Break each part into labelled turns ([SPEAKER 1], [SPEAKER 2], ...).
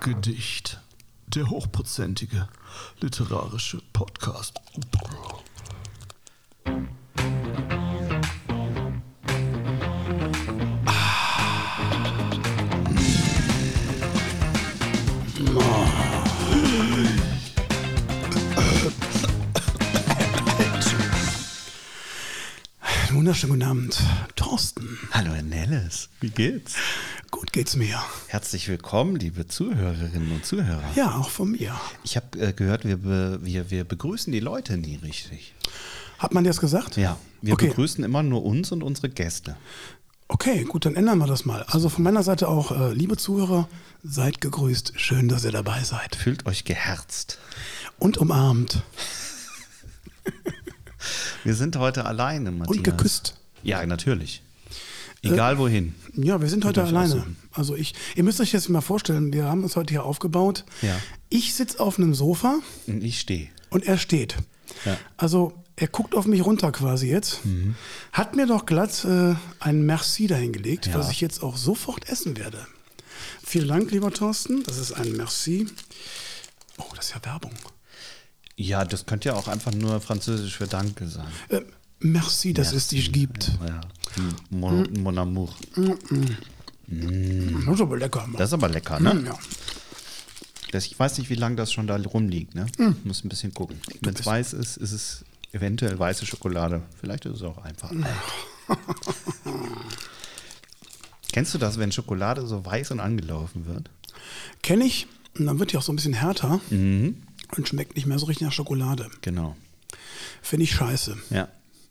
[SPEAKER 1] Gedicht. Der hochprozentige literarische Podcast.
[SPEAKER 2] Wunderschönen guten Abend, Thorsten.
[SPEAKER 3] Hallo Herr Nellis, wie geht's?
[SPEAKER 2] Gut geht's mir.
[SPEAKER 3] Herzlich willkommen, liebe Zuhörerinnen und Zuhörer.
[SPEAKER 2] Ja, auch von mir.
[SPEAKER 3] Ich habe äh, gehört, wir, be, wir, wir begrüßen die Leute nie richtig.
[SPEAKER 2] Hat man dir das gesagt?
[SPEAKER 3] Ja, wir
[SPEAKER 2] Okay.
[SPEAKER 3] begrüßen immer nur uns und unsere Gäste.
[SPEAKER 2] Okay, gut, dann ändern wir das mal. Also von meiner Seite auch, äh, liebe Zuhörer, seid gegrüßt. Schön, dass ihr dabei seid.
[SPEAKER 3] Fühlt euch geherzt.
[SPEAKER 2] Und umarmt.
[SPEAKER 3] Wir sind heute alleine, Matthias.
[SPEAKER 2] Und geküsst.
[SPEAKER 3] Ja, natürlich. Egal wohin.
[SPEAKER 2] Ja, wir sind heute
[SPEAKER 3] euch
[SPEAKER 2] alleine.
[SPEAKER 3] aussuchen.
[SPEAKER 2] Also ich, ihr müsst euch jetzt mal vorstellen, wir haben uns heute hier aufgebaut.
[SPEAKER 3] Ja.
[SPEAKER 2] Ich sitze auf einem Sofa
[SPEAKER 3] Und ich stehe.
[SPEAKER 2] und er steht.
[SPEAKER 3] Ja. Mhm.
[SPEAKER 2] Also er guckt auf mich runter quasi jetzt. Hat mir doch glatt äh, ein Merci dahingelegt,
[SPEAKER 3] Ja.
[SPEAKER 2] was ich jetzt auch sofort essen werde. Vielen Dank, lieber Thorsten. Das ist ein Merci. Oh, das ist ja Werbung.
[SPEAKER 3] Ja, das könnte ja auch einfach nur französisch für Danke sein.
[SPEAKER 2] Äh, Merci, dass es dich gibt.
[SPEAKER 3] Ja. Mon, mon amour.
[SPEAKER 2] Das ist aber lecker. Mann.
[SPEAKER 3] Das ist aber lecker, Mhm. ne?
[SPEAKER 2] ja.
[SPEAKER 3] Das, ich weiß nicht, wie lange das schon da rumliegt. Ne?
[SPEAKER 2] Hm.
[SPEAKER 3] Muss ein bisschen gucken. Wenn es weiß ist, ist es eventuell weiße Schokolade. Vielleicht ist es auch einfach alt. Kennst du das, wenn Schokolade so weiß und angelaufen wird?
[SPEAKER 2] Kenne ich. Und dann wird die auch so ein bisschen härter
[SPEAKER 3] Mhm.
[SPEAKER 2] und schmeckt nicht mehr so richtig nach Schokolade.
[SPEAKER 3] Genau.
[SPEAKER 2] Finde ich scheiße.
[SPEAKER 3] Ja.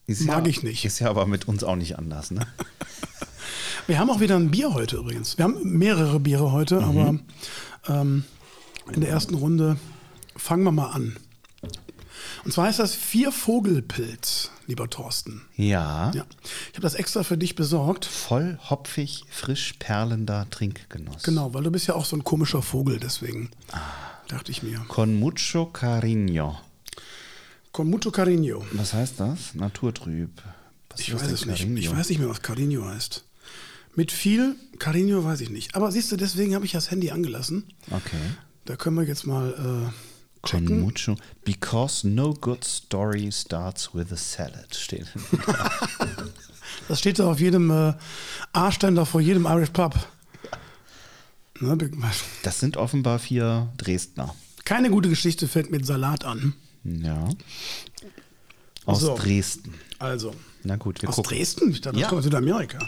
[SPEAKER 3] Ist
[SPEAKER 2] Mag
[SPEAKER 3] ja,
[SPEAKER 2] ich nicht.
[SPEAKER 3] Ist ja aber mit uns auch nicht anders. Ne?
[SPEAKER 2] Wir haben auch wieder ein Bier heute übrigens. Wir haben mehrere Biere
[SPEAKER 3] Mhm.
[SPEAKER 2] heute, aber ähm, in der ersten Runde fangen wir mal an. Und zwar heißt das Viervogelpilz, lieber Thorsten.
[SPEAKER 3] Ja.
[SPEAKER 2] Ja. Ich habe das extra für dich besorgt.
[SPEAKER 3] Voll hopfig, frisch perlender Trinkgenuss.
[SPEAKER 2] Genau, weil du bist ja auch so ein komischer Vogel, deswegen
[SPEAKER 3] Ah.
[SPEAKER 2] dachte ich mir.
[SPEAKER 3] Con mucho cariño.
[SPEAKER 2] Con mucho cariño.
[SPEAKER 3] Was heißt das? Naturtrüb. Was
[SPEAKER 2] Ich
[SPEAKER 3] ist
[SPEAKER 2] weiß
[SPEAKER 3] denn
[SPEAKER 2] es nicht.
[SPEAKER 3] Cariño?
[SPEAKER 2] Ich weiß nicht mehr, was Cardinio heißt. Mit viel Cardinio weiß ich nicht. Aber siehst du, deswegen habe ich das Handy angelassen.
[SPEAKER 3] Okay.
[SPEAKER 2] Da können wir jetzt mal äh,
[SPEAKER 3] Con
[SPEAKER 2] checken.
[SPEAKER 3] mucho. Because no good story starts with a salad, steht.
[SPEAKER 2] Das steht da auf jedem äh, A-Ständer vor jedem Irish Pub. Ne, be-
[SPEAKER 3] Das sind offenbar vier Dresdner.
[SPEAKER 2] keine gute Geschichte fängt mit Salat an.
[SPEAKER 3] Ja. Aus
[SPEAKER 2] So.
[SPEAKER 3] Dresden.
[SPEAKER 2] Also,
[SPEAKER 3] Na gut, wir
[SPEAKER 2] aus
[SPEAKER 3] gucken.
[SPEAKER 2] Dresden? Ich dachte, das
[SPEAKER 3] Ja.
[SPEAKER 2] kommt aus Südamerika.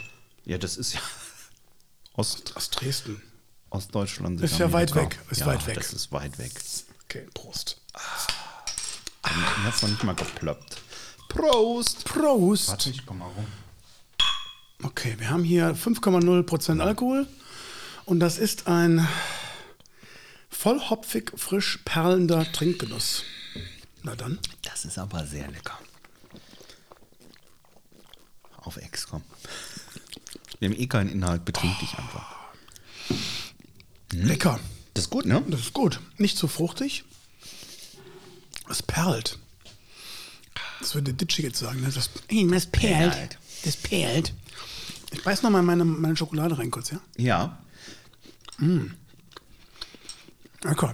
[SPEAKER 3] Ja, das ist ja aus,
[SPEAKER 2] Aus Dresden.
[SPEAKER 3] aus Deutschland.
[SPEAKER 2] Ist ja weit
[SPEAKER 3] Südamerika.
[SPEAKER 2] weg, ist
[SPEAKER 3] ja,
[SPEAKER 2] weit weg.
[SPEAKER 3] Das ist weit weg.
[SPEAKER 2] Okay, Prost.
[SPEAKER 3] Dann hat's noch nicht mal geplöppt. Prost!
[SPEAKER 2] Prost.
[SPEAKER 3] ich komm mal rum.
[SPEAKER 2] Okay, wir haben hier 5,0% Alkohol. Und das ist ein vollhopfig, frisch perlender Trinkgenuss. Na dann.
[SPEAKER 3] Das ist aber sehr lecker. Auf Ex, komm. Wir haben eh keinen Inhalt, betrink dich einfach. Hm.
[SPEAKER 2] Lecker.
[SPEAKER 3] Das ist gut, ne?
[SPEAKER 2] Das ist gut. Nicht zu fruchtig. Es perlt. Das würde Ditschi jetzt sagen. ne? Das, Ey, das
[SPEAKER 3] Perlt.
[SPEAKER 2] Das perlt. Ich beiß nochmal meine, meine Schokolade rein kurz, ja?
[SPEAKER 3] Ja,
[SPEAKER 2] Lecker.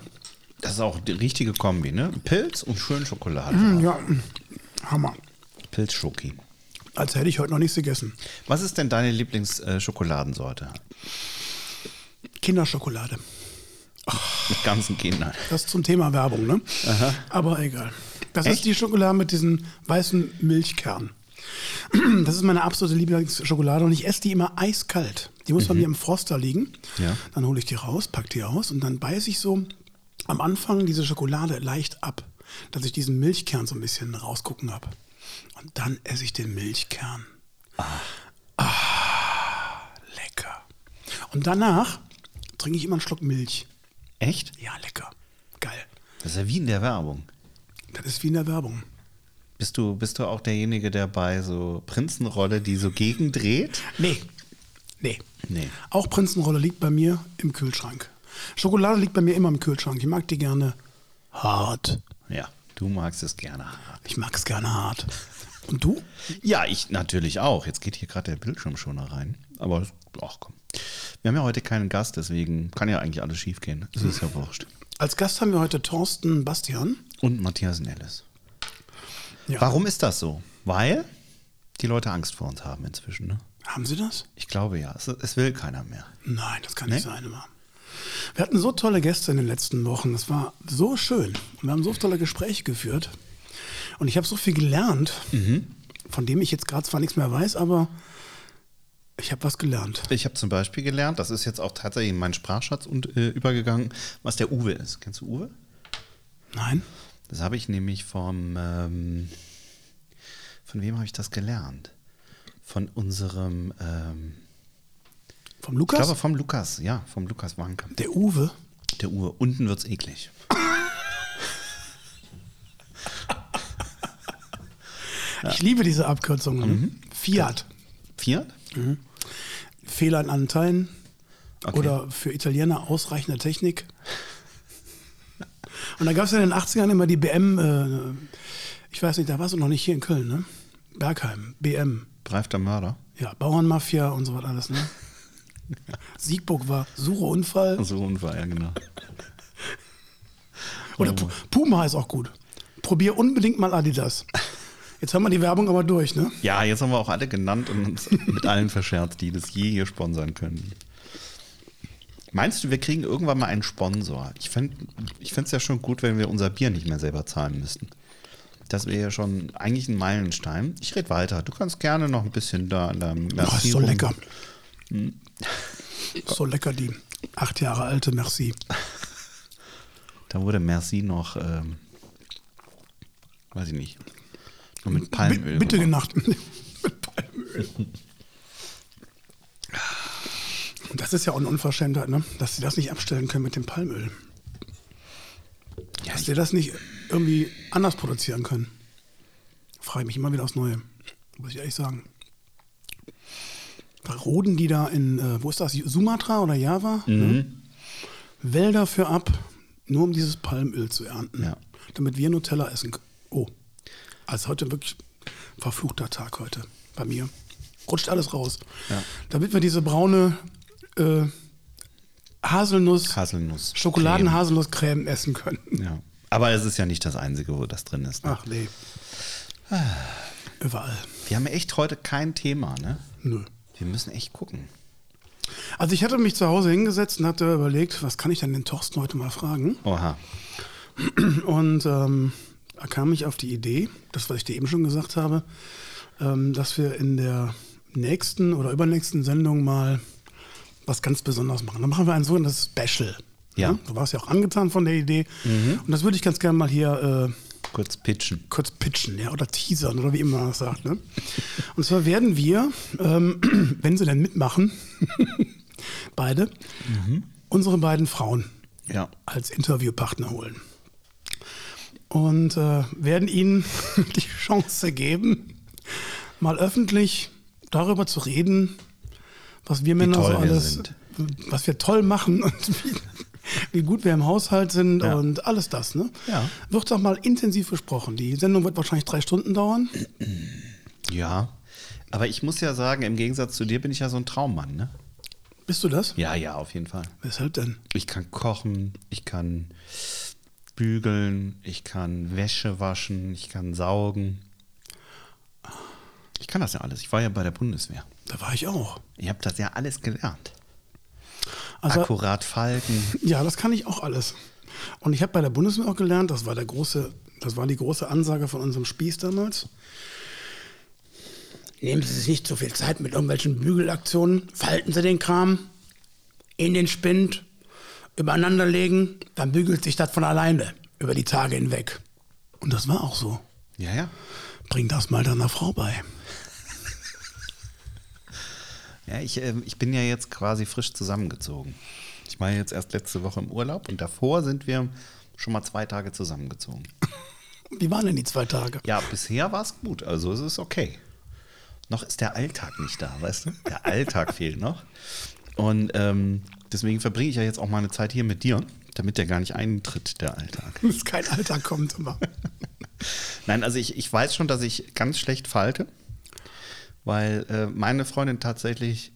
[SPEAKER 3] Das ist auch die richtige Kombi, ne? Pilz und schön Schokolade.
[SPEAKER 2] Ja, Hammer.
[SPEAKER 3] Pilzschoki.
[SPEAKER 2] Als hätte ich heute noch nichts gegessen.
[SPEAKER 3] Was ist denn deine äh, Lieblingsschokoladensorte?
[SPEAKER 2] Kinderschokolade.
[SPEAKER 3] Mit ganzen Kindern.
[SPEAKER 2] Das zum Thema Werbung, ne? Aber egal. Das ist
[SPEAKER 3] Echt?
[SPEAKER 2] die Schokolade mit diesem weißen Milchkern. Das ist meine absolute Lieblingsschokolade und ich esse die immer eiskalt. Die muss bei mir im Froster liegen.
[SPEAKER 3] Mhm. Ja.
[SPEAKER 2] Dann hole ich die raus, pack die aus und dann beiße ich so am Anfang diese Schokolade leicht ab, dass ich diesen Milchkern so ein bisschen rausgucken habe. Und dann esse ich den Milchkern. Ah, lecker. Und danach trinke ich immer einen Schluck Milch.
[SPEAKER 3] Echt?
[SPEAKER 2] Ja, lecker. Geil.
[SPEAKER 3] Das ist ja wie in der Werbung.
[SPEAKER 2] Das ist wie in der Werbung.
[SPEAKER 3] Bist du, bist du auch derjenige, der bei so Prinzenrolle die so gegendreht?
[SPEAKER 2] Nee. Nee.
[SPEAKER 3] Nee.
[SPEAKER 2] Auch Prinzenrolle liegt bei mir im Kühlschrank. Schokolade liegt bei mir immer im Kühlschrank. Ich mag die gerne hart.
[SPEAKER 3] Ja, du magst es gerne.
[SPEAKER 2] Ich mag es gerne hart. Und du?
[SPEAKER 3] Ja, ich natürlich auch. Jetzt geht hier gerade der Bildschirm schon rein. Aber, ach komm. Wir haben ja heute keinen Gast, deswegen kann ja eigentlich alles schiefgehen. Es ist ja wurscht.
[SPEAKER 2] Als Gast haben wir heute Thorsten Bastian.
[SPEAKER 3] Und Matthias Nellis.
[SPEAKER 2] Ja.
[SPEAKER 3] Warum ist das so? Weil die Leute Angst vor uns haben inzwischen. Ne?
[SPEAKER 2] Haben Sie das?
[SPEAKER 3] Ich glaube ja. Es, es will keiner mehr.
[SPEAKER 2] Nein, das kann nicht
[SPEAKER 3] Nee?
[SPEAKER 2] sein immer. Wir hatten so tolle Gäste in den letzten Wochen. Das war so schön. Und wir haben so tolle Gespräche geführt. Und ich habe so viel gelernt,
[SPEAKER 3] Mhm.
[SPEAKER 2] von dem ich jetzt gerade zwar nichts mehr weiß, aber ich habe was gelernt.
[SPEAKER 3] Ich habe zum Beispiel gelernt, das ist jetzt auch tatsächlich in meinen Sprachschatz und, äh, übergegangen, was der Uwe ist. Kennst du Uwe?
[SPEAKER 2] Nein?
[SPEAKER 3] Das habe ich nämlich vom. Ähm, von wem habe ich das gelernt? Von unserem. Ähm,
[SPEAKER 2] Vom
[SPEAKER 3] ich
[SPEAKER 2] Lukas?
[SPEAKER 3] glaube, vom Lukas, ja, vom Lukas Wankamp.
[SPEAKER 2] der Uwe?
[SPEAKER 3] Der Uwe. Unten wird's eklig.
[SPEAKER 2] Ich liebe diese Abkürzungen.
[SPEAKER 3] Mhm.
[SPEAKER 2] Fiat.
[SPEAKER 3] Fiat?
[SPEAKER 2] Fehler in Anteilen
[SPEAKER 3] Okay.
[SPEAKER 2] oder für Italiener ausreichende Technik. Und da gab es ja in den 80ern immer die BM, äh, ich weiß nicht, da warst du noch nicht hier in Köln, ne? Bergheim, BM,
[SPEAKER 3] Bereifter Mörder.
[SPEAKER 2] ja, Bauernmafia und so was alles, ne? Siegburg war Sure-Unfall.
[SPEAKER 3] So Unfall, ja, genau.
[SPEAKER 2] Oder Pu- Puma ist auch gut. Probier unbedingt mal Adidas. Jetzt haben wir die Werbung aber durch, ne?
[SPEAKER 3] Ja, jetzt haben wir auch alle genannt und uns mit allen verscherzt, die das je hier sponsern können. Meinst du, wir kriegen irgendwann mal einen Sponsor? Ich fände ich es ja schon gut, wenn wir unser Bier nicht mehr selber zahlen müssten. Das wäre ja schon eigentlich ein Meilenstein. Ich rede weiter. Du kannst gerne noch ein bisschen da an deinem
[SPEAKER 2] Oh, ist so
[SPEAKER 3] Sirup-
[SPEAKER 2] lecker.
[SPEAKER 3] Hm.
[SPEAKER 2] So lecker, die acht Jahre alte Merci.
[SPEAKER 3] Da wurde Merci noch, ähm, weiß ich nicht, nur mit Palmöl.
[SPEAKER 2] Bi- Bitte
[SPEAKER 3] gemacht.
[SPEAKER 2] genacht. Mit Palmöl. Und Das ist ja auch eine Unverschämtheit, ne? dass sie das nicht abstellen können mit dem Palmöl.
[SPEAKER 3] Ja,
[SPEAKER 2] Dass
[SPEAKER 3] ich-
[SPEAKER 2] sie das nicht irgendwie anders produzieren können. Frage ich mich immer wieder aufs Neue. Muss ich ehrlich sagen. Da roden die da in, äh, wo ist das, Sumatra oder Java?
[SPEAKER 3] Mhm.
[SPEAKER 2] Ne? Wälder für ab, nur um dieses Palmöl zu ernten.
[SPEAKER 3] Ja.
[SPEAKER 2] Damit wir Nutella essen können. Oh, also heute wirklich verfluchter Tag heute bei mir. Rutscht alles raus.
[SPEAKER 3] Ja.
[SPEAKER 2] Damit wir diese braune äh, Haselnuss,
[SPEAKER 3] Haselnuss.
[SPEAKER 2] Schokoladen-Haselnuss-Creme essen können.
[SPEAKER 3] Creme. Ja. Aber es ist ja nicht das Einzige, wo das drin ist. Ne?
[SPEAKER 2] Ach nee.
[SPEAKER 3] Ah.
[SPEAKER 2] Überall.
[SPEAKER 3] Wir haben echt heute kein Thema, ne?
[SPEAKER 2] Nö.
[SPEAKER 3] Wir müssen echt gucken.
[SPEAKER 2] Also ich hatte mich zu Hause hingesetzt und hatte überlegt, was kann ich denn den Thorsten heute mal fragen?
[SPEAKER 3] Oha.
[SPEAKER 2] Und ähm, da kam ich auf die Idee, das, was ich dir eben schon gesagt habe, ähm, dass wir in der nächsten oder übernächsten Sendung mal was ganz Besonderes machen. Dann machen wir ein sogenanntes Special.
[SPEAKER 3] Ja.
[SPEAKER 2] Du warst ja auch angetan von der Idee. Und das würde ich ganz gerne mal hier äh,
[SPEAKER 3] Kurz pitchen.
[SPEAKER 2] kurz pitchen, ja, oder teasern oder wie immer man das sagt. Ne? Und zwar werden wir, ähm, wenn sie denn mitmachen, beide, unsere beiden Frauen
[SPEAKER 3] Ja.
[SPEAKER 2] als Interviewpartner holen. Und äh, werden ihnen die Chance geben, mal öffentlich darüber zu reden, was wir Männer so
[SPEAKER 3] toll wir
[SPEAKER 2] alles,
[SPEAKER 3] sind.
[SPEAKER 2] was wir toll machen und wie, wie gut wir im Haushalt sind
[SPEAKER 3] Ja.
[SPEAKER 2] und alles das. Ne?
[SPEAKER 3] Ja.
[SPEAKER 2] Wird doch mal intensiv besprochen. Die Sendung wird wahrscheinlich drei Stunden dauern.
[SPEAKER 3] Ja. Aber ich muss ja sagen, im Gegensatz zu dir bin ich ja so ein Traummann, ne?
[SPEAKER 2] Bist du das?
[SPEAKER 3] Ja, ja, auf jeden Fall.
[SPEAKER 2] Weshalb denn?
[SPEAKER 3] Ich kann kochen, ich kann bügeln, ich kann Wäsche waschen, ich kann saugen. Ich kann das ja alles. Ich war ja bei der Bundeswehr.
[SPEAKER 2] Da war ich auch.
[SPEAKER 3] Ich habe das ja alles gelernt.
[SPEAKER 2] Also,
[SPEAKER 3] Akkurat falten.
[SPEAKER 2] Ja, das kann ich auch alles. Und ich habe bei der Bundeswehr auch gelernt, das war der große, das war die große Ansage von unserem Spieß damals. Nehmen Sie sich nicht so viel Zeit mit irgendwelchen Bügelaktionen, falten Sie den Kram in den Spind, übereinander legen, dann bügelt sich das von alleine über die Tage hinweg. Und das war auch so.
[SPEAKER 3] Ja, ja.
[SPEAKER 2] Bring das mal deiner Frau bei.
[SPEAKER 3] Ja, ich, ähm, ich bin ja jetzt quasi frisch zusammengezogen. Ich war jetzt erst letzte Woche im Urlaub und davor sind wir schon mal zwei Tage zusammengezogen.
[SPEAKER 2] Wie waren denn die zwei Tage?
[SPEAKER 3] Ja, bisher war es gut, also es ist okay. Noch ist der Alltag nicht da, weißt du? Der Alltag fehlt noch. Und ähm, deswegen verbringe ich ja jetzt auch meine Zeit hier mit dir, damit der gar nicht eintritt, der Alltag.
[SPEAKER 2] Bis kein Alltag kommt immer.
[SPEAKER 3] Nein, also ich, ich weiß schon, dass ich ganz schlecht falte, weil äh, meine Freundin tatsächlich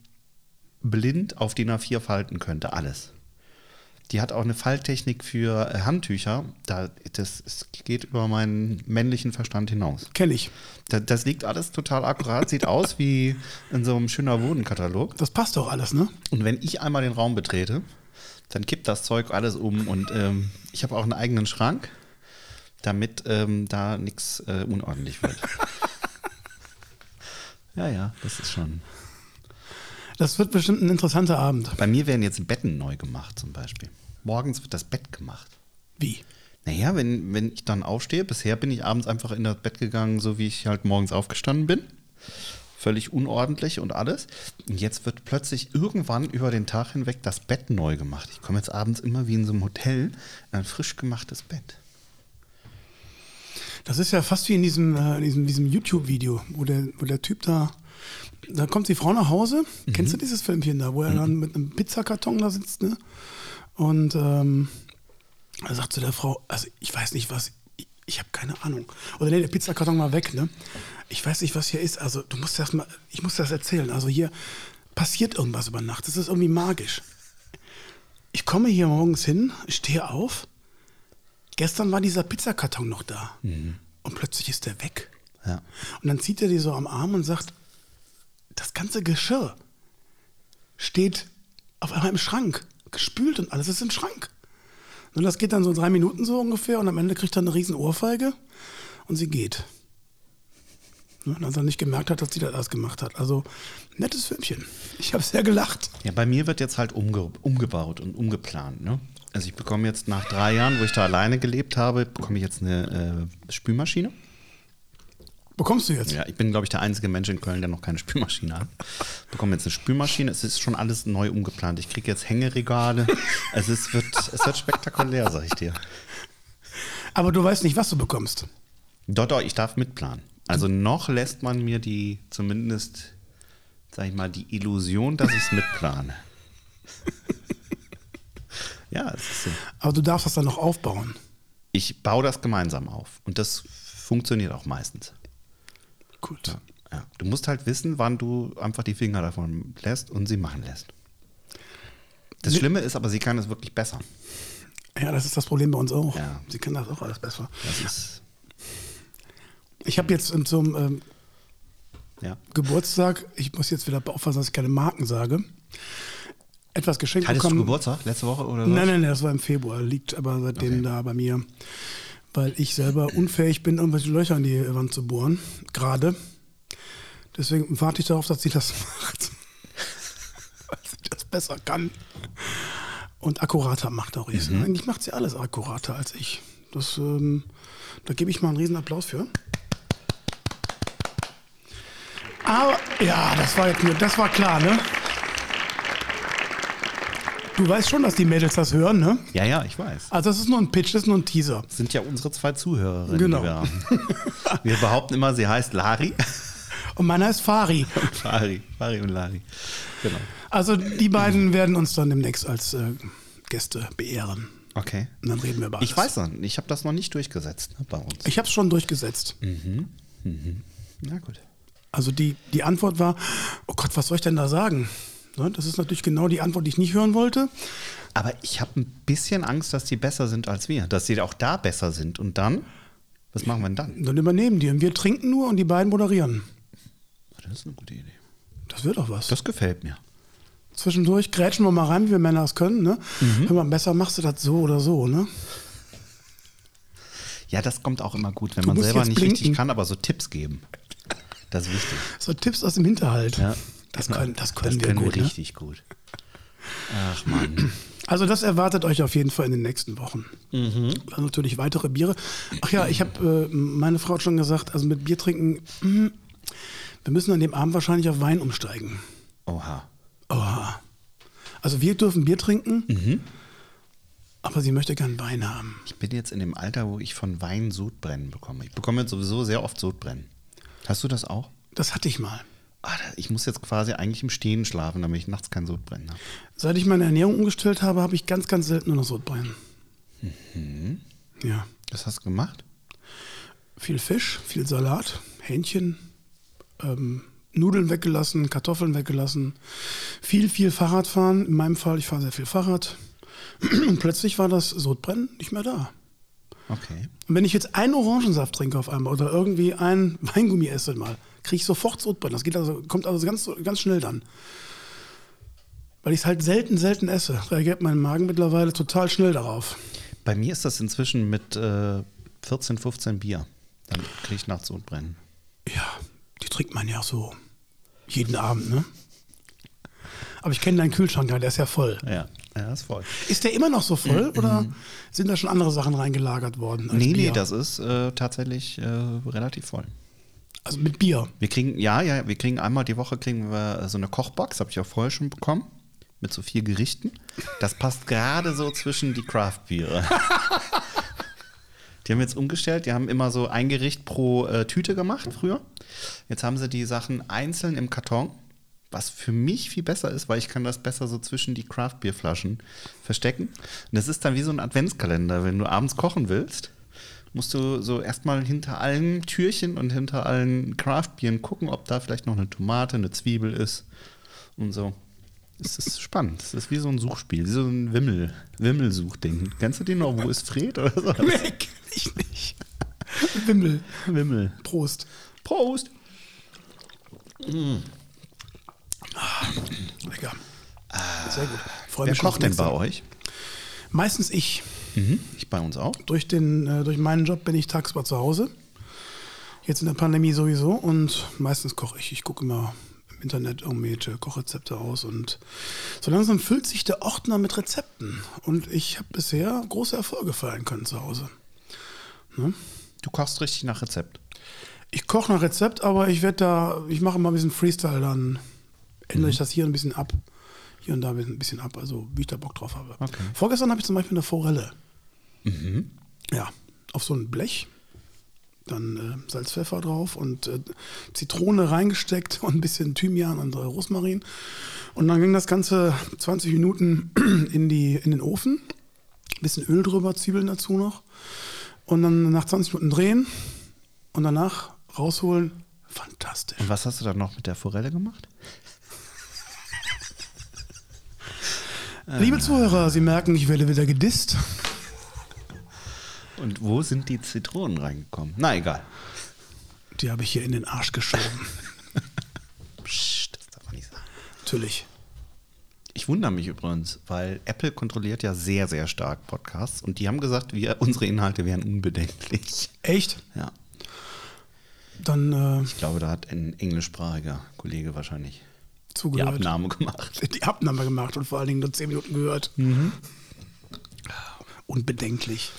[SPEAKER 3] blind auf DIN A4 falten könnte. Alles. Die hat auch eine Falttechnik für äh, Handtücher. Da, das, es geht über meinen männlichen Verstand hinaus.
[SPEAKER 2] Kenne ich.
[SPEAKER 3] Da, das liegt alles total akkurat, sieht aus wie in so einem schöner Wohnkatalog.
[SPEAKER 2] Das passt doch alles, ne?
[SPEAKER 3] Und wenn ich einmal den Raum betrete, dann kippt das Zeug alles um und ähm, ich habe auch einen eigenen Schrank, damit ähm, da nichts äh, unordentlich wird. ja, ja, das ist schon.
[SPEAKER 2] Das wird bestimmt ein interessanter Abend.
[SPEAKER 3] Bei mir werden jetzt Betten neu gemacht zum Beispiel. Morgens wird das Bett gemacht.
[SPEAKER 2] Wie?
[SPEAKER 3] Naja, wenn, wenn ich dann aufstehe, bisher bin ich abends einfach in das Bett gegangen, so wie ich halt morgens aufgestanden bin. Völlig unordentlich und alles. Und jetzt wird plötzlich irgendwann über den Tag hinweg das Bett neu gemacht. Ich komme jetzt abends immer wie in so einem Hotel in ein frisch gemachtes Bett.
[SPEAKER 2] Das ist ja fast wie in diesem, äh, in diesem, diesem YouTube-Video, wo der, wo der Typ da. Da kommt die Frau nach Hause. Kennst du dieses Filmchen da, wo er dann mit einem Pizzakarton da sitzt, ne? Und ähm, er sagt zu der Frau, also ich weiß nicht, was, ich, ich habe keine Ahnung. Oder nee, der Pizzakarton mal weg, ne? Ich weiß nicht, was hier ist. Also du musst das mal, ich muss das erzählen. Also hier passiert irgendwas über Nacht. Das ist irgendwie magisch. Ich komme hier morgens hin, stehe auf. Gestern war dieser Pizzakarton noch da.
[SPEAKER 3] Mhm.
[SPEAKER 2] Und plötzlich ist der weg.
[SPEAKER 3] Ja.
[SPEAKER 2] Und dann zieht er die so am Arm und sagt, das ganze Geschirr steht auf einmal im Schrank, gespült und alles ist im Schrank. Und das geht dann so drei Minuten so ungefähr und am Ende kriegt er eine riesen Ohrfeige und sie geht. Ne, Dass er nicht gemerkt hat, dass sie das alles gemacht hat. Also, nettes Filmchen. Ich habe sehr gelacht.
[SPEAKER 3] Ja, bei mir wird jetzt halt umge umgebaut und umgeplant. Ne? Also ich bekomme jetzt nach drei Jahren, wo ich da alleine gelebt habe, bekomme ich jetzt eine äh, Spülmaschine.
[SPEAKER 2] Bekommst du jetzt?
[SPEAKER 3] Ja, ich bin, glaube ich, der einzige Mensch in Köln, der noch keine Spülmaschine hat. Bekomme jetzt eine Spülmaschine. Es ist schon alles neu umgeplant. Ich kriege jetzt Hängeregale. Es ist, wird, es wird spektakulär, sag ich dir.
[SPEAKER 2] Aber du weißt nicht, was du bekommst.
[SPEAKER 3] Doch, doch, ich darf mitplanen. Also noch lässt man mir die, zumindest, sag ich mal, die Illusion, dass ich es mitplane. ja, es ist so.
[SPEAKER 2] Aber du darfst das dann noch aufbauen.
[SPEAKER 3] Ich baue das gemeinsam auf. Und das funktioniert auch meistens.
[SPEAKER 2] Gut.
[SPEAKER 3] Ja. Du musst halt wissen, wann du einfach die Finger davon lässt und sie machen lässt. Das Schlimme ist aber, sie kann es wirklich besser.
[SPEAKER 2] Ja, das ist das Problem bei uns auch.
[SPEAKER 3] Ja.
[SPEAKER 2] Sie kann das auch alles besser.
[SPEAKER 3] Das ist,
[SPEAKER 2] Ich habe jetzt in so einem ähm,
[SPEAKER 3] ja.
[SPEAKER 2] Geburtstag, ich muss jetzt wieder aufpassen, dass ich keine Marken sage, etwas geschenkt
[SPEAKER 3] Hattest du
[SPEAKER 2] bekommen.
[SPEAKER 3] Geburtstag letzte Woche oder so?
[SPEAKER 2] Nein, nein, nein, das war im Februar, liegt aber seitdem
[SPEAKER 3] Okay.
[SPEAKER 2] da bei mir, weil ich selber unfähig bin, irgendwelche Löcher in die Wand zu bohren, gerade. Deswegen warte ich darauf, dass sie das macht. weil sie das besser kann. Und akkurater macht auch ich. Eigentlich macht sie alles akkurater als ich. Das, ähm, da gebe ich mal einen riesen Applaus für. Aber, ja, das war jetzt nur, das war klar, ne? Du weißt schon, dass die Mädels das hören, ne?
[SPEAKER 3] Ja, ja, ich weiß.
[SPEAKER 2] Also das ist nur ein Pitch, das ist nur ein Teaser.
[SPEAKER 3] Das sind ja unsere zwei Zuhörerinnen,
[SPEAKER 2] Genau.
[SPEAKER 3] die wir haben. Wir behaupten immer, sie heißt Lari.
[SPEAKER 2] Und meiner ist Fari.
[SPEAKER 3] Fari, Fari und Lari. Genau.
[SPEAKER 2] Also die
[SPEAKER 3] Mhm.
[SPEAKER 2] beiden werden uns dann demnächst als äh, Gäste beehren.
[SPEAKER 3] Okay.
[SPEAKER 2] Und dann reden wir über alles.
[SPEAKER 3] Ich weiß noch, nicht, ich habe das noch nicht durchgesetzt ne, bei uns.
[SPEAKER 2] Ich habe es schon durchgesetzt.
[SPEAKER 3] Mhm. Na gut.
[SPEAKER 2] Also die, die Antwort war, oh Gott, was soll ich denn da sagen? Ne, Das ist natürlich genau die Antwort, die ich nicht hören wollte.
[SPEAKER 3] Aber ich habe ein bisschen Angst, dass die besser sind als wir. Dass sie auch da besser sind. Und dann? Was machen wir denn dann?
[SPEAKER 2] Und dann übernehmen die. Und wir trinken nur und die beiden moderieren.
[SPEAKER 3] Das ist eine gute Idee.
[SPEAKER 2] Das wird doch was.
[SPEAKER 3] Das gefällt mir.
[SPEAKER 2] Zwischendurch grätschen wir mal rein, wie wir Männer es können. Ne?
[SPEAKER 3] Mhm.
[SPEAKER 2] Hör mal, besser machst du das so oder so. Ne?
[SPEAKER 3] Ja, das kommt auch immer gut, wenn
[SPEAKER 2] Du
[SPEAKER 3] man
[SPEAKER 2] musst
[SPEAKER 3] selber
[SPEAKER 2] jetzt
[SPEAKER 3] nicht richtig
[SPEAKER 2] blinken.
[SPEAKER 3] kann, aber so Tipps geben. Das ist wichtig.
[SPEAKER 2] So Tipps aus dem Hinterhalt.
[SPEAKER 3] Ja.
[SPEAKER 2] Das können, das können
[SPEAKER 3] Das
[SPEAKER 2] wir
[SPEAKER 3] können
[SPEAKER 2] gut.
[SPEAKER 3] wir
[SPEAKER 2] ne?
[SPEAKER 3] richtig gut. Ach man.
[SPEAKER 2] Also das erwartet euch auf jeden Fall in den nächsten Wochen. Dann natürlich weitere Biere. Ach ja, ich habe, äh, meine Frau hat schon gesagt, also mit Bier trinken, mm, wir müssen an dem Abend wahrscheinlich auf Wein umsteigen.
[SPEAKER 3] Oha.
[SPEAKER 2] Oha. Also wir dürfen Bier trinken, aber sie möchte gern Wein haben.
[SPEAKER 3] Ich bin jetzt in dem Alter, wo ich von Wein Sodbrennen bekomme. Ich bekomme jetzt sowieso sehr oft Sodbrennen. Hast du das auch?
[SPEAKER 2] Das hatte ich mal.
[SPEAKER 3] Ah, da- ich muss jetzt quasi eigentlich im Stehen schlafen, damit ich nachts kein Sodbrennen habe.
[SPEAKER 2] Seit ich meine Ernährung umgestellt habe, habe ich ganz, ganz selten nur noch Sodbrennen. Ja.
[SPEAKER 3] Das hast du gemacht?
[SPEAKER 2] Viel Fisch, viel Salat, Hähnchen, ähm, Nudeln weggelassen, Kartoffeln weggelassen, viel, viel Fahrradfahren. In meinem Fall, ich fahre sehr viel Fahrrad. Und plötzlich war das Sodbrennen nicht mehr da.
[SPEAKER 3] Okay.
[SPEAKER 2] Und wenn ich jetzt einen Orangensaft trinke auf einmal oder irgendwie einen Weingummi esse mal, kriege ich sofort Sodbrennen. Das geht also, kommt also ganz, ganz schnell dann. Weil ich es halt selten, selten esse, reagiert mein Magen mittlerweile total schnell darauf.
[SPEAKER 3] Bei mir ist das inzwischen mit äh, 14, 15 Bier. Dann kriege ich nachts Sodbrennen.
[SPEAKER 2] Ja, die trinkt man ja auch so jeden Abend, ne? Aber ich kenne deinen Kühlschrank, ja, der ist ja voll.
[SPEAKER 3] Ja, ja, ist voll.
[SPEAKER 2] Ist der immer noch so voll oder sind da schon andere Sachen reingelagert worden? als
[SPEAKER 3] Nee, nee,
[SPEAKER 2] Bier?
[SPEAKER 3] das ist äh, tatsächlich äh, relativ voll.
[SPEAKER 2] Also mit Bier.
[SPEAKER 3] Wir kriegen, ja, ja, wir kriegen einmal die Woche kriegen wir äh, so eine Kochbox, habe ich auch vorher schon bekommen, mit so vier Gerichten. Das passt gerade so zwischen die Craft-Biere. Die haben jetzt umgestellt, die haben immer so ein Gericht pro äh, Tüte gemacht früher. Jetzt haben sie die Sachen einzeln im Karton, was für mich viel besser ist, weil ich kann das besser so zwischen die Craft-Bier-Flaschen verstecken. Und das ist dann wie so ein Adventskalender, wenn du abends kochen willst musst du so erstmal hinter allen Türchen und hinter allen Craftbieren gucken, ob da vielleicht noch eine Tomate, eine Zwiebel ist und so. Es ist spannend. Es ist wie so ein Suchspiel, wie so ein Wimmel, Wimmelsuchding. Kennst du den noch? Wo ist Fred oder so?
[SPEAKER 2] Nee, kenn ich nicht. Wimmel.
[SPEAKER 3] Wimmel.
[SPEAKER 2] Prost.
[SPEAKER 3] Prost!
[SPEAKER 2] Lecker. Sehr gut. Freue
[SPEAKER 3] Ah, Wer kocht denn bei
[SPEAKER 2] nächste-
[SPEAKER 3] euch?
[SPEAKER 2] Meistens ich.
[SPEAKER 3] Ich bei uns auch.
[SPEAKER 2] Durch, den, äh, durch meinen Job bin ich tagsüber zu Hause. Jetzt in der Pandemie sowieso. Und meistens koche ich. Ich gucke immer im Internet irgendwelche Kochrezepte aus. Und so langsam füllt sich der Ordner mit Rezepten. Und ich habe bisher große Erfolge feiern können zu Hause.
[SPEAKER 3] Du kochst richtig nach Rezept.
[SPEAKER 2] Ich koche nach Rezept, aber ich werde da, ich mache immer ein bisschen Freestyle, dann ändere ich das hier ein bisschen ab, hier und da ein bisschen- ein bisschen ab, also wie ich da Bock drauf habe.
[SPEAKER 3] Okay.
[SPEAKER 2] Vorgestern habe ich zum Beispiel eine Forelle. Ja, auf so ein Blech, dann äh, Salz, Pfeffer drauf und äh, Zitrone reingesteckt und ein bisschen Thymian und äh, Rosmarin. Und dann ging das Ganze 20 Minuten in, die, in den Ofen, ein bisschen Öl drüber, Zwiebeln dazu noch. Und dann nach 20 Minuten drehen und danach rausholen. Fantastisch.
[SPEAKER 3] Und was hast du dann noch mit der Forelle gemacht?
[SPEAKER 2] Liebe Zuhörer, Sie merken, ich werde wieder gedisst.
[SPEAKER 3] Und wo sind die Zitronen reingekommen? Na egal.
[SPEAKER 2] Die habe ich hier in den Arsch geschoben.
[SPEAKER 3] Psst, das darf man nicht sagen.
[SPEAKER 2] Natürlich.
[SPEAKER 3] Ich wundere mich übrigens, weil Apple kontrolliert ja sehr, sehr stark Podcasts und die haben gesagt, wir, unsere Inhalte wären unbedenklich.
[SPEAKER 2] Echt?
[SPEAKER 3] Ja,
[SPEAKER 2] Dann äh,
[SPEAKER 3] ich glaube, da hat ein englischsprachiger Kollege wahrscheinlich die
[SPEAKER 2] zugehört.
[SPEAKER 3] Abnahme gemacht.
[SPEAKER 2] die Abnahme gemacht und vor allen Dingen nur 10 Minuten gehört.
[SPEAKER 3] Mhm.
[SPEAKER 2] Unbedenklich.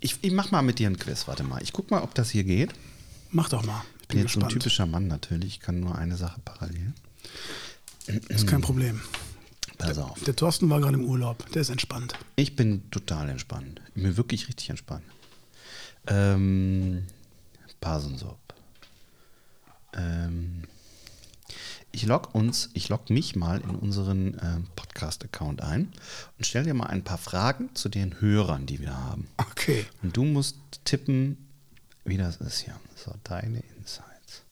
[SPEAKER 3] Ich, ich mach mal mit dir ein Quiz, warte mal. Ich guck mal, ob das hier geht.
[SPEAKER 2] Mach doch mal. Ich
[SPEAKER 3] Ich bin
[SPEAKER 2] bin
[SPEAKER 3] jetzt so ein
[SPEAKER 2] gespannt.
[SPEAKER 3] typischer Mann natürlich, ich kann nur eine Sache parallel.
[SPEAKER 2] Ist
[SPEAKER 3] Mhm.
[SPEAKER 2] kein Problem.
[SPEAKER 3] Pass auf.
[SPEAKER 2] Der Thorsten war gerade im Urlaub. Der ist entspannt.
[SPEAKER 3] Ich bin total entspannt. Ich bin wirklich richtig entspannt. Ähm, Pasensop. Ähm, ich log uns, ich log mich mal in unseren ähm, Podcast-Account ein und stell dir mal ein paar Fragen zu den Hörern, die wir haben.
[SPEAKER 2] Okay.
[SPEAKER 3] Und du musst tippen, wie das ist hier. So, deine Insights.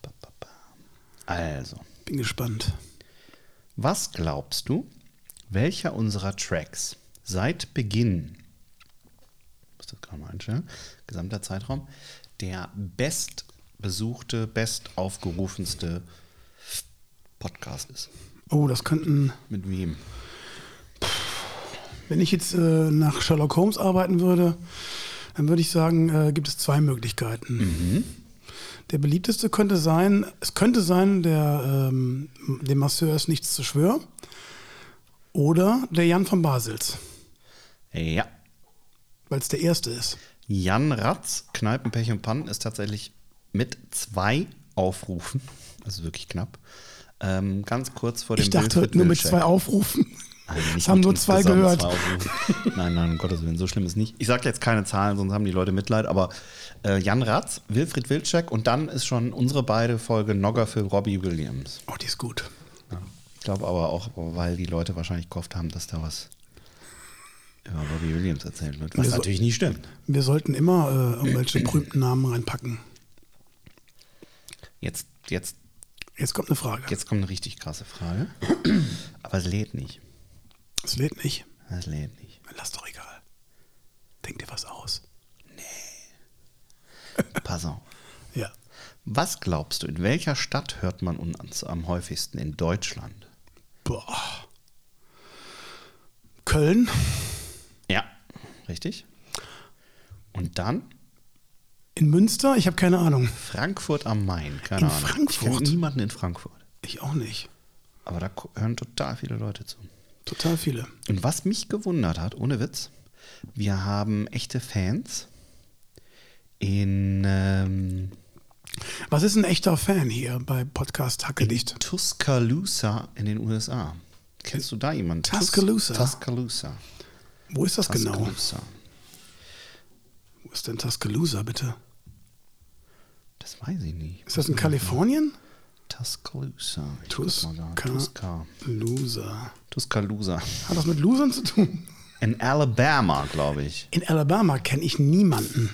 [SPEAKER 3] Ba, ba, ba. Also,
[SPEAKER 2] Bin gespannt.
[SPEAKER 3] was glaubst du, welcher unserer Tracks seit Beginn, muss das gerade mal einstellen, gesamter Zeitraum, der bestbesuchte, bestaufgerufenste Podcast ist?
[SPEAKER 2] Oh, das könnten.
[SPEAKER 3] Mit wem?
[SPEAKER 2] Wenn ich jetzt äh, nach Sherlock Holmes arbeiten würde, dann würde ich sagen, äh, gibt es zwei Möglichkeiten.
[SPEAKER 3] Mhm.
[SPEAKER 2] Der beliebteste könnte sein, es könnte sein, der, ähm, dem Masseur ist nichts zu schwör. Oder der Jan von Basels,
[SPEAKER 3] Ja.
[SPEAKER 2] weil es der erste ist.
[SPEAKER 3] Jan Ratz, Kneipen, Pech und Pannen, ist tatsächlich mit zwei Aufrufen, also wirklich knapp, ähm, ganz kurz vor dem
[SPEAKER 2] Ich dachte
[SPEAKER 3] Bill
[SPEAKER 2] nur mit
[SPEAKER 3] Fitnell-Check.
[SPEAKER 2] zwei Aufrufen.
[SPEAKER 3] Nein, Also nicht
[SPEAKER 2] Es haben
[SPEAKER 3] mit
[SPEAKER 2] nur zwei
[SPEAKER 3] insgesamt
[SPEAKER 2] gehört.
[SPEAKER 3] zwei Aufrufe. nein, nein, um Gottes Willen, so schlimm ist nicht. Ich sage jetzt keine Zahlen, sonst haben die Leute Mitleid, aber äh, Jan Ratz, Wilfried Wilczek und dann ist schon unsere beide Folge Nogger für Robbie Williams.
[SPEAKER 2] Oh, die ist gut.
[SPEAKER 3] Ich glaube aber auch, weil die Leute wahrscheinlich gehofft haben, dass da was über Robbie Williams erzählt wird, was
[SPEAKER 2] Wir so-
[SPEAKER 3] natürlich nicht stimmt.
[SPEAKER 2] Wir sollten immer äh, irgendwelche berühmten Namen reinpacken.
[SPEAKER 3] Jetzt, jetzt
[SPEAKER 2] Jetzt kommt eine Frage.
[SPEAKER 3] Jetzt kommt eine richtig krasse Frage. Aber es lädt nicht.
[SPEAKER 2] Es lädt nicht.
[SPEAKER 3] Es lädt nicht.
[SPEAKER 2] Lass doch egal. Denk dir was aus.
[SPEAKER 3] Pass auf.
[SPEAKER 2] Ja.
[SPEAKER 3] Was glaubst du, in welcher Stadt hört man uns am häufigsten in Deutschland?
[SPEAKER 2] Boah. Köln,
[SPEAKER 3] Ja. Richtig? Und dann
[SPEAKER 2] in Münster, ich habe keine Ahnung.
[SPEAKER 3] Frankfurt am Main. Keine
[SPEAKER 2] In
[SPEAKER 3] Ahnung. Ich kenne
[SPEAKER 2] Frankfurt?
[SPEAKER 3] niemanden in Frankfurt.
[SPEAKER 2] Ich auch nicht.
[SPEAKER 3] Aber da ko- hören total viele Leute zu.
[SPEAKER 2] Total viele.
[SPEAKER 3] Und was mich gewundert hat, ohne Witz, wir haben echte Fans in ähm,
[SPEAKER 2] Was ist ein echter Fan hier bei Podcast Hacke Dicht?
[SPEAKER 3] Tuscaloosa in den USA. Kennst du da jemanden? Tus-
[SPEAKER 2] Tuscaloosa?
[SPEAKER 3] Tuscaloosa.
[SPEAKER 2] Wo ist das genau?
[SPEAKER 3] Tuscaloosa.
[SPEAKER 2] Wo ist denn Tuscaloosa, bitte?
[SPEAKER 3] Das weiß ich nicht.
[SPEAKER 2] Ist das in Kalifornien?
[SPEAKER 3] Tuscaloosa. Ich guck mal da. Tusca.
[SPEAKER 2] Tuscaloosa.
[SPEAKER 3] Tuscaloosa.
[SPEAKER 2] Hat das mit Losern zu tun?
[SPEAKER 3] In Alabama, glaube ich.
[SPEAKER 2] In Alabama kenne ich niemanden.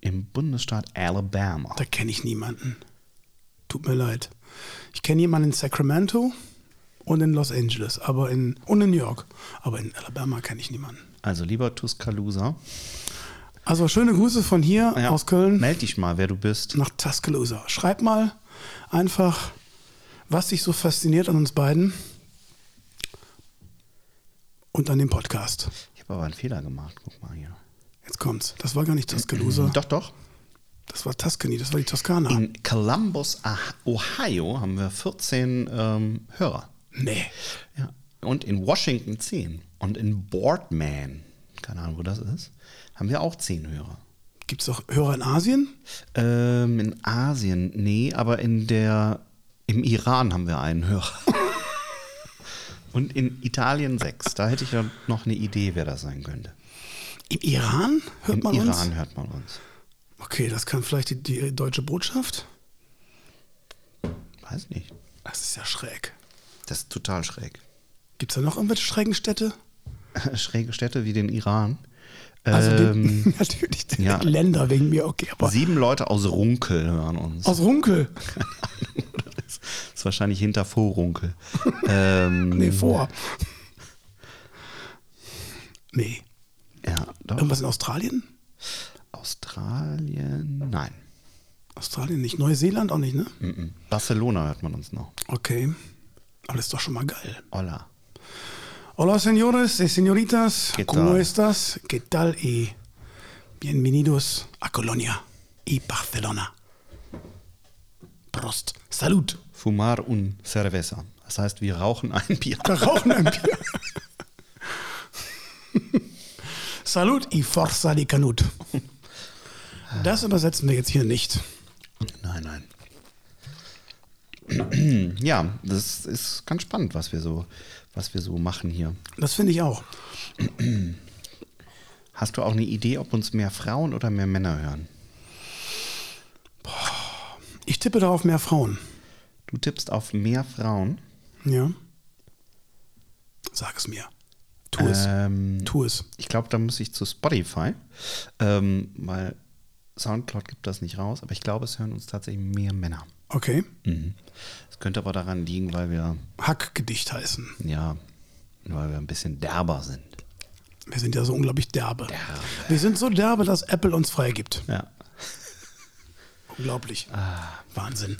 [SPEAKER 3] Im Bundesstaat Alabama.
[SPEAKER 2] Da kenne ich niemanden. Tut mir leid. Ich kenne jemanden in Sacramento und in Los Angeles, aber in und in New York, aber in Alabama kenne ich niemanden.
[SPEAKER 3] Also lieber Tuscaloosa. Ah
[SPEAKER 2] Also schöne Grüße von hier
[SPEAKER 3] Ja,
[SPEAKER 2] aus Köln
[SPEAKER 3] Meld dich mal, wer du bist.
[SPEAKER 2] nach Tuscaloosa. Schreib mal einfach, was dich so fasziniert an uns beiden und an dem Podcast.
[SPEAKER 3] Ich habe aber einen Fehler gemacht. Guck mal hier.
[SPEAKER 2] Jetzt kommt's. Das war gar nicht Tuscaloosa.
[SPEAKER 3] Doch, doch.
[SPEAKER 2] Das war Tuscany, das war die Toskana.
[SPEAKER 3] Mm. In Columbus, Ah- Ohio haben wir 14 ähm, Hörer.
[SPEAKER 2] nee.
[SPEAKER 3] Ja. Und in Washington 10. Und in Boardman, keine Ahnung, wo das ist, haben wir auch 10 Hörer.
[SPEAKER 2] Gibt's auch Hörer in Asien?
[SPEAKER 3] Ähm, in Asien, nee, aber in der, im Iran haben wir einen Hörer. Und in Italien 6. Da hätte ich ja noch eine Idee, wer das sein könnte.
[SPEAKER 2] Im Iran hört
[SPEAKER 3] Im
[SPEAKER 2] man
[SPEAKER 3] Iran
[SPEAKER 2] uns?
[SPEAKER 3] hört man uns.
[SPEAKER 2] Okay, das kann vielleicht die, die deutsche Botschaft.
[SPEAKER 3] Weiß nicht.
[SPEAKER 2] Das ist ja schräg.
[SPEAKER 3] Das ist total schräg.
[SPEAKER 2] Gibt es da noch irgendwelche schrägen Städte?
[SPEAKER 3] Schräge Städte wie den Iran.
[SPEAKER 2] Also
[SPEAKER 3] ähm,
[SPEAKER 2] den, natürlich die
[SPEAKER 3] ja.
[SPEAKER 2] Länder wegen mir, okay. Aber
[SPEAKER 3] sieben Leute aus Runkel hören uns.
[SPEAKER 2] aus Runkel.
[SPEAKER 3] Das ist wahrscheinlich hinter Vorunkel. ähm,
[SPEAKER 2] Nee, vor. Nee.
[SPEAKER 3] Ja, doch.
[SPEAKER 2] Irgendwas in Australien?
[SPEAKER 3] Australien? Nein.
[SPEAKER 2] Australien nicht. Neuseeland auch nicht, ne?
[SPEAKER 3] Mhm. Barcelona hört man uns noch.
[SPEAKER 2] Okay. Aber das ist doch schon mal geil.
[SPEAKER 3] Hola.
[SPEAKER 2] Hola, señores y señoritas.
[SPEAKER 3] ¿Qué
[SPEAKER 2] ¿Cómo
[SPEAKER 3] tal?
[SPEAKER 2] estás? ¿Qué tal? Y bienvenidos a Colonia y Barcelona. Prost. Salud.
[SPEAKER 3] Fumar un cerveza. Das heißt, wir rauchen ein Bier.
[SPEAKER 2] Wir rauchen ein Bier. Salut y forza di canut. Das übersetzen wir jetzt hier nicht.
[SPEAKER 3] Nein, nein. Ja, das ist ganz spannend, was wir so, was wir so machen hier.
[SPEAKER 2] Das finde ich auch.
[SPEAKER 3] Hast du auch eine Idee, ob uns mehr Frauen oder mehr Männer hören?
[SPEAKER 2] Ich tippe darauf mehr Frauen.
[SPEAKER 3] Du tippst auf mehr Frauen.
[SPEAKER 2] Ja. Sag es mir. Tu es.
[SPEAKER 3] Ähm,
[SPEAKER 2] Tu es.
[SPEAKER 3] Ich glaube, da muss ich zu Spotify, ähm, weil Soundcloud gibt das nicht raus, aber ich glaube, es hören uns tatsächlich mehr Männer.
[SPEAKER 2] Okay.
[SPEAKER 3] Es könnte aber daran liegen, weil wir,
[SPEAKER 2] Hackgedicht heißen.
[SPEAKER 3] ja, weil wir ein bisschen derber sind.
[SPEAKER 2] Wir sind ja so unglaublich derbe. Wir sind so derbe, dass Apple uns freigibt.
[SPEAKER 3] Ja.
[SPEAKER 2] Unglaublich. Wahnsinn.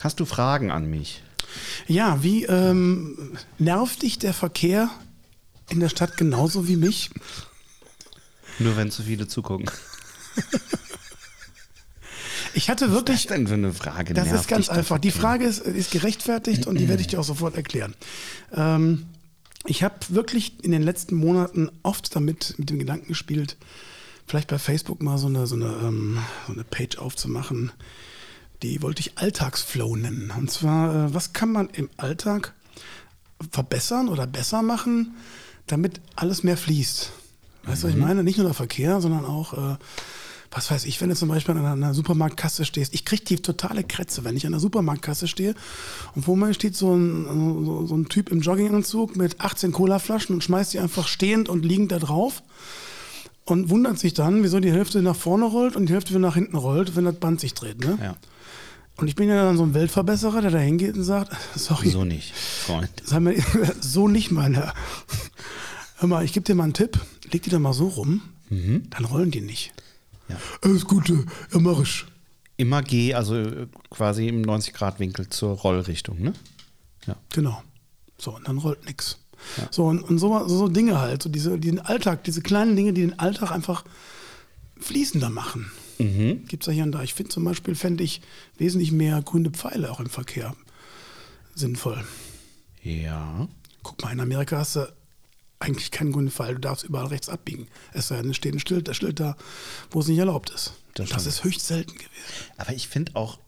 [SPEAKER 3] Hast du Fragen an mich?
[SPEAKER 2] Ja, wie ähm, nervt dich der Verkehr in der Stadt genauso wie mich?
[SPEAKER 3] Nur wenn zu viele zugucken.
[SPEAKER 2] Ich hatte wirklich,
[SPEAKER 3] denn für eine Frage?
[SPEAKER 2] das
[SPEAKER 3] Nervt
[SPEAKER 2] ist ganz
[SPEAKER 3] dich das?
[SPEAKER 2] einfach. Die Frage ist, ist gerechtfertigt und die werde ich dir auch sofort erklären. Ähm, ich habe wirklich in den letzten Monaten oft damit mit dem Gedanken gespielt, vielleicht bei Facebook mal so eine, so eine, ähm, so eine Page aufzumachen. Die wollte ich Alltagsflow nennen. Und zwar, äh, was kann man im Alltag verbessern oder besser machen, damit alles mehr fließt? Weißt du, was ich meine? Nicht nur der Verkehr, sondern auch, äh, was weiß ich, wenn du zum Beispiel an einer Supermarktkasse stehst. Ich kriege die totale Kretze, wenn ich an der Supermarktkasse stehe und vor mir steht so ein, so, so ein Typ im Jogginganzug mit 18 Colaflaschen und schmeißt die einfach stehend und liegend da drauf. und wundert sich dann, wieso die Hälfte nach vorne rollt und die Hälfte wieder nach hinten rollt, wenn das Band sich dreht. Ne?
[SPEAKER 3] Ja.
[SPEAKER 2] Und ich bin ja dann so ein Weltverbesserer, der da hingeht und sagt, sorry,
[SPEAKER 3] So nicht, Freund.
[SPEAKER 2] Sag mal, so nicht, mein Herr. Hör mal, ich gebe dir mal einen Tipp. Leg die da mal so rum, dann rollen die nicht.
[SPEAKER 3] Mhm. Ja.
[SPEAKER 2] Alles Gute, ja, mach ich.
[SPEAKER 3] Immer G, also äh, quasi im 90-Grad-Winkel zur Rollrichtung, ne? Ja.
[SPEAKER 2] Genau. So, und dann rollt nix. So, und, und so, so, so Dinge halt, so diese, diesen Alltag, diese kleinen Dinge, die den Alltag einfach fließender machen.
[SPEAKER 3] Mhm.
[SPEAKER 2] Gibt es ja hier und da. Ich finde zum Beispiel, fände ich wesentlich mehr grüne Pfeile auch im Verkehr sinnvoll.
[SPEAKER 3] Ja.
[SPEAKER 2] Guck mal, in Amerika hast du eigentlich keinen grünen Pfeil. Du darfst überall rechts abbiegen. Es sei denn, es steht ein Schild, das Schild da, wo es nicht erlaubt ist.
[SPEAKER 3] Das
[SPEAKER 2] Das,
[SPEAKER 3] stimmt.
[SPEAKER 2] ist höchst selten gewesen.
[SPEAKER 3] Aber ich finde auch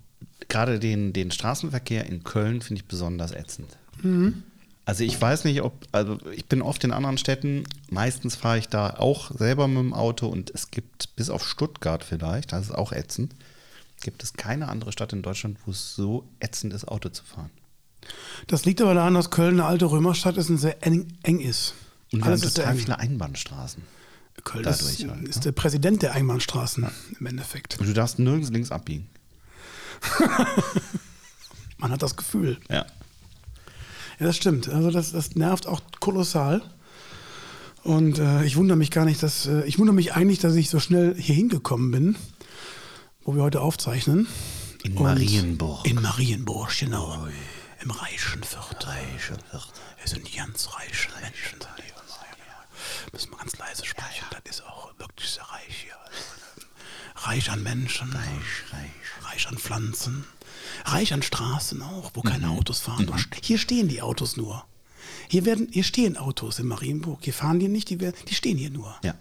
[SPEAKER 3] gerade den, den Straßenverkehr in Köln finde ich besonders ätzend.
[SPEAKER 2] Mhm.
[SPEAKER 3] Also ich weiß nicht, ob, also ich bin oft in anderen Städten, meistens fahre ich da auch selber mit dem Auto und es gibt, bis auf Stuttgart vielleicht, das ist auch ätzend, gibt es keine andere Stadt in Deutschland, wo es so ätzend ist, Auto zu fahren.
[SPEAKER 2] Das liegt aber daran, dass Köln eine alte Römerstadt ist und sehr eng, eng ist.
[SPEAKER 3] Und wir
[SPEAKER 2] Alles Ah,
[SPEAKER 3] haben
[SPEAKER 2] ist sehr
[SPEAKER 3] total
[SPEAKER 2] eng.
[SPEAKER 3] viele Einbahnstraßen.
[SPEAKER 2] Köln
[SPEAKER 3] dadurch
[SPEAKER 2] ist,
[SPEAKER 3] halt, ne?
[SPEAKER 2] ist der Präsident der Einbahnstraßen im Endeffekt.
[SPEAKER 3] Und du darfst nirgends links abbiegen.
[SPEAKER 2] Man hat das Gefühl.
[SPEAKER 3] Ja.
[SPEAKER 2] Ja, das stimmt. Also das, das nervt auch kolossal. Und äh, ich wundere mich gar nicht, dass äh, ich wundere mich eigentlich, dass ich so schnell hier hingekommen bin, wo wir heute aufzeichnen.
[SPEAKER 3] In
[SPEAKER 2] Und-
[SPEAKER 3] Marienburg.
[SPEAKER 2] In Marienburg, genau. Im reichen Viertel. Es sind die ganz reichen Menschen. da leben. Ja. Müssen wir ganz leise sprechen. Das ist auch wirklich sehr reich hier. Also, Reich an Menschen. Reich, reich. Reich an Pflanzen. Reich an Straßen auch, wo keine Autos fahren. Hier stehen die Autos nur. Hier, werden, hier stehen Autos in Marienburg. Hier fahren die nicht, die, werden, die stehen hier nur.
[SPEAKER 3] Ja.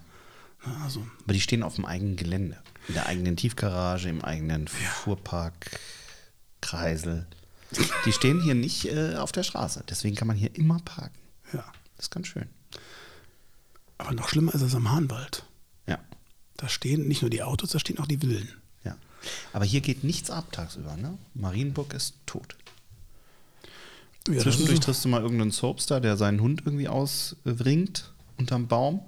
[SPEAKER 2] Na, Also,
[SPEAKER 3] Aber die stehen auf dem eigenen Gelände. In der eigenen Tiefgarage, im eigenen Fuhrpark, Kreisel. Die stehen hier nicht äh, auf der Straße. Deswegen kann man hier immer parken.
[SPEAKER 2] ja.
[SPEAKER 3] Das ist ganz schön.
[SPEAKER 2] Aber noch schlimmer ist es am Hahnwald.
[SPEAKER 3] Ja.
[SPEAKER 2] Da stehen nicht nur die Autos, da stehen auch die Villen.
[SPEAKER 3] ja. Aber hier geht nichts ab tagsüber. Ne? Marienburg ist tot.
[SPEAKER 2] Ja, das
[SPEAKER 3] Zwischendurch
[SPEAKER 2] ist so.
[SPEAKER 3] triffst du mal irgendeinen Soapstar, der seinen Hund irgendwie auswringt unterm Baum.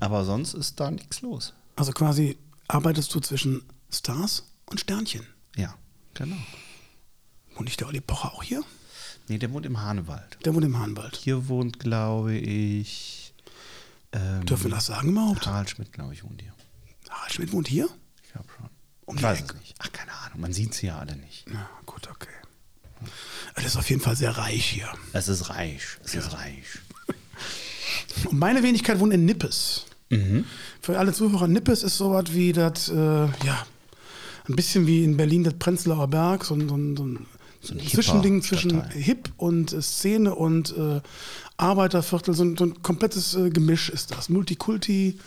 [SPEAKER 3] Aber sonst ist da nichts los.
[SPEAKER 2] also quasi arbeitest du zwischen Stars und Sternchen.
[SPEAKER 3] Ja, genau.
[SPEAKER 2] Und nicht der Olli Pocher auch hier?
[SPEAKER 3] Nee, der wohnt im Hanewald.
[SPEAKER 2] Der wohnt im Hahnwald.
[SPEAKER 3] Hier wohnt, glaube ich. Ähm,
[SPEAKER 2] Dürfen wir das sagen überhaupt?
[SPEAKER 3] Harald Schmidt, glaube ich, wohnt hier.
[SPEAKER 2] Harald Schmidt wohnt hier?
[SPEAKER 3] Ich glaube schon.
[SPEAKER 2] Um
[SPEAKER 3] ich
[SPEAKER 2] die
[SPEAKER 3] weiß
[SPEAKER 2] Ecke.
[SPEAKER 3] es nicht. Ach, keine Ahnung. Man sieht sie ja alle nicht.
[SPEAKER 2] Na gut, okay. Das ist auf jeden Fall sehr reich hier.
[SPEAKER 3] Es ist reich. Es ist reich.
[SPEAKER 2] Und meine Wenigkeit wohnt in Nippes.
[SPEAKER 3] Mhm.
[SPEAKER 2] Für alle Zuhörer, Nippes ist sowas wie das, äh, ja, ein bisschen wie in Berlin das Prenzlauer Berg, so ein, so ein, so ein
[SPEAKER 3] ein hipper
[SPEAKER 2] Zwischending zwischen
[SPEAKER 3] Stadtteil.
[SPEAKER 2] Hip und äh, Szene und äh, Arbeiterviertel, so ein, so ein komplettes äh, Gemisch ist das. Multikulti,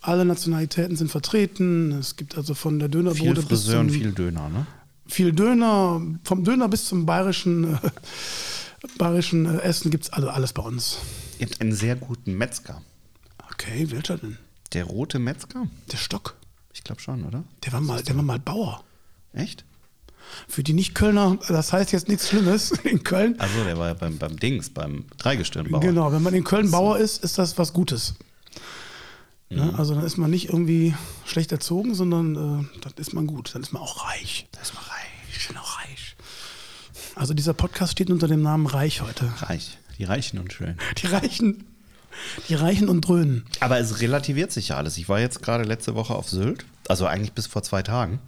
[SPEAKER 2] alle Nationalitäten sind vertreten. Es gibt also von der
[SPEAKER 3] Viel
[SPEAKER 2] Dönerbude bis
[SPEAKER 3] Friseur und
[SPEAKER 2] zum
[SPEAKER 3] viel Döner, ne?
[SPEAKER 2] viel Döner, vom Döner bis zum bayerischen, äh, bayerischen äh, Essen gibt es also alles bei uns.
[SPEAKER 3] Ihr habt einen sehr guten Metzger.
[SPEAKER 2] Okay, welcher denn?
[SPEAKER 3] Der rote Metzger?
[SPEAKER 2] Der Stock.
[SPEAKER 3] Ich glaube schon, oder?
[SPEAKER 2] Der war, mal, der war mal Bauer.
[SPEAKER 3] Echt?
[SPEAKER 2] Für die Nicht-Kölner, das heißt jetzt nichts Schlimmes in Köln.
[SPEAKER 3] Also der war ja beim, beim Dings, beim Dreigestirnbauer.
[SPEAKER 2] Genau, wenn man in Köln Bauer ist, ist das was Gutes. Ne? Also dann ist man nicht irgendwie schlecht erzogen, sondern äh, dann ist man gut, dann ist man auch reich. Dann ist man reich, genau reich. Also dieser Podcast steht unter dem Namen Reich heute.
[SPEAKER 3] Reich. Die Reichen und schön.
[SPEAKER 2] Die Reichen, die Reichen und Dröhnen.
[SPEAKER 3] Aber es relativiert sich ja alles. Ich war jetzt gerade letzte Woche auf Sylt, also eigentlich bis vor zwei Tagen.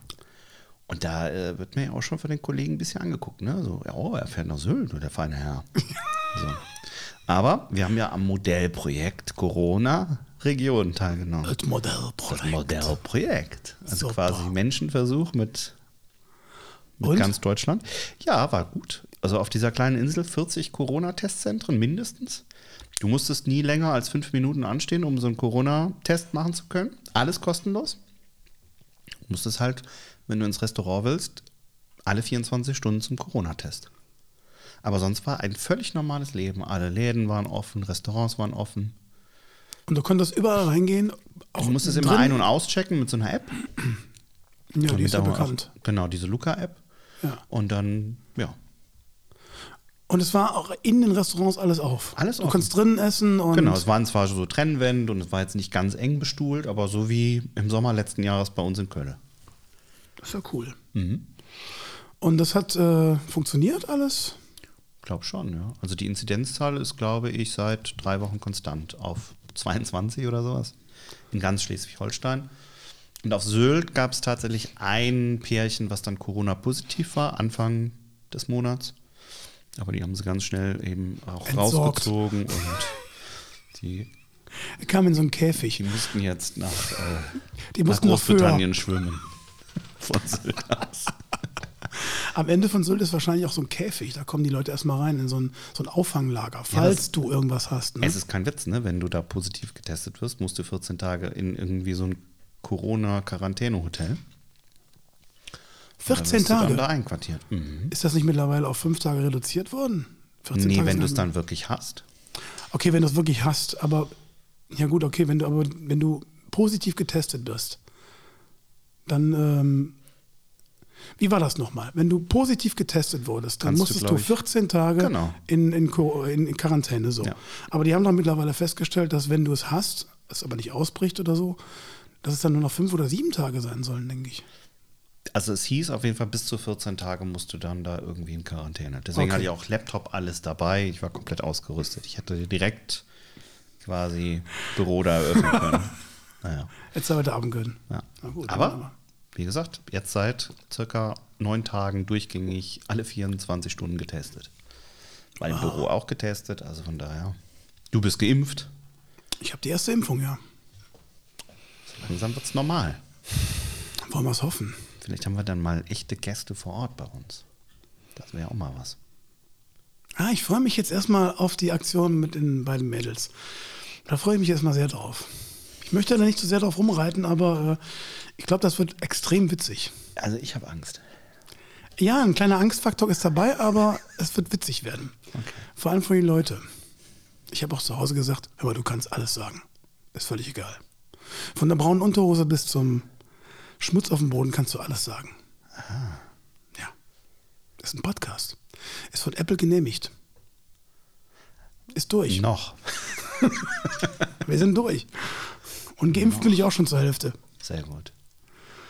[SPEAKER 3] Und da äh, wird mir ja auch schon von den Kollegen ein bisschen angeguckt, ne? So, ja, oh, er fährt nach Sylt, der feine Herr. so. Aber wir haben ja am Modellprojekt Corona-Region teilgenommen.
[SPEAKER 2] Das Modellprojekt.
[SPEAKER 3] Das Modellprojekt. Also
[SPEAKER 2] Super.
[SPEAKER 3] quasi Menschenversuch mit, mit
[SPEAKER 2] Und?
[SPEAKER 3] ganz Deutschland. Ja, war gut. Also auf dieser kleinen Insel 40 Corona-Testzentren mindestens. Du musstest nie länger als fünf Minuten anstehen, um so einen Corona-Test machen zu können. Alles kostenlos. Du musstest halt, wenn du ins Restaurant willst, alle 24 Stunden zum Corona-Test. Aber sonst war ein völlig normales Leben. Alle Läden waren offen, Restaurants waren offen.
[SPEAKER 2] Und du konntest überall reingehen. Auch
[SPEAKER 3] Du musstest
[SPEAKER 2] drin.
[SPEAKER 3] immer ein- und auschecken mit so einer App.
[SPEAKER 2] Ja, die
[SPEAKER 3] Damit
[SPEAKER 2] ist ja
[SPEAKER 3] haben wir
[SPEAKER 2] bekannt.
[SPEAKER 3] Auch, genau, diese Luca-App.
[SPEAKER 2] Ja.
[SPEAKER 3] Und dann, ja.
[SPEAKER 2] Und es war auch in den Restaurants alles auf.
[SPEAKER 3] Alles
[SPEAKER 2] Du
[SPEAKER 3] offen.
[SPEAKER 2] konntest drinnen essen und
[SPEAKER 3] Genau, es waren zwar so Trennwände und es war jetzt nicht ganz eng bestuhlt, aber so wie im Sommer letzten Jahres bei uns in Köln.
[SPEAKER 2] das war cool.
[SPEAKER 3] Mhm.
[SPEAKER 2] Und das hat äh, funktioniert alles.
[SPEAKER 3] Glaub schon, ja. Also die Inzidenzzahl ist, glaube ich, seit drei Wochen konstant auf 22 oder sowas in ganz Schleswig-Holstein. Und auf Sylt gab es tatsächlich ein Pärchen, was dann Corona-positiv war, Anfang des Monats. Aber die haben sie ganz schnell eben auch
[SPEAKER 2] Entsorgt.
[SPEAKER 3] rausgezogen und die,
[SPEAKER 2] Er kam in so einen
[SPEAKER 3] die
[SPEAKER 2] Käfig.
[SPEAKER 3] mussten jetzt nach, äh,
[SPEAKER 2] Die
[SPEAKER 3] nach
[SPEAKER 2] mussten noch höher.
[SPEAKER 3] Großbritannien schwimmen. Von Sylt aus.
[SPEAKER 2] Am Ende von Sylt ist wahrscheinlich auch so ein Käfig. Da kommen die Leute erstmal rein in so ein, so ein Auffanglager, falls
[SPEAKER 3] das-
[SPEAKER 2] du irgendwas hast. Ne?
[SPEAKER 3] Es ist kein Witz, ne? Wenn du da positiv getestet wirst, musst du 14 Tage in irgendwie so ein Corona-Quarantäne-Hotel. Und dann
[SPEAKER 2] 14
[SPEAKER 3] wirst du Dann da
[SPEAKER 2] Tage.
[SPEAKER 3] einquartiert. Mhm.
[SPEAKER 2] Ist das nicht mittlerweile auf 5 Tage reduziert worden? 14
[SPEAKER 3] Nee,
[SPEAKER 2] Tage
[SPEAKER 3] wenn
[SPEAKER 2] sind
[SPEAKER 3] du es dann wirklich hast.
[SPEAKER 2] Okay, wenn du es wirklich hast, aber ja gut, okay, wenn du aber wenn du positiv getestet bist, dann ähm, wie war das nochmal? Wenn du positiv getestet wurdest, dann
[SPEAKER 3] Kannst du,
[SPEAKER 2] musstest du,
[SPEAKER 3] glaub ich-
[SPEAKER 2] 14 Tage
[SPEAKER 3] Genau.
[SPEAKER 2] in, in, Co- in Quarantäne so.
[SPEAKER 3] Ja.
[SPEAKER 2] Aber die haben doch mittlerweile festgestellt, dass wenn du es hast, es aber nicht ausbricht oder so, dass es dann nur noch fünf oder sieben Tage sein sollen, denke ich.
[SPEAKER 3] Also es hieß auf jeden Fall, bis zu 14 Tage musst du dann da irgendwie in Quarantäne. Deswegen
[SPEAKER 2] Okay.
[SPEAKER 3] hatte ich auch Laptop, alles dabei. Ich war komplett ausgerüstet. Ich hätte direkt quasi Büro da eröffnen können. naja.
[SPEAKER 2] Hättest du heute Abend können.
[SPEAKER 3] Ja.
[SPEAKER 2] Na gut,
[SPEAKER 3] Aber,
[SPEAKER 2] wunderbar.
[SPEAKER 3] wie gesagt, jetzt seit circa neun Tagen durchgängig alle 24 Stunden getestet. Weil im Büro auch getestet, also von daher. Du bist geimpft.
[SPEAKER 2] Ich habe die erste Impfung, ja.
[SPEAKER 3] Langsam wird's normal.
[SPEAKER 2] Wollen wir es hoffen.
[SPEAKER 3] Vielleicht haben wir dann mal echte Gäste vor Ort bei uns. Das wäre auch mal was.
[SPEAKER 2] Ah, ich freue mich jetzt erstmal auf die Aktion mit den beiden Mädels. Da freue ich mich erstmal sehr drauf. Ich möchte da nicht zu sehr drauf rumreiten, aber äh, ich glaube, das wird extrem witzig.
[SPEAKER 3] Also ich habe Angst.
[SPEAKER 2] Ja, ein kleiner Angstfaktor ist dabei, aber es wird witzig werden. Vor allem für die Leute. Ich habe auch zu Hause gesagt, aber du kannst alles sagen. Ist völlig egal. Von der braunen Unterhose bis zum Schmutz auf dem Boden kannst du alles sagen. Aha. Ja. Ist ein Podcast. Ist von Apple genehmigt. Ist durch.
[SPEAKER 3] Noch.
[SPEAKER 2] Wir sind durch. Und geimpft bin ich auch schon zur Hälfte.
[SPEAKER 3] Sehr gut.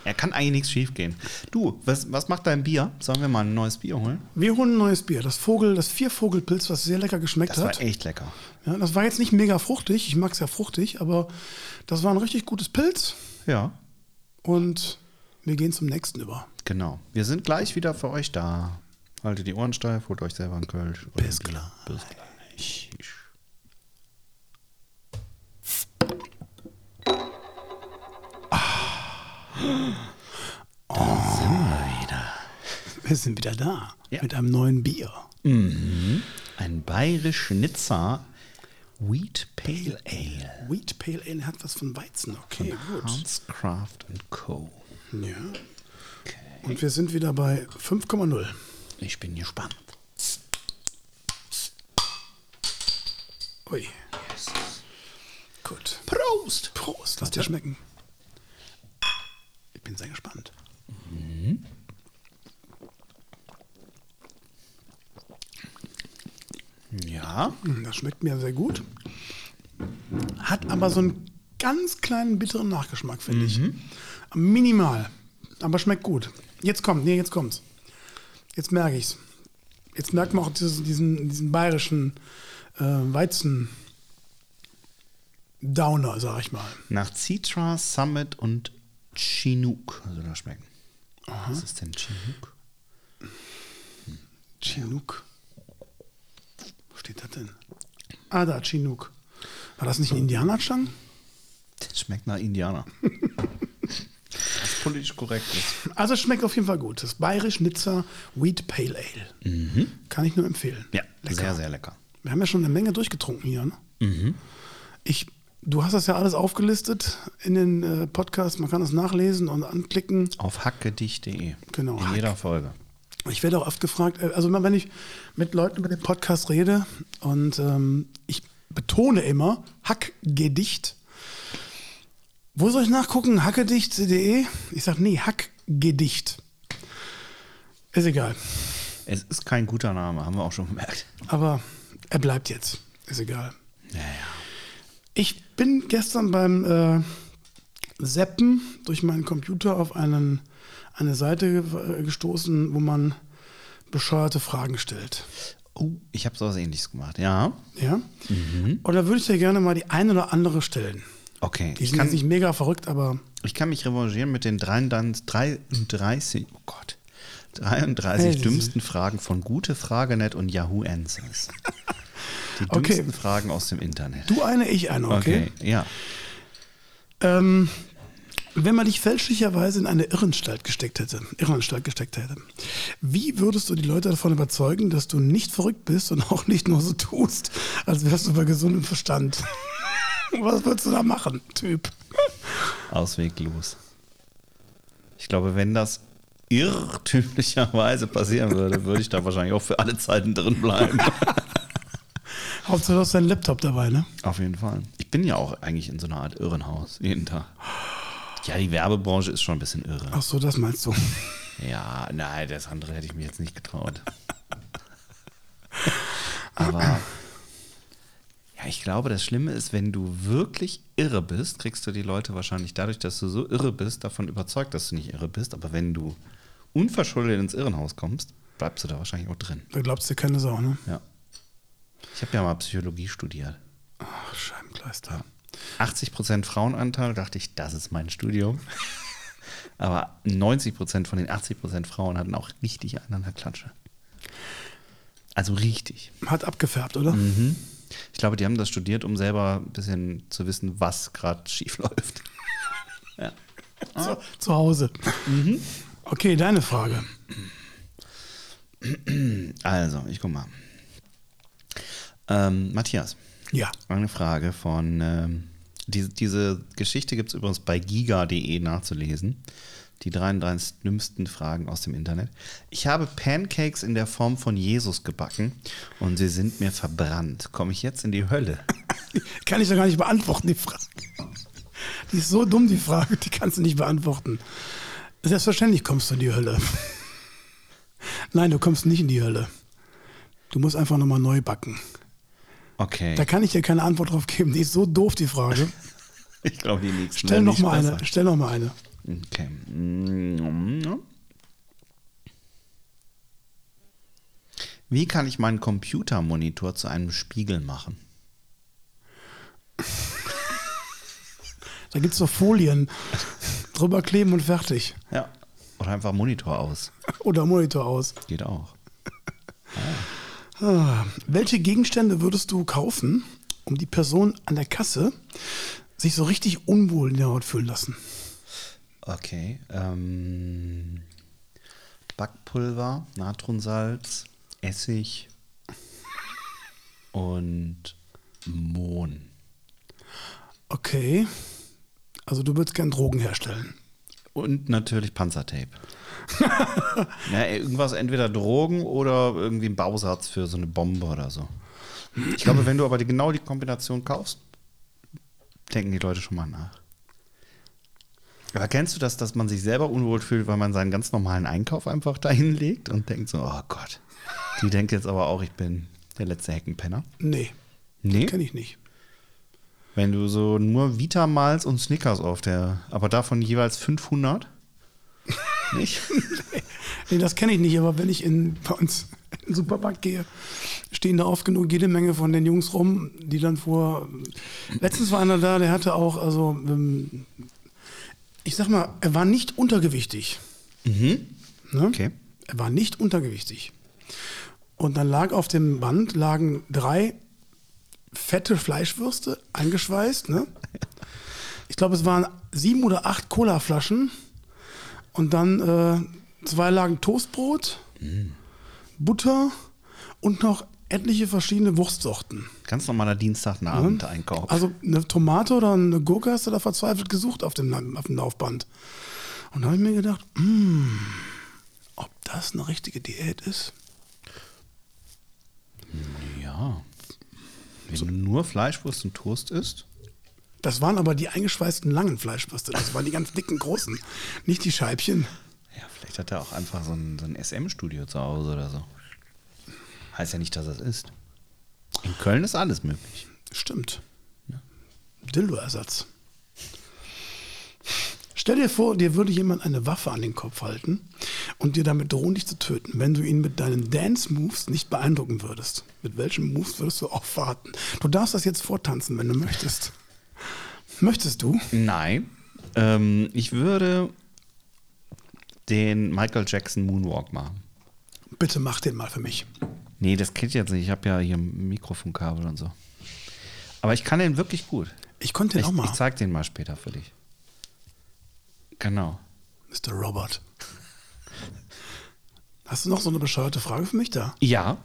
[SPEAKER 3] Er kann eigentlich nichts schiefgehen. Du, was, was macht dein Bier? Sollen wir mal ein neues Bier holen?
[SPEAKER 2] Wir holen ein neues Bier. Das Vogel, das Viervogelpilz, was sehr lecker geschmeckt
[SPEAKER 3] Das
[SPEAKER 2] hat.
[SPEAKER 3] war echt lecker.
[SPEAKER 2] Ja, das war jetzt nicht mega fruchtig. Ich mag es ja fruchtig, aber das war ein richtig gutes Pilz.
[SPEAKER 3] Ja.
[SPEAKER 2] Und wir gehen zum nächsten über.
[SPEAKER 3] Genau. Wir sind gleich wieder für euch da. Haltet die Ohren steif, holt euch selber einen Kölsch. oder
[SPEAKER 2] Bis
[SPEAKER 3] ein Bier.
[SPEAKER 2] gleich.
[SPEAKER 3] Bis gleich.
[SPEAKER 2] Wir sind wieder da
[SPEAKER 3] Ja.
[SPEAKER 2] mit einem neuen Bier.
[SPEAKER 3] Ein bayerisch Nitzer Wheat Pale Ale.
[SPEAKER 2] Wheat Pale Ale hat was von Weizen. Okay, gut.
[SPEAKER 3] Hans Craft and Co.
[SPEAKER 2] Ja. Und wir sind wieder bei 5,0.
[SPEAKER 3] Ich bin gespannt.
[SPEAKER 2] Ui. Gut.
[SPEAKER 3] Prost!
[SPEAKER 2] Prost, lass dir schmecken. Ich bin sehr gespannt.
[SPEAKER 3] Ja,
[SPEAKER 2] Hm, Das schmeckt mir sehr gut. Hat aber so einen ganz kleinen bitteren Nachgeschmack, finde ich. Minimal. Aber schmeckt gut. Jetzt kommt, nee, jetzt kommt's. Jetzt merke ich's. Jetzt merkt man auch dieses, diesen, diesen bayerischen äh, Weizen. Downer, sag ich mal.
[SPEAKER 3] nach Citra, Summit und Chinook soll das schmecken. Was ist denn Chinook?
[SPEAKER 2] Chinook. Wo steht das denn? Ah, da, Chinook. War das nicht ein Indianerstang?
[SPEAKER 3] Das schmeckt nach Indianer. Was politisch korrekt ist.
[SPEAKER 2] Also es schmeckt auf jeden Fall gut. Das Bayerisch-Nizza Wheat Pale Ale. Kann ich nur empfehlen.
[SPEAKER 3] Mhm. Ja,
[SPEAKER 2] lecker.
[SPEAKER 3] sehr, Mhm. sehr lecker.
[SPEAKER 2] Wir haben ja schon eine Menge durchgetrunken hier. Ne? Ich, du hast das ja alles aufgelistet in den äh, Podcasts. Man kann das nachlesen und anklicken.
[SPEAKER 3] Auf hackedicht.de.
[SPEAKER 2] Genau,
[SPEAKER 3] In
[SPEAKER 2] hack.
[SPEAKER 3] jeder Folge.
[SPEAKER 2] Ich werde auch oft gefragt, äh, also immer wenn ich mit Leuten über den Podcast rede und ähm, ich betone immer Hackgedicht. Wo soll ich nachgucken? E? Hackgedicht.de? Ich sage, nee, Hackgedicht. Ist egal.
[SPEAKER 3] Es ist kein guter Name, haben wir auch schon gemerkt.
[SPEAKER 2] Aber er bleibt jetzt. Ist egal.
[SPEAKER 3] Naja.
[SPEAKER 2] Ich bin gestern beim äh, Seppen durch meinen Computer auf einen, eine Seite ge- gestoßen, wo man bescheuerte Fragen stellt.
[SPEAKER 3] Oh, ich habe sowas ähnliches gemacht. Ja.
[SPEAKER 2] Ja?
[SPEAKER 3] Mhm.
[SPEAKER 2] Oder würde ich dir gerne mal die eine oder andere stellen?
[SPEAKER 3] Okay.
[SPEAKER 2] Die
[SPEAKER 3] Ich
[SPEAKER 2] sind jetzt
[SPEAKER 3] kann,
[SPEAKER 2] nicht mega verrückt, aber
[SPEAKER 3] ich kann mich revanchieren mit den 33, oh Gott, 33
[SPEAKER 2] Hey.
[SPEAKER 3] dümmsten Fragen von Gute Fragenet und Yahoo Answers. Die
[SPEAKER 2] Okay.
[SPEAKER 3] dümmsten Fragen aus dem Internet.
[SPEAKER 2] du eine, ich eine, okay?
[SPEAKER 3] ja.
[SPEAKER 2] Ähm, wenn man dich fälschlicherweise in eine Irrenanstalt gesteckt hätte, Irrenanstalt gesteckt hätte, wie würdest du die Leute davon überzeugen, dass du nicht verrückt bist und auch nicht nur so tust, als wärst du bei gesundem Verstand? Was würdest du da machen, Typ?
[SPEAKER 3] Ausweglos. Ich glaube, wenn das irrtümlicherweise passieren würde, würde ich da wahrscheinlich auch für alle Zeiten drin bleiben.
[SPEAKER 2] Hauptsache, du hast deinen Laptop dabei, ne?
[SPEAKER 3] Auf jeden Fall. Ich bin ja auch eigentlich in so einer Art Irrenhaus jeden Tag. Ja, die Werbebranche ist schon ein bisschen irre.
[SPEAKER 2] Ach so, das meinst du.
[SPEAKER 3] Ja, nein, das andere hätte ich mir jetzt nicht getraut. Aber ja, ich glaube, das Schlimme ist, wenn du wirklich irre bist, kriegst du die Leute wahrscheinlich dadurch, dass du so irre bist, davon überzeugt, dass du nicht irre bist. Aber wenn du unverschuldet ins Irrenhaus kommst, bleibst du da wahrscheinlich auch drin.
[SPEAKER 2] Da glaubst du keine Sau, ne?
[SPEAKER 3] Ja. Ich habe ja mal Psychologie studiert.
[SPEAKER 2] Ach, Scheibenkleister.
[SPEAKER 3] 80% Frauenanteil, dachte ich, das ist mein Studium. Aber 90% von den 80% Frauen hatten auch richtig einen an der Klatsche. Also richtig.
[SPEAKER 2] Hat abgefärbt, oder?
[SPEAKER 3] Ich glaube, die haben das studiert, um selber ein bisschen zu wissen, was gerade schief läuft.
[SPEAKER 2] Zu, zu Hause. Mhm. Okay, deine Frage.
[SPEAKER 3] Also, ich guck mal. Ähm, Matthias,
[SPEAKER 2] Ja.
[SPEAKER 3] eine Frage von. Ähm, die, diese Geschichte gibt es übrigens bei giga.de nachzulesen. Die 33 dümmsten Fragen aus dem Internet. Ich habe Pancakes in der Form von Jesus gebacken und sie sind mir verbrannt. Komme ich jetzt in die Hölle?
[SPEAKER 2] Kann ich doch gar nicht beantworten, die Frage. Die ist so dumm, die Frage, die kannst du nicht beantworten. Selbstverständlich kommst du in die Hölle. Nein, du kommst nicht in die Hölle. Du musst einfach nochmal neu backen.
[SPEAKER 3] Okay.
[SPEAKER 2] Da kann ich dir keine Antwort drauf geben. Die ist so doof, die Frage.
[SPEAKER 3] Ich glaube, die nächsten
[SPEAKER 2] Stell
[SPEAKER 3] werden nicht
[SPEAKER 2] nochmal
[SPEAKER 3] besser.
[SPEAKER 2] eine. Stell noch mal eine.
[SPEAKER 3] Okay. Mm. Wie kann ich meinen Computermonitor zu einem Spiegel machen?
[SPEAKER 2] Da gibt es so Folien. Drüber kleben und fertig.
[SPEAKER 3] Ja. Oder einfach Monitor aus.
[SPEAKER 2] Oder Monitor aus.
[SPEAKER 3] Geht auch.
[SPEAKER 2] Ah, welche Gegenstände würdest du kaufen, um die Person an der Kasse sich so richtig unwohl in der Haut fühlen lassen?
[SPEAKER 3] Okay. Ähm, Backpulver, Natronsalz, Essig und Mohn.
[SPEAKER 2] Okay. Also du würdest gern Drogen herstellen.
[SPEAKER 3] Und natürlich Panzertape. ja, irgendwas, entweder Drogen oder irgendwie ein Bausatz für so eine Bombe oder so. Ich glaube, wenn du aber die, genau die Kombination kaufst, denken die Leute schon mal nach. Aber kennst du das, dass man sich selber unwohl fühlt, weil man seinen ganz normalen Einkauf einfach dahin legt und denkt so, oh Gott, die denkt jetzt aber auch, ich bin der letzte Heckenpenner.
[SPEAKER 2] Nee,
[SPEAKER 3] Nee,
[SPEAKER 2] kenne ich nicht.
[SPEAKER 3] wenn du so nur Vita malst und Snickers auf der, aber davon jeweils 500? Nicht?
[SPEAKER 2] Nee, das kenne ich nicht, aber wenn ich in, bei uns in den Supermarkt gehe, stehen da oft genug jede Menge von den Jungs rum, die dann vor. Letztens war einer da, der hatte auch, also, ähm, ich sag mal, er war nicht untergewichtig. Ne?
[SPEAKER 3] Okay.
[SPEAKER 2] Er war nicht untergewichtig. Und dann lag auf dem Band lagen drei fette Fleischwürste eingeschweißt. Ne? Ich glaube, es waren sieben oder acht Colaflaschen. Und dann äh, zwei lagen Toastbrot, Butter und noch etliche verschiedene Wurstsorten.
[SPEAKER 3] Ganz normaler Dienstagabend Einkauf.
[SPEAKER 2] Also eine Tomate oder eine Gurke hast du da verzweifelt gesucht auf dem, auf dem Laufband. Und da habe ich mir gedacht, "Mm, ob das eine richtige Diät ist?
[SPEAKER 3] ja. Wenn du nur Fleischwurst und Toast isst,
[SPEAKER 2] Das waren aber die eingeschweißten langen Fleischwürste. Das waren die ganz dicken, großen. Nicht die Scheibchen.
[SPEAKER 3] ja, vielleicht hat er auch einfach so ein, so ein SM-Studio zu Hause oder so. Heißt ja nicht, dass es ist. In Köln ist alles möglich.
[SPEAKER 2] Stimmt. Dildo-Ersatz. Stell dir vor, dir würde jemand eine Waffe an den Kopf halten und dir damit drohen, dich zu töten, wenn du ihn mit deinen Dance-Moves nicht beeindrucken würdest. Mit welchen Moves würdest du aufwarten? Du darfst das jetzt vortanzen, wenn du möchtest. Möchtest du?
[SPEAKER 3] Nein. Ähm, ich würde den Michael Jackson Moonwalk machen.
[SPEAKER 2] Bitte mach den mal für mich.
[SPEAKER 3] Nee, das geht jetzt nicht. Ich habe ja hier ein Mikrofonkabel und so. Aber ich kann den wirklich gut.
[SPEAKER 2] Ich konnte den
[SPEAKER 3] Ich,
[SPEAKER 2] auch mal.
[SPEAKER 3] ich zeig den mal später für dich. Genau.
[SPEAKER 2] Mr. Robert. Hast du noch so eine bescheuerte Frage für mich da?
[SPEAKER 3] Ja.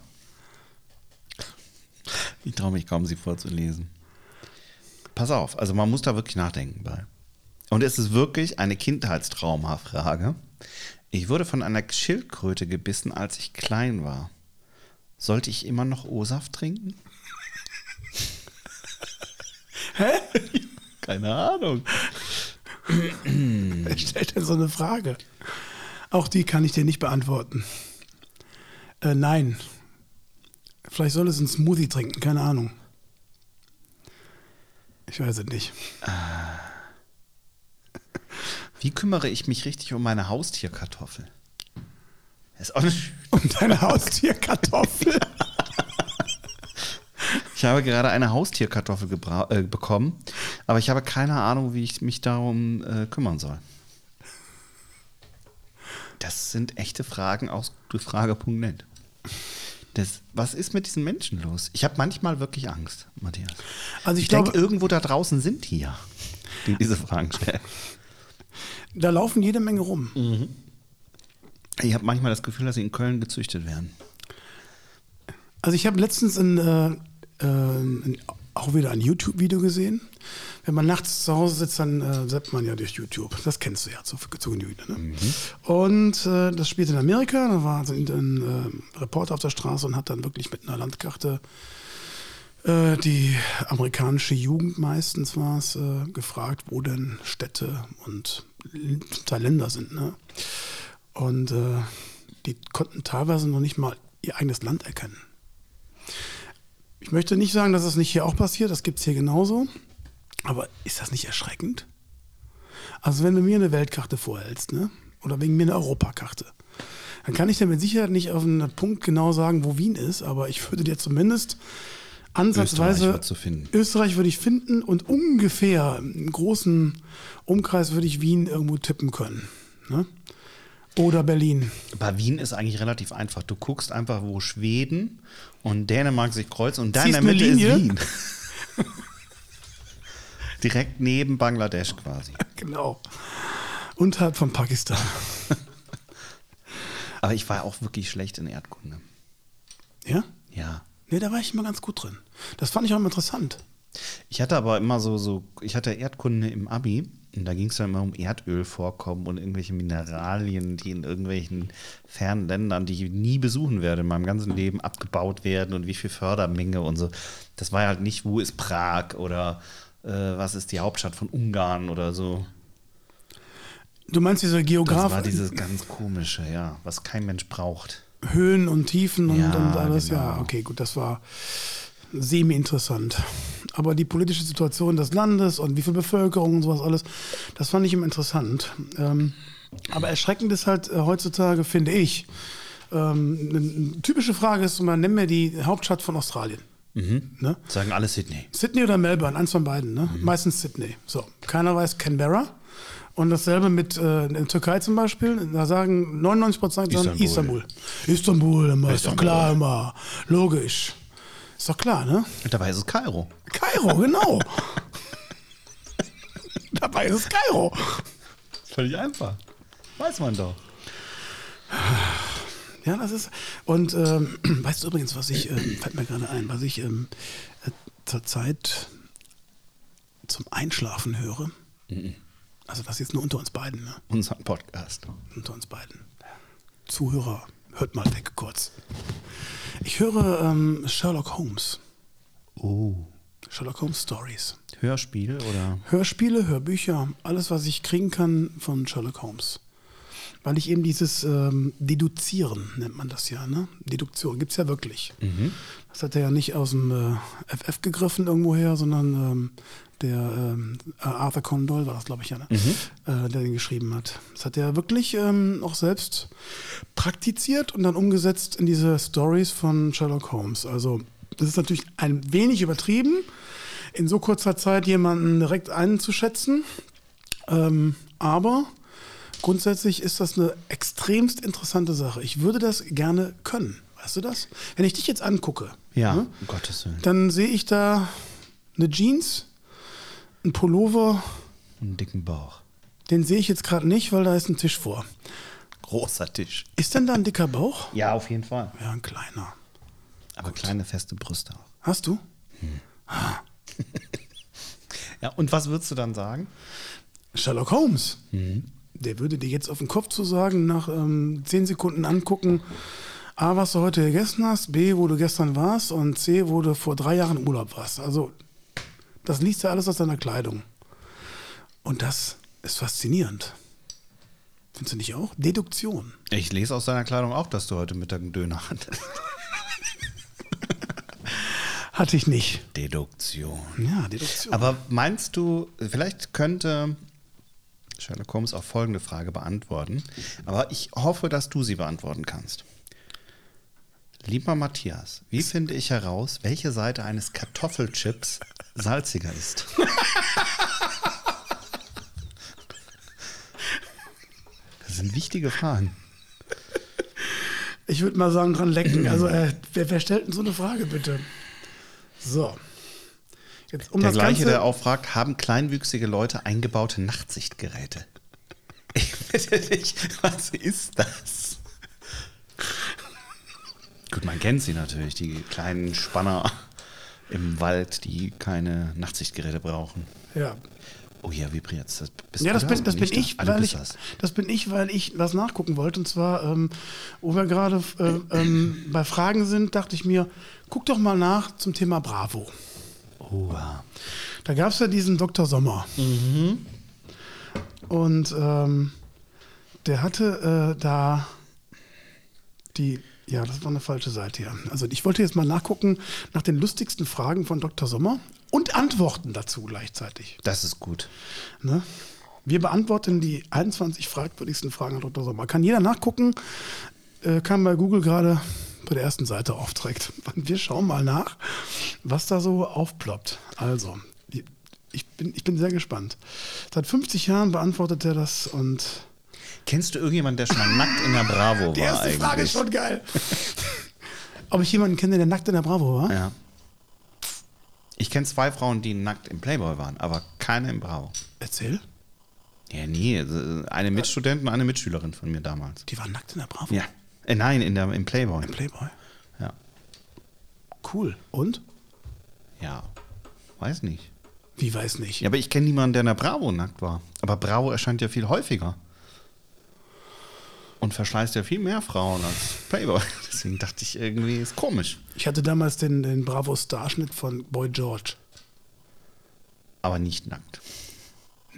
[SPEAKER 3] Ich traue mich kaum, sie vorzulesen. Pass auf, also man muss da wirklich nachdenken bei. Und es ist wirklich eine Kindheitstrauma-Frage. Ich wurde von einer Schildkröte gebissen, als ich klein war. Sollte ich immer noch O-Saft trinken? Hä? Keine Ahnung.
[SPEAKER 2] Wer stellt denn so eine Frage? Auch die kann ich dir nicht beantworten. Äh, nein. Vielleicht soll es einen Smoothie trinken, keine Ahnung. Ich weiß es nicht.
[SPEAKER 3] Wie kümmere ich mich richtig um meine Haustierkartoffel? Ist auch eine schöne
[SPEAKER 2] Um deine Haustierkartoffel.
[SPEAKER 3] Ich habe gerade eine Haustierkartoffel gebra- äh, bekommen, aber ich habe keine Ahnung, wie ich mich darum äh, kümmern soll. Das sind echte Fragen aus frage.net. Das, was ist mit diesen Menschen los? Ich habe manchmal wirklich Angst, Matthias.
[SPEAKER 2] Also ich,
[SPEAKER 3] Ich, denke,
[SPEAKER 2] glaube,
[SPEAKER 3] irgendwo da draußen sind die ja, die diese Fragen stellen.
[SPEAKER 2] da laufen jede Menge rum.
[SPEAKER 3] Ich habe manchmal das Gefühl, dass sie in Köln gezüchtet werden.
[SPEAKER 2] Also ich habe letztens ein, äh, äh, ein, auch wieder ein YouTube-Video gesehen. Wenn man nachts zu Hause sitzt, dann äh, setzt man ja durch YouTube. Das kennst du ja zu, zu Genüge. Ne? Und äh, das spielte in Amerika. Da war also ein, ein äh, Reporter auf der Straße und hat dann wirklich mit einer Landkarte äh, die amerikanische Jugend meistens war es, äh, gefragt, wo denn Städte und zum Teil Länder sind. Ne? Und äh, die konnten teilweise noch nicht mal ihr eigenes Land erkennen. Ich möchte nicht sagen, dass es nicht hier auch passiert, das gibt es hier genauso. Aber ist das nicht erschreckend? Also, wenn du mir eine Weltkarte vorhältst, ne? oder wegen mir eine Europakarte, dann kann ich dir mit Sicherheit nicht auf einen Punkt genau sagen, wo Wien ist, aber ich würde dir zumindest ansatzweise.
[SPEAKER 3] Österreich wird zu finden.
[SPEAKER 2] Österreich würde ich finden und ungefähr im großen Umkreis würde ich Wien irgendwo tippen können. Ne? Oder Berlin.
[SPEAKER 3] Bei Wien ist eigentlich relativ einfach. Du guckst einfach, wo Schweden und Dänemark sich kreuzen und dann in
[SPEAKER 2] Ziehst
[SPEAKER 3] der Mitte
[SPEAKER 2] eine
[SPEAKER 3] ist
[SPEAKER 2] Linie.
[SPEAKER 3] Wien. Direkt neben Bangladesch quasi.
[SPEAKER 2] Genau. Unterhalb von Pakistan.
[SPEAKER 3] Aber ich war auch wirklich schlecht in Erdkunde.
[SPEAKER 2] Ja?
[SPEAKER 3] Ja.
[SPEAKER 2] Nee, da war ich immer ganz gut drin. Das fand ich auch immer interessant.
[SPEAKER 3] Ich hatte aber immer so, so ich hatte Erdkunde im Abi und da ging es dann immer um Erdölvorkommen und irgendwelche Mineralien, die in irgendwelchen fernen Ländern, die ich nie besuchen werde, in meinem ganzen Leben abgebaut werden und wie viel Fördermenge und so. Das war halt nicht, wo ist Prag oder äh, was ist die Hauptstadt von Ungarn oder so.
[SPEAKER 2] Du meinst diese
[SPEAKER 3] Das
[SPEAKER 2] Geograf
[SPEAKER 3] war dieses ganz komische, ja, was kein Mensch braucht.
[SPEAKER 2] Höhen und Tiefen und,
[SPEAKER 3] Ja,
[SPEAKER 2] und alles.
[SPEAKER 3] genau.
[SPEAKER 2] Ja, okay, gut, das war semi-interessant. Aber die politische Situation des Landes und wie viel Bevölkerung und sowas alles, das fand ich immer interessant. Ähm, aber erschreckend ist halt äh, heutzutage, finde ich, ähm, eine- eine typische Frage ist, man nenn mir die Hauptstadt von Australien.
[SPEAKER 3] Mhm.
[SPEAKER 2] Ne?
[SPEAKER 3] Sagen alle Sydney.
[SPEAKER 2] Sydney oder Melbourne, eins von beiden, ne? Meistens Sydney. So, keiner weiß Canberra. Und dasselbe mit äh, in Türkei zum Beispiel. Da sagen 99 Prozent sagen
[SPEAKER 3] Istanbul.
[SPEAKER 2] Istanbul. Istanbul, immer. ist doch
[SPEAKER 3] Istanbul.
[SPEAKER 2] klar immer. Logisch. Ist doch klar, ne?
[SPEAKER 3] Und dabei ist es Kairo.
[SPEAKER 2] Kairo, genau. Dabei ist es Kairo.
[SPEAKER 3] Völlig einfach. Weiß man doch.
[SPEAKER 2] Ja, das ist. Und ähm, weißt du übrigens, was ich, ähm, fällt mir gerade ein, was ich ähm, äh, zurzeit zum Einschlafen höre? Also das jetzt nur unter uns beiden, ne?
[SPEAKER 3] Unser Podcast.
[SPEAKER 2] unter uns beiden. Zuhörer, hört mal weg kurz. Ich höre ähm, Sherlock Holmes,
[SPEAKER 3] Oh.
[SPEAKER 2] Sherlock Holmes Stories.
[SPEAKER 3] Hörspiel oder?
[SPEAKER 2] Hörspiele, Hörbücher, alles, was ich kriegen kann von Sherlock Holmes. weil ich eben dieses ähm, Deduzieren nennt man das ja, ne? Deduktion gibt es ja wirklich. Das hat er ja nicht aus dem äh, FF gegriffen irgendwoher, sondern ähm, der ähm, Arthur Conan Doyle war das, glaube ich, ja, ne? äh, der den geschrieben hat. Das hat er wirklich ähm, auch selbst praktiziert und dann umgesetzt in diese Stories von Sherlock Holmes. Also das ist natürlich ein wenig übertrieben, in so kurzer Zeit jemanden direkt einzuschätzen. Ähm, aber grundsätzlich ist das eine extremst interessante Sache. Ich würde das gerne können. Weißt du das? Wenn ich dich jetzt angucke,
[SPEAKER 3] Ja,
[SPEAKER 2] ne,
[SPEAKER 3] um Gottes Willen.
[SPEAKER 2] dann sehe ich da eine Jeans, einen Pullover,
[SPEAKER 3] Einen dicken Bauch.
[SPEAKER 2] den sehe ich jetzt gerade nicht, weil da ist ein Tisch vor.
[SPEAKER 3] Großer Tisch.
[SPEAKER 2] Ist denn da ein dicker Bauch?
[SPEAKER 3] Ja, auf jeden Fall.
[SPEAKER 2] Ja, ein kleiner.
[SPEAKER 3] Aber kleine, feste Brüste auch.
[SPEAKER 2] Hast du?
[SPEAKER 3] Ja, und was würdest du dann sagen?
[SPEAKER 2] Sherlock Holmes.
[SPEAKER 3] Mhm.
[SPEAKER 2] Der würde dir jetzt auf den Kopf zu sagen, nach ähm, 10 Sekunden angucken, A, was du heute gegessen hast, B, wo du gestern warst und C, wo du vor drei Jahren im Urlaub warst. Also, das liest er alles aus deiner Kleidung. Und das ist faszinierend. Findest du nicht auch? Deduktion.
[SPEAKER 3] Ich lese aus deiner Kleidung auch, dass du heute Mittag einen Döner hattest.
[SPEAKER 2] Hatte ich nicht.
[SPEAKER 3] Deduktion.
[SPEAKER 2] Ja, Deduktion.
[SPEAKER 3] Aber meinst du, vielleicht könnte Sherlock Holmes auch folgende Frage beantworten, aber ich hoffe, dass du sie beantworten kannst. Lieber Matthias, wie finde ich heraus, welche Seite eines Kartoffelchips salziger ist? Das sind wichtige Fragen.
[SPEAKER 2] Ich würde mal sagen, dran lecken. Also, äh, wer, wer stellt denn so eine Frage, bitte? So. Jetzt, um
[SPEAKER 3] Der
[SPEAKER 2] das
[SPEAKER 3] gleiche,
[SPEAKER 2] Ganze-
[SPEAKER 3] der auch fragt, haben kleinwüchsige Leute eingebaute Nachtsichtgeräte? Ich bitte dich, was ist das? Gut, man kennt sie natürlich, die kleinen Spanner im Wald, die keine Nachtsichtgeräte brauchen.
[SPEAKER 2] ja,
[SPEAKER 3] Oh ja, vibriert's. Das bist
[SPEAKER 2] Ja,
[SPEAKER 3] du
[SPEAKER 2] das
[SPEAKER 3] da
[SPEAKER 2] bin,
[SPEAKER 3] oder
[SPEAKER 2] das bin
[SPEAKER 3] nicht da?
[SPEAKER 2] ich,
[SPEAKER 3] Ah, du
[SPEAKER 2] weil
[SPEAKER 3] bist
[SPEAKER 2] ich,
[SPEAKER 3] das.
[SPEAKER 2] das bin ich, weil ich was nachgucken wollte. Und zwar, ähm, wo wir gerade äh, ähm, bei Fragen sind, dachte ich mir, guck doch mal nach zum Thema Bravo.
[SPEAKER 3] Oh, ja.
[SPEAKER 2] Da gab es ja diesen Dr. Sommer.
[SPEAKER 3] Mhm.
[SPEAKER 2] Und ähm, der hatte äh, da die, ja, das war eine falsche Seite hier. Also ich wollte jetzt mal nachgucken nach den lustigsten Fragen von Dr. Sommer und Antworten dazu gleichzeitig.
[SPEAKER 3] das ist gut.
[SPEAKER 2] Ne? Wir beantworten die 21 fragwürdigsten Fragen an Dr. Sommer. Kann jeder nachgucken, äh, kam bei Google gerade bei der ersten Seite aufträgt. Und wir schauen mal nach, was da so aufploppt. Also, die- ich bin, ich bin sehr gespannt. Seit 50 Jahren beantwortet er das und
[SPEAKER 3] Kennst du irgendjemanden, der schon mal nackt in der Bravo war?
[SPEAKER 2] die erste
[SPEAKER 3] eigentlich?
[SPEAKER 2] Frage ist schon geil. Ob ich jemanden kenne, der nackt in der Bravo war?
[SPEAKER 3] Ja. Ich kenne zwei Frauen, die nackt im Playboy waren, aber keine im Bravo.
[SPEAKER 2] Erzähl.
[SPEAKER 3] Ja, nee, äh, eine Mitstudentin, eine Mitschülerin von mir damals.
[SPEAKER 2] Die waren nackt in der Bravo.
[SPEAKER 3] Ja. Äh, nein, in der, im Playboy.
[SPEAKER 2] Im Playboy.
[SPEAKER 3] Ja.
[SPEAKER 2] Cool. Und?
[SPEAKER 3] Ja. Weiß nicht.
[SPEAKER 2] Wie weiß nicht.
[SPEAKER 3] Ja, aber ich kenne niemanden, der in der Bravo nackt war. Aber Bravo erscheint ja viel häufiger. Und verschleißt ja viel mehr Frauen als Playboy. Deswegen dachte ich irgendwie, ist komisch.
[SPEAKER 2] Ich hatte damals den, den Bravo-Starschnitt von Boy George.
[SPEAKER 3] Aber nicht nackt.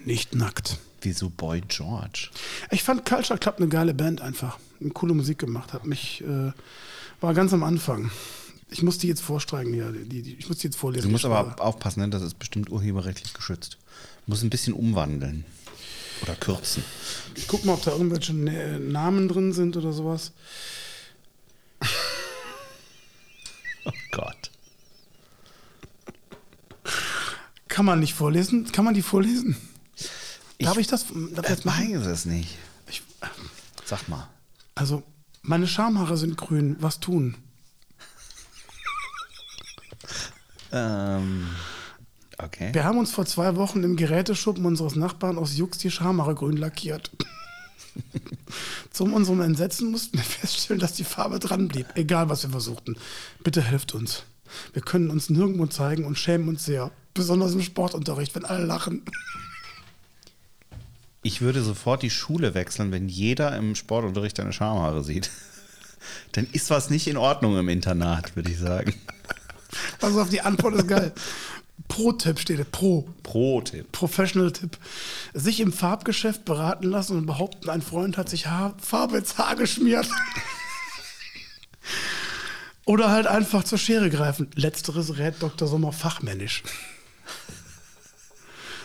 [SPEAKER 2] Nicht nackt.
[SPEAKER 3] Wieso Boy George?
[SPEAKER 2] Ich fand Culture Club eine geile Band einfach. Eine coole Musik gemacht. Hat mich, äh, war ganz am Anfang. Ich muss die jetzt vorsteigen hier. Die, die, ich muss die jetzt vorlesen.
[SPEAKER 3] Du musst
[SPEAKER 2] die
[SPEAKER 3] aber
[SPEAKER 2] Sprache.
[SPEAKER 3] aufpassen, ne? das ist bestimmt urheberrechtlich geschützt. Du musst ein bisschen umwandeln. Oder kürzen.
[SPEAKER 2] Ich guck mal, ob da irgendwelche äh, Namen drin sind oder sowas.
[SPEAKER 3] Oh Gott.
[SPEAKER 2] Kann man nicht vorlesen? Kann man die vorlesen?
[SPEAKER 3] Ich- Äh,
[SPEAKER 2] darf ich das, darf ich das
[SPEAKER 3] Das
[SPEAKER 2] machen?
[SPEAKER 3] weiß es nicht.
[SPEAKER 2] Ich,
[SPEAKER 3] Sag mal.
[SPEAKER 2] also, meine Schamhaare sind grün. Was tun?
[SPEAKER 3] Ähm, okay.
[SPEAKER 2] Wir haben uns vor zwei Wochen im Geräteschuppen unseres Nachbarn aus Jux die Schamhaare grün lackiert. Zum unserem Entsetzen mussten wir feststellen, dass die Farbe dran blieb, egal was wir versuchten. Bitte helft uns. Wir können uns nirgendwo zeigen und schämen uns sehr. Besonders im Sportunterricht, wenn alle lachen.
[SPEAKER 3] Ich würde sofort die Schule wechseln, wenn jeder im Sportunterricht deine Schamhaare sieht. Dann ist was nicht in Ordnung im Internat, würde ich sagen.
[SPEAKER 2] Pass auf, die Antwort ist geil. Pro-Tipp steht, da, pro.
[SPEAKER 3] Pro-Tipp.
[SPEAKER 2] Professional-Tipp. sich im Farbgeschäft beraten lassen und behaupten, ein Freund hat sich Haar, Farbe ins Haar geschmiert. Oder halt einfach zur Schere greifen. Letzteres rät Dr. Sommer fachmännisch.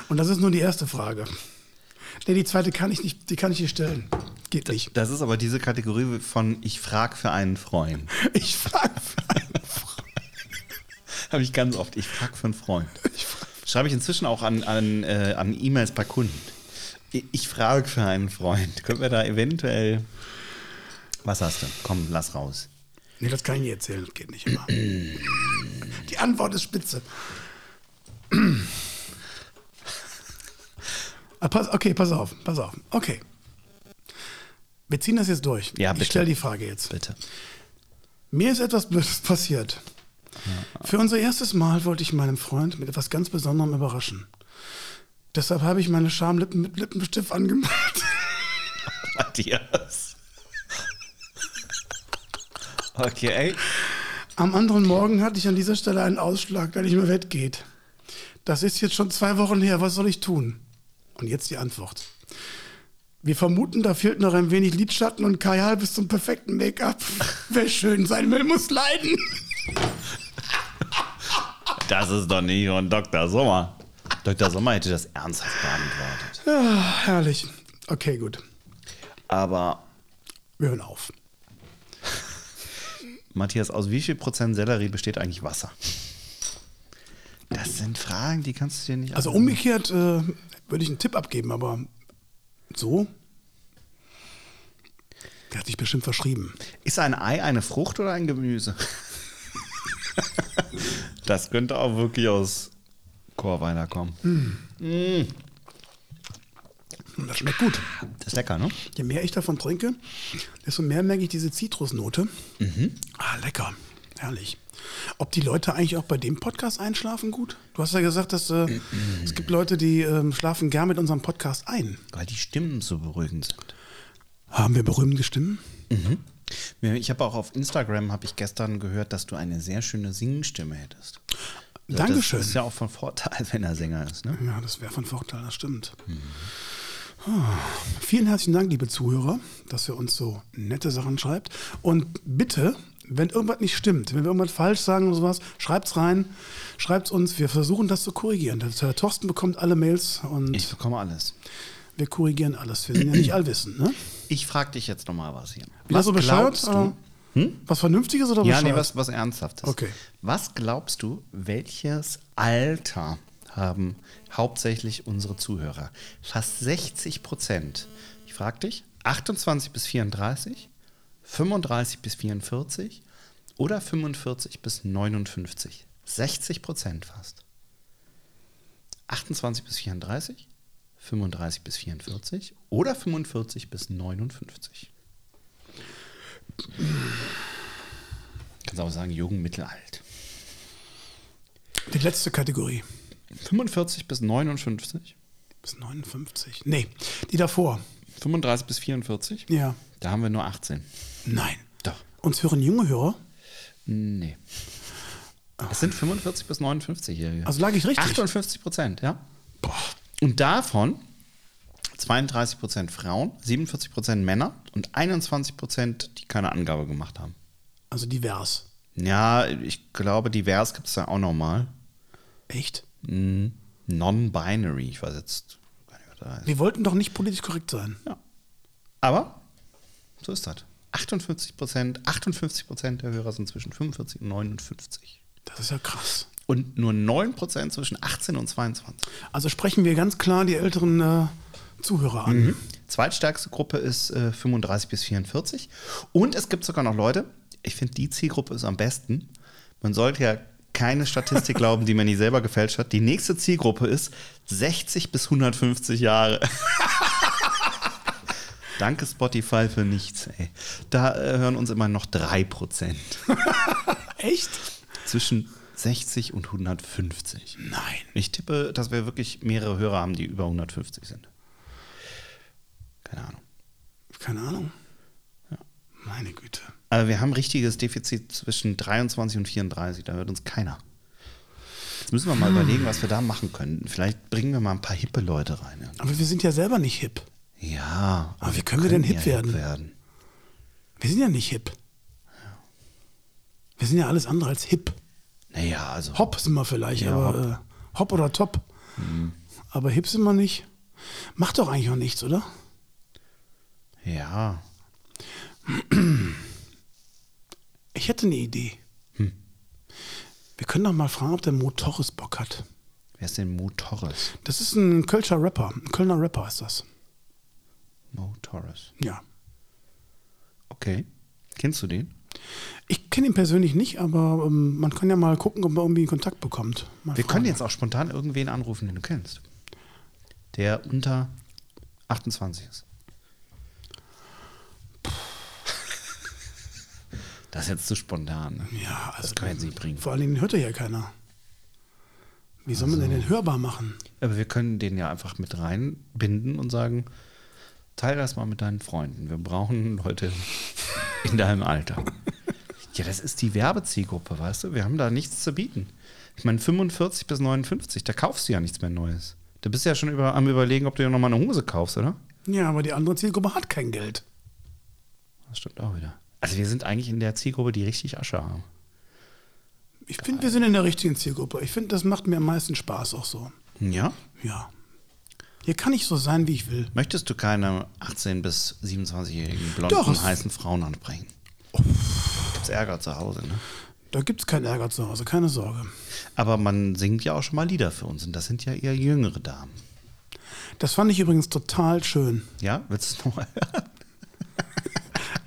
[SPEAKER 2] Und das ist nur die erste Frage. Nee, die zweite kann ich nicht, die kann ich nicht stellen. Geht nicht.
[SPEAKER 3] Das ist aber diese Kategorie von ich frag für einen Freund.
[SPEAKER 2] Ich frage einfach.
[SPEAKER 3] Habe ich ganz oft. Ich frag für einen Freund. Schreibe ich inzwischen auch an, an, äh, an E-Mails bei Kunden. Ich, ich frage für einen Freund. Können wir da eventuell. Was hast du? Komm, lass raus.
[SPEAKER 2] Nee, das kann ich nicht erzählen. Das geht nicht immer. Die Antwort ist spitze. Ah, pass- Okay, pass auf, pass auf. Okay. Wir ziehen das jetzt durch.
[SPEAKER 3] Ja,
[SPEAKER 2] ich
[SPEAKER 3] bitte.
[SPEAKER 2] stelle die Frage jetzt.
[SPEAKER 3] Bitte.
[SPEAKER 2] Mir ist etwas Blödes passiert. Für unser erstes Mal wollte ich meinen Freund mit etwas ganz Besonderem überraschen. Deshalb habe ich meine Schamlippen mit Lippenstift angemalt.
[SPEAKER 3] Matthias. Okay.
[SPEAKER 2] Am anderen Morgen hatte ich an dieser Stelle einen Ausschlag, der nicht mehr weggeht. Das ist jetzt schon zwei Wochen her, was soll ich tun? Und jetzt die Antwort. Wir vermuten, da fehlt noch ein wenig Lidschatten und Kajal bis zum perfekten Make-up. Wer schön sein will, muss leiden.
[SPEAKER 3] Das ist doch nicht von Dr. Sommer. Dr. Sommer hätte das ernsthaft beantwortet.
[SPEAKER 2] Ah, herrlich. Okay, gut.
[SPEAKER 3] Aber
[SPEAKER 2] Wir hören auf.
[SPEAKER 3] Matthias, aus wie viel Prozent Sellerie besteht eigentlich Wasser? Das sind Fragen, die kannst du dir nicht
[SPEAKER 2] Also
[SPEAKER 3] antworten.
[SPEAKER 2] umgekehrt äh, würde ich einen Tipp abgeben, aber so? Der hat sich bestimmt verschrieben.
[SPEAKER 3] Ist ein Ei eine Frucht oder ein Gemüse? das könnte auch wirklich aus Chorweiler kommen.
[SPEAKER 2] Und das schmeckt gut.
[SPEAKER 3] Das ist lecker, ne?
[SPEAKER 2] Je mehr ich davon trinke, desto mehr merke ich diese Zitrusnote. Ah, lecker. Herrlich. Ob die Leute eigentlich auch bei dem Podcast einschlafen gut? Du hast ja gesagt, dass äh, es gibt Leute, die ähm, schlafen gern mit unserem Podcast ein.
[SPEAKER 3] Weil die Stimmen so beruhigend sind.
[SPEAKER 2] Haben wir berühmte Stimmen?
[SPEAKER 3] Mir- Ich habe auch auf Instagram habe ich gestern gehört, dass du eine sehr schöne Singenstimme hättest.
[SPEAKER 2] Dankeschön.
[SPEAKER 3] Das ist ja auch von Vorteil, wenn er Sänger ist, ne?
[SPEAKER 2] Ja, das wäre von Vorteil, das stimmt.
[SPEAKER 3] Mhm.
[SPEAKER 2] Ah, Vielen herzlichen Dank, liebe Zuhörer, dass ihr uns so nette Sachen schreibt. Und bitte, wenn irgendwas nicht stimmt, wenn wir irgendwas falsch sagen oder sowas, schreibt's rein, schreibt's uns. Wir versuchen das zu korrigieren. Der Herr Thorsten bekommt alle Mails und
[SPEAKER 3] Ich bekomme alles.
[SPEAKER 2] wir korrigieren alles. Wir sind ja nicht allwissend, ne?
[SPEAKER 3] Ich frage dich jetzt nochmal was hier.
[SPEAKER 2] Wieder so bescheuert, Ähm,
[SPEAKER 3] glaubst
[SPEAKER 2] aber
[SPEAKER 3] du? Hm?
[SPEAKER 2] Was Vernünftiges oder
[SPEAKER 3] Ja,
[SPEAKER 2] bescheuert?
[SPEAKER 3] nee, was, was Ernsthaftes.
[SPEAKER 2] Okay.
[SPEAKER 3] Was glaubst du, welches Alter haben hauptsächlich unsere Zuhörer? Fast 60 Prozent. Ich frage dich, 28 bis 34, 35 bis 44 oder 45 bis 59? 60 Prozent fast. 28 bis 34, 35 bis 44 oder 45 bis 59? Kannst auch sagen, Jugend, Mittelalt.
[SPEAKER 2] Die letzte Kategorie.
[SPEAKER 3] 45 bis 59,
[SPEAKER 2] Bis 59. Nee, die davor.
[SPEAKER 3] 35 bis 44.
[SPEAKER 2] Ja.
[SPEAKER 3] Da haben wir nur 18.
[SPEAKER 2] Nein.
[SPEAKER 3] Doch.
[SPEAKER 2] Uns hören junge Hörer.
[SPEAKER 3] Nee. Es sind 45 bis 59-Jährige.
[SPEAKER 2] Also lag ich richtig.
[SPEAKER 3] 58 Prozent, ja.
[SPEAKER 2] Boah.
[SPEAKER 3] Und davon 32 Prozent Frauen, 47 Prozent Männer und 21 Prozent, die keine Angabe gemacht haben.
[SPEAKER 2] Also divers.
[SPEAKER 3] Ja, ich glaube, divers gibt es da auch nochmal.
[SPEAKER 2] Echt?
[SPEAKER 3] Mhm. Non-binary, ich weiß jetzt gar nicht, was da heißt.
[SPEAKER 2] Wir wollten doch nicht politisch korrekt sein.
[SPEAKER 3] Ja. Aber so ist das. 58 Prozent, 58 Prozent der Hörer sind zwischen 45 und 59.
[SPEAKER 2] Das ist ja krass.
[SPEAKER 3] Und nur 9 Prozent zwischen 18 und 22.
[SPEAKER 2] Also sprechen wir ganz klar die älteren äh, Zuhörer an.
[SPEAKER 3] Zweitstärkste Gruppe ist äh, 35 bis 44. Und es gibt sogar noch Leute, ich finde, die Zielgruppe ist am besten. Man sollte ja keine Statistik glauben, die man nicht selber gefälscht hat. Die nächste Zielgruppe ist 60 bis 150 Jahre. Danke Spotify für nichts, ey. Da äh, hören uns immer noch 3%.
[SPEAKER 2] Echt?
[SPEAKER 3] Zwischen 60 und 150.
[SPEAKER 2] Nein.
[SPEAKER 3] Ich tippe, dass wir wirklich mehrere Hörer haben, die über 150 sind. Keine Ahnung.
[SPEAKER 2] Keine Ahnung. Meine Güte.
[SPEAKER 3] Aber wir haben richtiges Defizit zwischen 23 und 34. Da hört uns keiner. Jetzt müssen wir
[SPEAKER 2] Hm.
[SPEAKER 3] mal überlegen, was wir da machen können. Vielleicht bringen wir mal ein paar hippe Leute rein.
[SPEAKER 2] Aber wir sind ja selber nicht hip.
[SPEAKER 3] Ja.
[SPEAKER 2] Aber wie können wir denn hip werden?
[SPEAKER 3] werden?
[SPEAKER 2] Wir sind ja nicht hip. Wir sind ja alles andere als hip.
[SPEAKER 3] Naja, also.
[SPEAKER 2] Hop sind wir vielleicht,
[SPEAKER 3] Ja,
[SPEAKER 2] aber
[SPEAKER 3] hopp.
[SPEAKER 2] Äh, hop Mhm. oder top. Aber hip sind wir nicht. Macht doch eigentlich auch nichts, oder?
[SPEAKER 3] Ja.
[SPEAKER 2] Ich hätte eine Idee. Hm. Wir können doch mal fragen, ob der Mo Torres Bock hat.
[SPEAKER 3] Wer ist denn Mo Torres?
[SPEAKER 2] Das ist ein Kölscher Rapper. Ein Kölner Rapper ist das.
[SPEAKER 3] Mo Torres.
[SPEAKER 2] Ja.
[SPEAKER 3] Okay. Kennst du den?
[SPEAKER 2] Ich kenne ihn persönlich nicht, aber ähm, man kann ja mal gucken, ob man irgendwie einen Kontakt bekommt. Mal
[SPEAKER 3] Wir
[SPEAKER 2] fragen.
[SPEAKER 3] können jetzt auch spontan irgendwen anrufen, den du kennst. Der unter 28 ist. Das ist jetzt zu spontan. Ne?
[SPEAKER 2] Ja, also
[SPEAKER 3] Das kann jetzt nicht bringen.
[SPEAKER 2] vor allen Dingen hört er ja keiner. Wie soll man denn
[SPEAKER 3] Also-
[SPEAKER 2] den hörbar machen?
[SPEAKER 3] Aber wir können den ja einfach mit reinbinden und sagen, teile das mal mit deinen Freunden. Wir brauchen Leute in deinem Alter. Ja, das ist die Werbezielgruppe, weißt du? Wir haben da nichts zu bieten. Ich meine, 45 bis 59, da kaufst du ja nichts mehr Neues. Du bist ja schon über, am überlegen, ob du dir nochmal eine Hose kaufst, oder?
[SPEAKER 2] Ja, aber die andere Zielgruppe hat kein Geld.
[SPEAKER 3] Das stimmt auch wieder. Also wir sind eigentlich in der Zielgruppe, die richtig Asche haben.
[SPEAKER 2] Ich finde, wir sind in der richtigen Zielgruppe. Ich finde, das macht mir am meisten Spaß auch so.
[SPEAKER 3] Ja?
[SPEAKER 2] Ja. Hier kann ich so sein, wie ich will.
[SPEAKER 3] Möchtest du keine 18- bis 27-jährigen blonden,
[SPEAKER 2] Doch, es-
[SPEAKER 3] heißen Frauen ansprechen? Gibt's Ärger zu Hause, ne?
[SPEAKER 2] Da gibt es keinen Ärger zu Hause, keine Sorge.
[SPEAKER 3] Aber man singt ja auch schon mal Lieder für uns und das sind ja eher jüngere Damen.
[SPEAKER 2] Das fand ich übrigens total schön.
[SPEAKER 3] Ja, willst du es nochmal?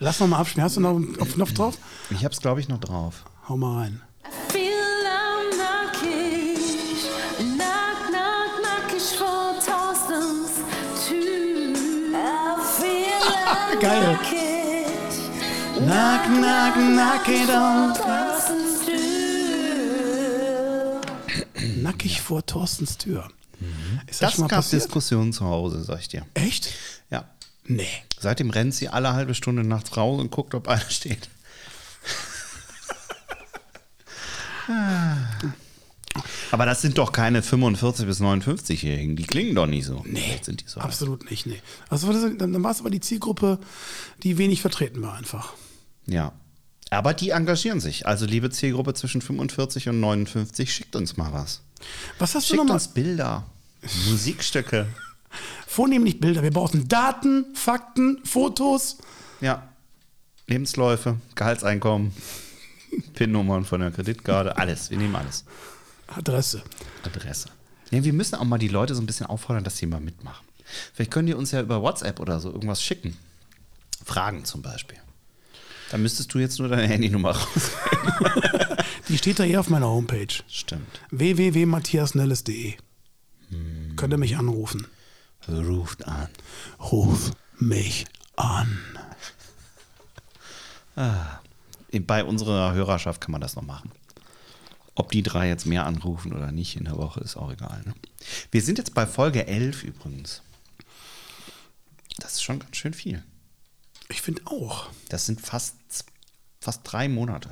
[SPEAKER 2] Lass noch mal abspielen. Hast du noch einen Knopf drauf?
[SPEAKER 3] Ich hab's, glaube ich, noch drauf.
[SPEAKER 2] Hau mal rein.
[SPEAKER 4] Feel I'm nackig, nack, nack, nackig vor tausend Türen. Feel I'm
[SPEAKER 2] Geil.
[SPEAKER 4] nackig,
[SPEAKER 2] Knack, knack, knack it on.
[SPEAKER 4] tausend Türen.
[SPEAKER 2] Nackig vor Thorstens Tür. Ist Mhm. das,
[SPEAKER 3] Das
[SPEAKER 2] schon mal
[SPEAKER 3] gab
[SPEAKER 2] passiert?
[SPEAKER 3] Diskussionen zu Hause, sag ich dir.
[SPEAKER 2] Echt?
[SPEAKER 3] Ja.
[SPEAKER 2] Nee.
[SPEAKER 3] Seitdem rennt sie alle halbe Stunde nachts raus und guckt, ob einer steht. Ah. Aber das sind doch keine 45- bis 59-Jährigen. Die klingen doch nicht so. Nee. Vielleicht sind die so.
[SPEAKER 2] Absolut nicht, nee. Also das- dann, dann war es aber die Zielgruppe, die wenig vertreten war einfach.
[SPEAKER 3] Ja. Aber die engagieren sich. Also, liebe Zielgruppe zwischen 45 und 59, schickt uns mal was.
[SPEAKER 2] Was hast du
[SPEAKER 3] Schickt
[SPEAKER 2] nochmal?
[SPEAKER 3] uns Bilder, Musikstücke.
[SPEAKER 2] Vornehmlich Bilder. Wir brauchen Daten, Fakten, Fotos.
[SPEAKER 3] Ja. Lebensläufe, Gehaltseinkommen, PIN-Nummern von der Kreditkarte, alles. Wir nehmen alles.
[SPEAKER 2] Adresse.
[SPEAKER 3] Adresse. Ja, wir müssen auch mal die Leute so ein bisschen auffordern, dass sie mal mitmachen. Vielleicht können die uns ja über WhatsApp oder so irgendwas schicken. Fragen zum Beispiel. Da müsstest du jetzt nur deine Handynummer raus.
[SPEAKER 2] Die steht da eh auf meiner Homepage.
[SPEAKER 3] Stimmt.
[SPEAKER 2] www.matthiasnelles.de Könnt ihr mich anrufen.
[SPEAKER 3] Ruft an.
[SPEAKER 2] Ruf mich an.
[SPEAKER 3] Bei unserer Hörerschaft kann man das noch machen. Ob die drei jetzt mehr anrufen oder nicht in der Woche, ist auch egal. Ne? Wir sind jetzt bei Folge 11 übrigens. Das ist schon ganz schön viel.
[SPEAKER 2] Ich finde auch.
[SPEAKER 3] Das sind fast, fast drei Monate,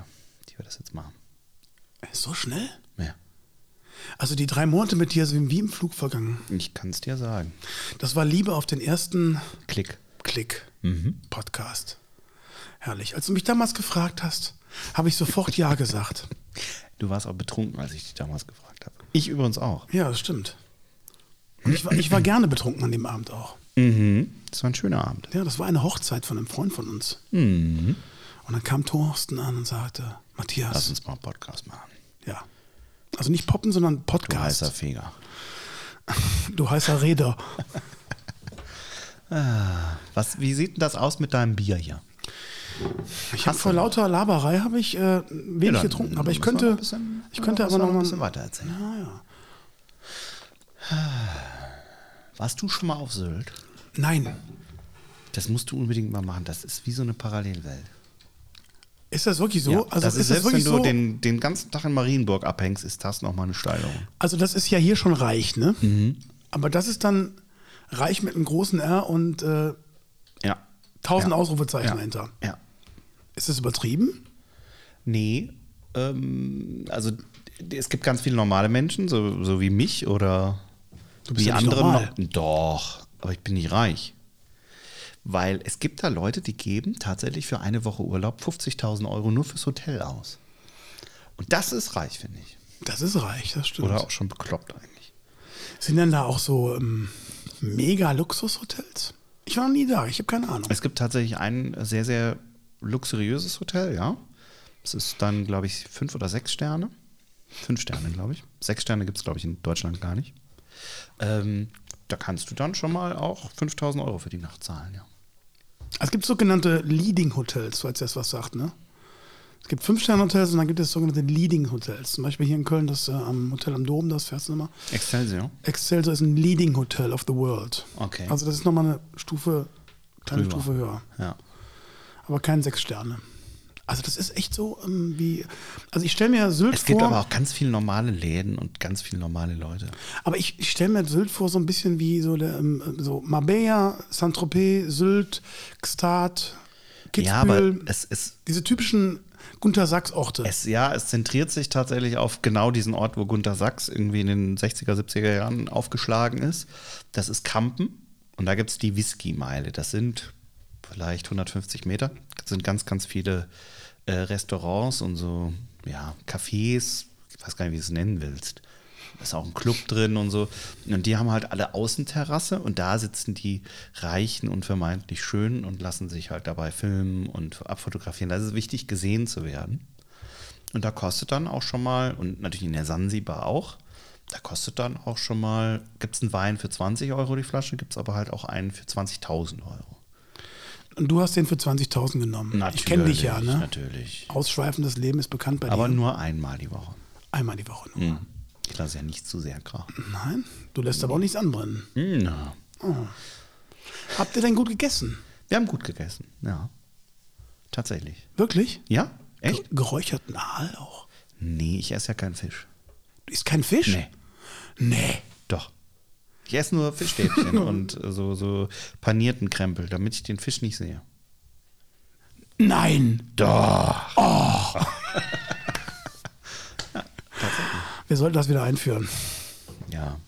[SPEAKER 3] die wir das jetzt machen.
[SPEAKER 2] So schnell?
[SPEAKER 3] Ja,
[SPEAKER 2] Also die drei Monate mit dir sind wie im Flug vergangen.
[SPEAKER 3] ich kann es dir sagen.
[SPEAKER 2] Das war Liebe auf den ersten
[SPEAKER 3] Klick.
[SPEAKER 2] Klick.
[SPEAKER 3] Mhm.
[SPEAKER 2] Podcast. Herrlich. Als du mich damals gefragt hast, habe ich sofort Ja gesagt.
[SPEAKER 3] Du warst auch betrunken, als ich dich damals gefragt habe. Ich übrigens auch.
[SPEAKER 2] Ja, das stimmt. Und ich war, ich war gerne betrunken an dem Abend auch.
[SPEAKER 3] Das war ein schöner Abend.
[SPEAKER 2] Ja, das war eine Hochzeit von einem Freund von uns. Und dann kam Thorsten an und sagte, Matthias.
[SPEAKER 3] Mhm. Lass uns mal einen Podcast machen.
[SPEAKER 2] Ja. Also nicht poppen, sondern
[SPEAKER 3] Du
[SPEAKER 2] Podcast.
[SPEAKER 3] heißer Feger.
[SPEAKER 2] Du heißer Reder.
[SPEAKER 3] Was, wie sieht denn das aus mit deinem Bier hier?
[SPEAKER 2] Ich habe vor lauter Laberei habe ich äh, wenig
[SPEAKER 3] dann
[SPEAKER 2] getrunken, aber ich
[SPEAKER 3] müssen wir
[SPEAKER 2] könnte,
[SPEAKER 3] noch ein bisschen-
[SPEAKER 2] ich könnte
[SPEAKER 3] müssen
[SPEAKER 2] aber
[SPEAKER 3] wir
[SPEAKER 2] noch
[SPEAKER 3] ein
[SPEAKER 2] mal.
[SPEAKER 3] bisschen weiter erzählen.
[SPEAKER 2] Ah, ja.
[SPEAKER 3] Warst du schon mal auf Sylt?
[SPEAKER 2] Nein,
[SPEAKER 3] Das musst du unbedingt mal machen. Das ist wie so eine Parallelwelt.
[SPEAKER 2] ist das wirklich so? also
[SPEAKER 3] das
[SPEAKER 2] ist
[SPEAKER 3] ist
[SPEAKER 2] das
[SPEAKER 3] selbst
[SPEAKER 2] wirklich
[SPEAKER 3] wenn du
[SPEAKER 2] so?
[SPEAKER 3] den, den ganzen Tag in Marienburg abhängst, ist das nochmal eine Steigerung.
[SPEAKER 2] also das ist ja hier schon reich, ne?
[SPEAKER 3] Mhm.
[SPEAKER 2] Aber das ist dann reich mit einem großen R und äh,
[SPEAKER 3] Ja.
[SPEAKER 2] tausend
[SPEAKER 3] Ja.
[SPEAKER 2] Ausrufezeichen
[SPEAKER 3] Ja.
[SPEAKER 2] dahinter.
[SPEAKER 3] Ja.
[SPEAKER 2] Ist das übertrieben?
[SPEAKER 3] Nee. Ähm, also es gibt ganz viele normale Menschen, so, so wie mich oder
[SPEAKER 2] Du bist
[SPEAKER 3] wie
[SPEAKER 2] ja nicht
[SPEAKER 3] andere.
[SPEAKER 2] normal.
[SPEAKER 3] no- Doch, aber ich bin nicht reich. Weil es gibt da Leute, die geben tatsächlich für eine Woche Urlaub 50.000 Euro nur fürs Hotel aus. Und das ist reich, finde ich.
[SPEAKER 2] Das ist reich, das stimmt.
[SPEAKER 3] Oder auch schon bekloppt eigentlich.
[SPEAKER 2] Sind denn da auch so ähm, mega Luxushotels? Ich war noch nie da, ich habe keine Ahnung.
[SPEAKER 3] Es gibt tatsächlich ein sehr, sehr luxuriöses Hotel, ja. Es ist dann, glaube ich, fünf oder sechs Sterne. Fünf Sterne, glaube ich. Sechs Sterne gibt es, glaube ich, in Deutschland gar nicht. Ähm, da kannst du dann schon mal auch 5000 Euro für die Nacht zahlen, ja.
[SPEAKER 2] Es gibt sogenannte Leading Hotels, falls ihr das was sagt, ne? Es gibt Fünf-Sterne-Hotels und dann gibt es sogenannte Leading Hotels. Zum Beispiel hier in Köln, das äh, am Hotel am Dom, das fährst du nochmal.
[SPEAKER 3] Excelsior.
[SPEAKER 2] Excelsior ist ein Leading Hotel of the World.
[SPEAKER 3] Okay.
[SPEAKER 2] Also das ist nochmal eine Stufe, kleine
[SPEAKER 3] Drüber.
[SPEAKER 2] Stufe höher.
[SPEAKER 3] Ja.
[SPEAKER 2] Aber kein Sechs Sterne. Also das ist echt so ähm, wie. Also ich stelle mir Sylt
[SPEAKER 3] Es
[SPEAKER 2] vor.
[SPEAKER 3] gibt aber auch ganz viele normale Läden und ganz viele normale Leute.
[SPEAKER 2] Aber ich, ich stelle mir Sylt vor so ein bisschen wie so, der, ähm, so Marbella, Saint-Tropez, Sylt, Gstaad, Kitzbühel.
[SPEAKER 3] Ja, aber es ist.
[SPEAKER 2] diese typischen Gunter Sachs-Orte.
[SPEAKER 3] Es, ja, es zentriert sich tatsächlich auf genau diesen Ort, wo Gunter Sachs irgendwie in den 60er, 70er Jahren aufgeschlagen ist. Das ist Kampen und da gibt es die Whisky-Meile. Das sind vielleicht 150 Meter. Das sind ganz, ganz viele äh, Restaurants und so, ja, Cafés. Ich weiß gar nicht, wie du es nennen willst. Da ist auch ein Club drin und so. Und die haben halt alle Außenterrasse und da sitzen die Reichen und vermeintlich Schönen und lassen sich halt dabei filmen und abfotografieren. Da ist es wichtig, gesehen zu werden. Und da kostet dann auch schon mal, und natürlich in der Sansibar auch, da kostet dann auch schon mal, gibt es einen Wein für 20 Euro die Flasche, gibt es aber halt auch einen für 20.000 Euro.
[SPEAKER 2] Und du hast den für 20.000 genommen. Ich kenne dich ja, ne?
[SPEAKER 3] Natürlich.
[SPEAKER 2] Ausschweifendes Leben ist bekannt bei
[SPEAKER 3] Aber
[SPEAKER 2] dir. Hm.
[SPEAKER 3] nur einmal die Woche.
[SPEAKER 2] Einmal die Woche nur.
[SPEAKER 3] Ich lasse ja nicht zu sehr krachen.
[SPEAKER 2] Nein, du lässt
[SPEAKER 3] Hm.
[SPEAKER 2] aber auch nichts anbrennen.
[SPEAKER 3] Na,
[SPEAKER 2] Habt ihr denn gut gegessen?
[SPEAKER 3] Wir haben gut gegessen, ja. Tatsächlich.
[SPEAKER 2] Wirklich?
[SPEAKER 3] Ja? Echt?
[SPEAKER 2] Ge- Geräucherten Aal auch.
[SPEAKER 3] Nee, ich esse ja keinen Fisch.
[SPEAKER 2] Du isst kein Fisch?
[SPEAKER 3] Nee.
[SPEAKER 2] Nee.
[SPEAKER 3] Doch. Ich esse nur Fischstäbchen und äh, so, so panierten Krempel, damit ich den Fisch nicht sehe.
[SPEAKER 2] Nein. Oh.
[SPEAKER 3] Doch.
[SPEAKER 2] Wir sollten das wieder einführen.
[SPEAKER 3] Ja.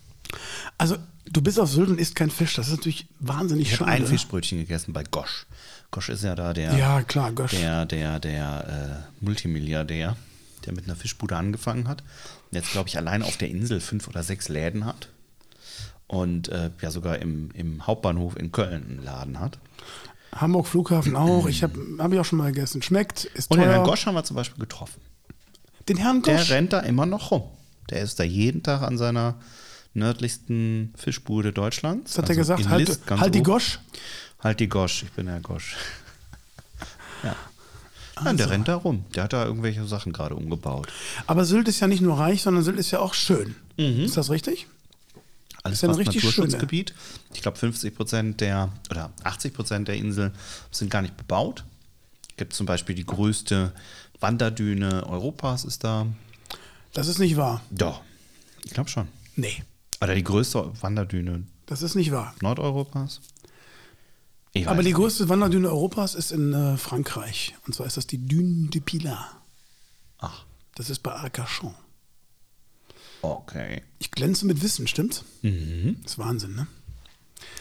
[SPEAKER 2] Also, du bist auf Sylt und isst kein Fisch. Das ist natürlich wahnsinnig
[SPEAKER 3] Ich habe
[SPEAKER 2] schade.
[SPEAKER 3] ein Fischbrötchen gegessen bei Gosch. Gosch ist ja da der,
[SPEAKER 2] Ja, klar, Gosch.
[SPEAKER 3] der, der, der äh, Multimilliardär, der mit einer Fischbude angefangen hat. Und jetzt, glaube ich, allein auf der Insel fünf oder sechs Läden hat. Und äh, ja, sogar im, im Hauptbahnhof in Köln einen Laden hat.
[SPEAKER 2] Hamburg Flughafen auch. Ich habe hab ich auch schon mal gegessen. Schmeckt, ist
[SPEAKER 3] Und
[SPEAKER 2] teuer.
[SPEAKER 3] den Herrn Gosch haben wir zum Beispiel getroffen.
[SPEAKER 2] Den Herrn
[SPEAKER 3] Der
[SPEAKER 2] Gosch.
[SPEAKER 3] rennt da immer noch rum. Der ist da jeden Tag an seiner nördlichsten Fischbude Deutschlands.
[SPEAKER 2] das hat er
[SPEAKER 3] Also
[SPEAKER 2] gesagt.
[SPEAKER 3] in
[SPEAKER 2] Halt,
[SPEAKER 3] List ganz
[SPEAKER 2] halt die
[SPEAKER 3] oben.
[SPEAKER 2] Gosch.
[SPEAKER 3] Halt die Gosch, ich bin Herr Gosch. ja. Nein,
[SPEAKER 2] Also.
[SPEAKER 3] der rennt da rum. Der hat da irgendwelche Sachen gerade umgebaut.
[SPEAKER 2] Aber Sylt ist ja nicht nur reich, sondern Sylt ist ja auch schön.
[SPEAKER 3] Mhm.
[SPEAKER 2] Ist das richtig?
[SPEAKER 3] Alles
[SPEAKER 2] Ist ja eine richtig schöne.
[SPEAKER 3] Naturschutzgebiet. Ich glaube, 50 Prozent der oder 80 Prozent der Insel sind gar nicht bebaut. Gibt zum Beispiel die größte Wanderdüne Europas ist da.
[SPEAKER 2] Das ist nicht wahr.
[SPEAKER 3] Doch. Ich glaube schon.
[SPEAKER 2] Nee,
[SPEAKER 3] Oder die größte Wanderdüne
[SPEAKER 2] das ist nicht wahr.
[SPEAKER 3] Nordeuropas. Ich
[SPEAKER 2] Aber
[SPEAKER 3] weiß
[SPEAKER 2] die
[SPEAKER 3] nicht.
[SPEAKER 2] größte Wanderdüne Europas ist in äh, Frankreich. Und zwar ist das die Dune du Pilat.
[SPEAKER 3] Ach,
[SPEAKER 2] Das ist bei Arcachon.
[SPEAKER 3] okay.
[SPEAKER 2] Ich glänze mit Wissen, stimmt?
[SPEAKER 3] Mhm.
[SPEAKER 2] Das ist Wahnsinn, ne?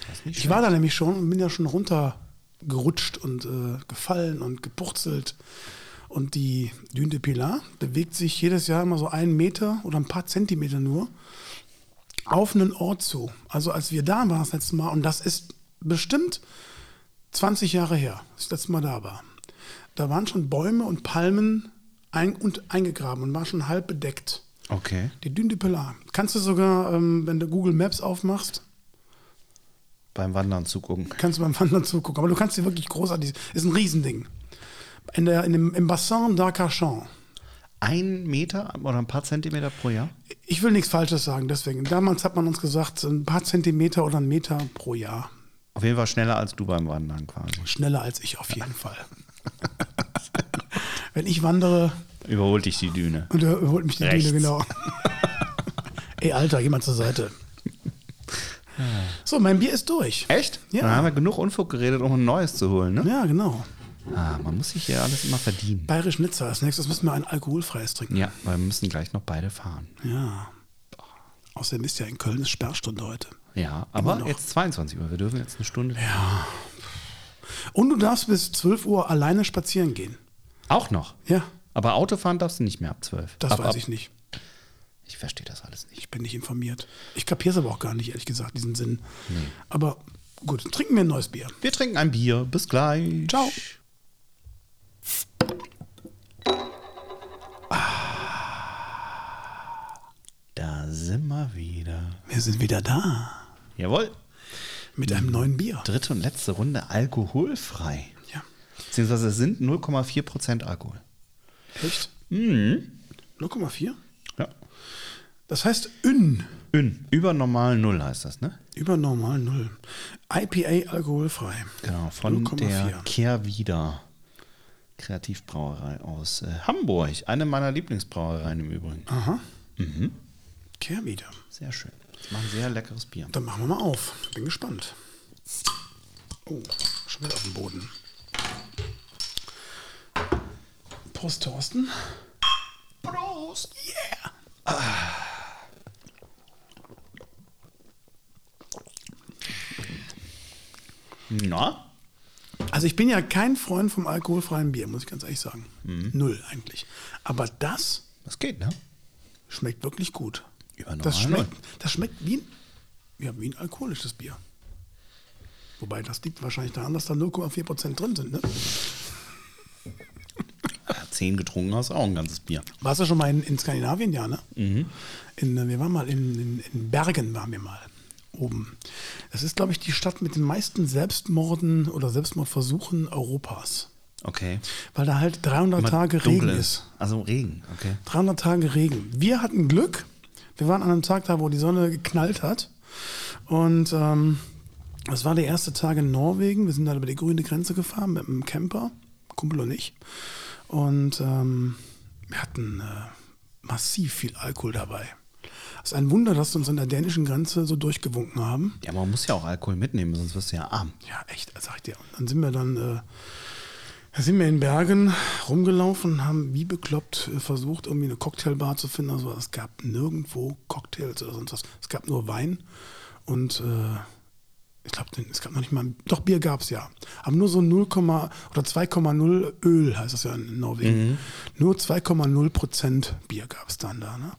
[SPEAKER 3] Das ist nicht
[SPEAKER 2] Ich war da nämlich schon und bin ja schon runtergerutscht und äh, gefallen und gepurzelt. Und die Dune de Pilar bewegt sich jedes Jahr immer so einen Meter oder ein paar Zentimeter nur auf einen Ort zu. Also als wir da waren das letzte Mal, und das ist bestimmt 20 Jahre her, als ich das letzte Mal da war, da waren schon Bäume und Palmen ein und eingegraben und war schon halb bedeckt.
[SPEAKER 3] schlecht. Okay.
[SPEAKER 2] Die Dune de Pilar. Kannst du sogar, ähm, wenn du Google Maps aufmachst,
[SPEAKER 3] Beim Wandern zugucken.
[SPEAKER 2] kannst du beim Wandern zugucken. Aber du kannst dir wirklich großartig. Ist ein Riesending. In der, in dem, Im Bassin d'Arcachon.
[SPEAKER 3] Ein Meter oder ein paar Zentimeter pro Jahr?
[SPEAKER 2] Ich will nichts Falsches sagen, deswegen. Damals hat man uns gesagt, ein paar Zentimeter oder ein Meter pro Jahr.
[SPEAKER 3] Auf jeden Fall schneller als du beim Wandern quasi.
[SPEAKER 2] Schneller als ich auf jeden Fall. Wenn ich wandere
[SPEAKER 3] Überholt dich die Düne.
[SPEAKER 2] und er holt mich die
[SPEAKER 3] Rechts.
[SPEAKER 2] Düne, genau. Ey, Alter, geh mal zur Seite. So, mein Bier ist durch.
[SPEAKER 3] Echt?
[SPEAKER 2] Ja.
[SPEAKER 3] Dann haben wir genug Unfug geredet, um ein neues zu holen, ne?
[SPEAKER 2] Ja, genau.
[SPEAKER 3] Ah, man muss sich hier alles immer verdienen.
[SPEAKER 2] Bayerisch Nizza. Als nächstes müssen wir ein alkoholfreies trinken.
[SPEAKER 3] Ja, weil wir müssen gleich noch beide fahren.
[SPEAKER 2] Ja. Außerdem ist ja in Köln eine Sperrstunde heute.
[SPEAKER 3] Ja,
[SPEAKER 2] Immer
[SPEAKER 3] aber
[SPEAKER 2] noch.
[SPEAKER 3] jetzt 22 Uhr. Wir dürfen jetzt eine Stunde.
[SPEAKER 2] Und du darfst bis 12 Uhr alleine spazieren gehen.
[SPEAKER 3] Auch noch.
[SPEAKER 2] Ja,
[SPEAKER 3] Aber Autofahren darfst du nicht mehr ab 12.
[SPEAKER 2] das
[SPEAKER 3] ab,
[SPEAKER 2] weiß
[SPEAKER 3] ab,
[SPEAKER 2] ich nicht.
[SPEAKER 3] Ich verstehe das alles nicht.
[SPEAKER 2] Ich bin nicht informiert. Ich kapiere es aber auch gar nicht, ehrlich gesagt, diesen Sinn.
[SPEAKER 3] Hm.
[SPEAKER 2] Aber gut, trinken wir ein neues Bier.
[SPEAKER 3] Wir trinken ein Bier. Bis gleich.
[SPEAKER 2] Ciao.
[SPEAKER 3] Ah, Da sind wir wieder.
[SPEAKER 2] Wir sind wieder da.
[SPEAKER 3] Jawohl.
[SPEAKER 2] Mit einem
[SPEAKER 3] Hm.
[SPEAKER 2] neuen Bier.
[SPEAKER 3] Dritte und letzte Runde alkoholfrei.
[SPEAKER 2] Ja.
[SPEAKER 3] Beziehungsweise es sind 0,4% Alkohol.
[SPEAKER 2] Echt?
[SPEAKER 3] Hm.
[SPEAKER 2] 0,4?
[SPEAKER 3] Ja.
[SPEAKER 2] Das heißt Ün.
[SPEAKER 3] Ün. Über normal Null heißt das, ne?
[SPEAKER 2] Über normal 0. IPA alkoholfrei.
[SPEAKER 3] Genau, von
[SPEAKER 2] 0,4.
[SPEAKER 3] der Kehrwieder Kreativbrauerei aus äh, Hamburg. Eine meiner Lieblingsbrauereien im Übrigen.
[SPEAKER 2] Aha.
[SPEAKER 3] Mhm.
[SPEAKER 2] Kehr wieder.
[SPEAKER 3] Sehr schön. Sie machen sehr leckeres Bier.
[SPEAKER 2] Dann machen wir mal auf. Bin gespannt. Oh, schon wieder auf dem Boden. Prost, Thorsten.
[SPEAKER 3] Prost!
[SPEAKER 2] Yeah.
[SPEAKER 3] Na?
[SPEAKER 2] Also ich bin ja kein Freund vom alkoholfreien Bier, muss ich ganz ehrlich sagen.
[SPEAKER 3] Mhm.
[SPEAKER 2] Null eigentlich. Aber das
[SPEAKER 3] Das geht, ne?
[SPEAKER 2] schmeckt wirklich gut.
[SPEAKER 3] Über
[SPEAKER 2] Das
[SPEAKER 3] normal ne?
[SPEAKER 2] schmeckt, das schmeckt wie ein, ja, wie ein alkoholisches Bier. Wobei das liegt wahrscheinlich daran, dass da 0,4% drin sind. Ne?
[SPEAKER 3] Ja, Zehn getrunken hast, auch ein ganzes Bier.
[SPEAKER 2] Warst du schon mal in, in Skandinavien, ja, ne? In, äh, wir waren mal in, in, in Bergen, waren wir mal oben. Das ist, glaube ich, die Stadt mit den meisten Selbstmorden oder Selbstmordversuchen Europas.
[SPEAKER 3] Okay.
[SPEAKER 2] Weil da halt 300
[SPEAKER 3] Immer
[SPEAKER 2] Tage
[SPEAKER 3] dunkel
[SPEAKER 2] Regen ist.
[SPEAKER 3] Also Regen, okay.
[SPEAKER 2] 300 Tage Regen. Wir hatten Glück. Wir waren an einem Tag da, wo die Sonne geknallt hat. Und ähm, das war der erste Tag in Norwegen. Wir sind dann über die grüne Grenze gefahren mit einem Camper, Kumpel und ich. Und ähm, wir hatten äh, massiv viel Alkohol dabei. Es ist ein Wunder, dass wir uns an der dänischen Grenze so durchgewunken haben.
[SPEAKER 3] Ja, man muss ja auch Alkohol mitnehmen, sonst wirst du ja arm.
[SPEAKER 2] Ja, echt, also sag ich dir. Und dann sind wir dann, äh, da sind wir in Bergen rumgelaufen, haben wie bekloppt äh, versucht, irgendwie eine Cocktailbar zu finden. Also es gab nirgendwo Cocktails oder sonst was. Es gab nur Wein und äh, ich glaube, es gab noch nicht mal, doch Bier gab es ja. Aber nur so 0, oder 2,0 Öl heißt das ja in Norwegen. Nur 2,0 Prozent Bier gab es dann da. Ne?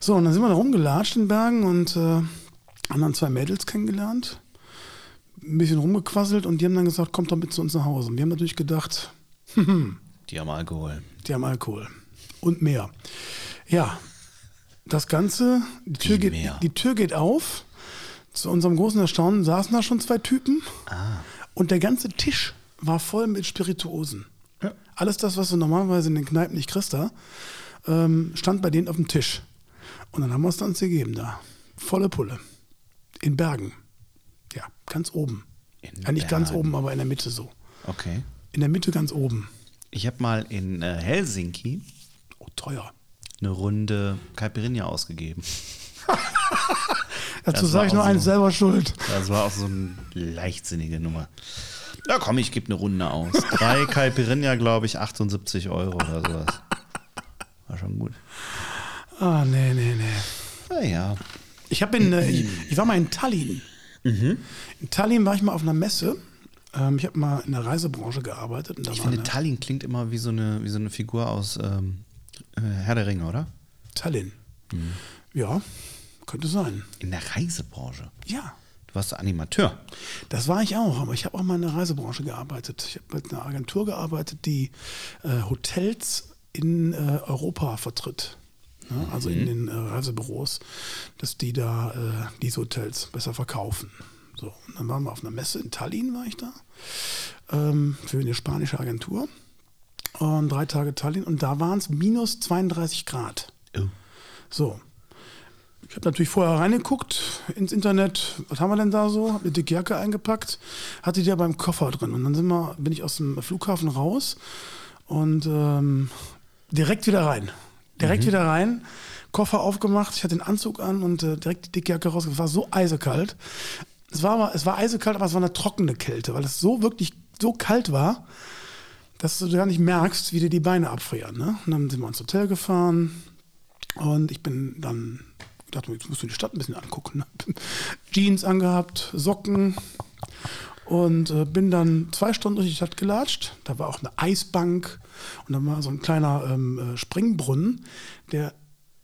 [SPEAKER 2] So, und dann sind wir da rumgelatscht in Bergen und äh, haben dann zwei Mädels kennengelernt ein bisschen rumgequasselt und die haben dann gesagt, kommt doch mit zu uns nach Hause. Und wir haben natürlich gedacht,
[SPEAKER 3] Die haben Alkohol.
[SPEAKER 2] die haben Alkohol und mehr. Ja, das Ganze, die Tür,
[SPEAKER 3] Wie
[SPEAKER 2] geht,
[SPEAKER 3] mehr?
[SPEAKER 2] die Tür geht auf. Zu unserem großen Erstaunen saßen da schon zwei Typen
[SPEAKER 3] Ah.
[SPEAKER 2] und der ganze Tisch war voll mit Spirituosen. Alles das, was du normalerweise in den Kneipen nicht kriegst, da, ähm, stand bei denen auf dem Tisch. Und dann haben wir es uns gegeben da. Volle Pulle. In Bergen. Ja, ganz oben.
[SPEAKER 3] In
[SPEAKER 2] ja, nicht ganz
[SPEAKER 3] Bergen.
[SPEAKER 2] oben, aber in der Mitte so.
[SPEAKER 3] Okay.
[SPEAKER 2] In der Mitte ganz oben.
[SPEAKER 3] Ich habe mal in äh, Helsinki
[SPEAKER 2] Oh, teuer.
[SPEAKER 3] eine Runde Caipirinha ausgegeben.
[SPEAKER 2] Dazu
[SPEAKER 3] Das war
[SPEAKER 2] sage ich nur
[SPEAKER 3] auch
[SPEAKER 2] eins
[SPEAKER 3] so.
[SPEAKER 2] selber schuld.
[SPEAKER 3] Das war auch so eine leichtsinnige Nummer. Na komm, ich gebe eine Runde aus. Drei Caipirinha, glaube ich, 78 Euro oder sowas. War schon gut.
[SPEAKER 2] Ah, nee, nee, nee.
[SPEAKER 3] Naja.
[SPEAKER 2] Ich habe in, äh, ich,
[SPEAKER 3] Mhm.
[SPEAKER 2] ich war mal in Tallinn. In Tallinn war ich mal auf einer Messe. Ähm, ich habe mal in der Reisebranche gearbeitet. Und da
[SPEAKER 3] Ich
[SPEAKER 2] war
[SPEAKER 3] finde,
[SPEAKER 2] eine
[SPEAKER 3] Tallinn klingt immer wie so eine, wie so eine Figur aus ähm, äh, Herr der Ringe, oder?
[SPEAKER 2] Tallinn.
[SPEAKER 3] Mhm.
[SPEAKER 2] Ja, könnte sein.
[SPEAKER 3] In der Reisebranche.
[SPEAKER 2] Ja,
[SPEAKER 3] Du warst Animateur.
[SPEAKER 2] das war ich auch. Aber ich habe auch mal in der Reisebranche gearbeitet. Ich habe mit einer Agentur gearbeitet, die äh, Hotels in äh, Europa vertritt. Ne? Also in den äh, Reisebüros, dass die da äh, diese Hotels besser verkaufen. So, und dann waren wir auf einer Messe in Tallinn, war ich da. ähm, für eine spanische Agentur. Und drei Tage Tallinn. Und da waren es minus 32 Grad. So. Ich habe natürlich vorher reingeguckt ins Internet. Was haben wir denn da so? Hab eine dicke Jacke eingepackt. Hatte die ja beim Koffer drin. Und dann sind wir, bin ich aus dem Flughafen raus und ähm, direkt wieder rein. Direkt wieder rein. Koffer aufgemacht. Ich hatte den Anzug an und äh, direkt die dicke Jacke raus. Es war so eisekalt. Es war, aber, es war eisekalt, aber es war eine trockene Kälte, weil es so wirklich so kalt war, dass du gar nicht merkst, wie dir die Beine abfrieren. Ne? Und dann sind wir ins Hotel gefahren und ich bin dann, dachte mir, jetzt musst du die Stadt ein bisschen angucken. Ne? Jeans angehabt, Socken und äh, bin dann zwei Stunden durch die Stadt gelatscht. Da war auch eine Eisbank und dann war so ein kleiner ähm, äh, Springbrunnen, der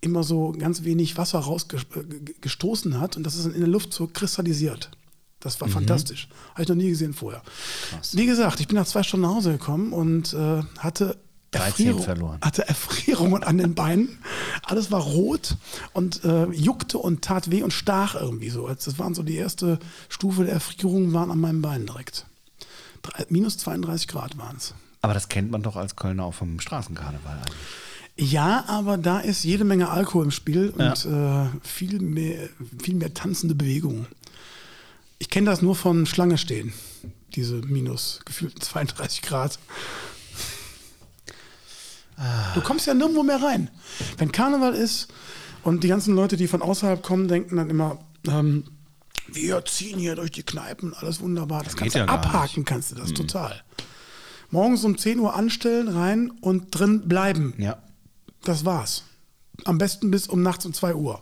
[SPEAKER 2] immer so ganz wenig Wasser äh, rausgestoßen hat und das ist dann in der Luft so kristallisiert. Das war fantastisch. Habe ich noch nie gesehen vorher. Wie gesagt, ich bin nach zwei Stunden nach Hause gekommen und äh, hatte
[SPEAKER 3] 13
[SPEAKER 2] Erfrierung,
[SPEAKER 3] verloren.
[SPEAKER 2] hatte Erfrierungen an den Beinen. Alles war rot und äh, juckte und tat weh und stach irgendwie so. Also Das waren so die erste Stufe der Erfrierungen waren an meinen Beinen direkt. Drei, minus 32 Grad waren es.
[SPEAKER 3] Aber das kennt man doch als Kölner auch vom Straßenkarneval eigentlich.
[SPEAKER 2] Ja, aber da ist jede Menge Alkohol im Spiel und äh, viel, mehr, viel mehr tanzende Bewegungen. Ich kenne das nur von Schlange stehen, diese minus gefühlten 32 Grad. Du kommst ja nirgendwo mehr rein. Wenn Karneval ist und die ganzen Leute, die von außerhalb kommen, denken dann immer, ähm, wir ziehen hier durch die Kneipen, alles wunderbar. Das kannst du
[SPEAKER 3] geht ja gar Mhm.
[SPEAKER 2] abhaken, kannst du das total. Morgens um 10 Uhr anstellen, rein und drin bleiben.
[SPEAKER 3] Ja.
[SPEAKER 2] Das war's. Am besten bis um nachts um 2 Uhr.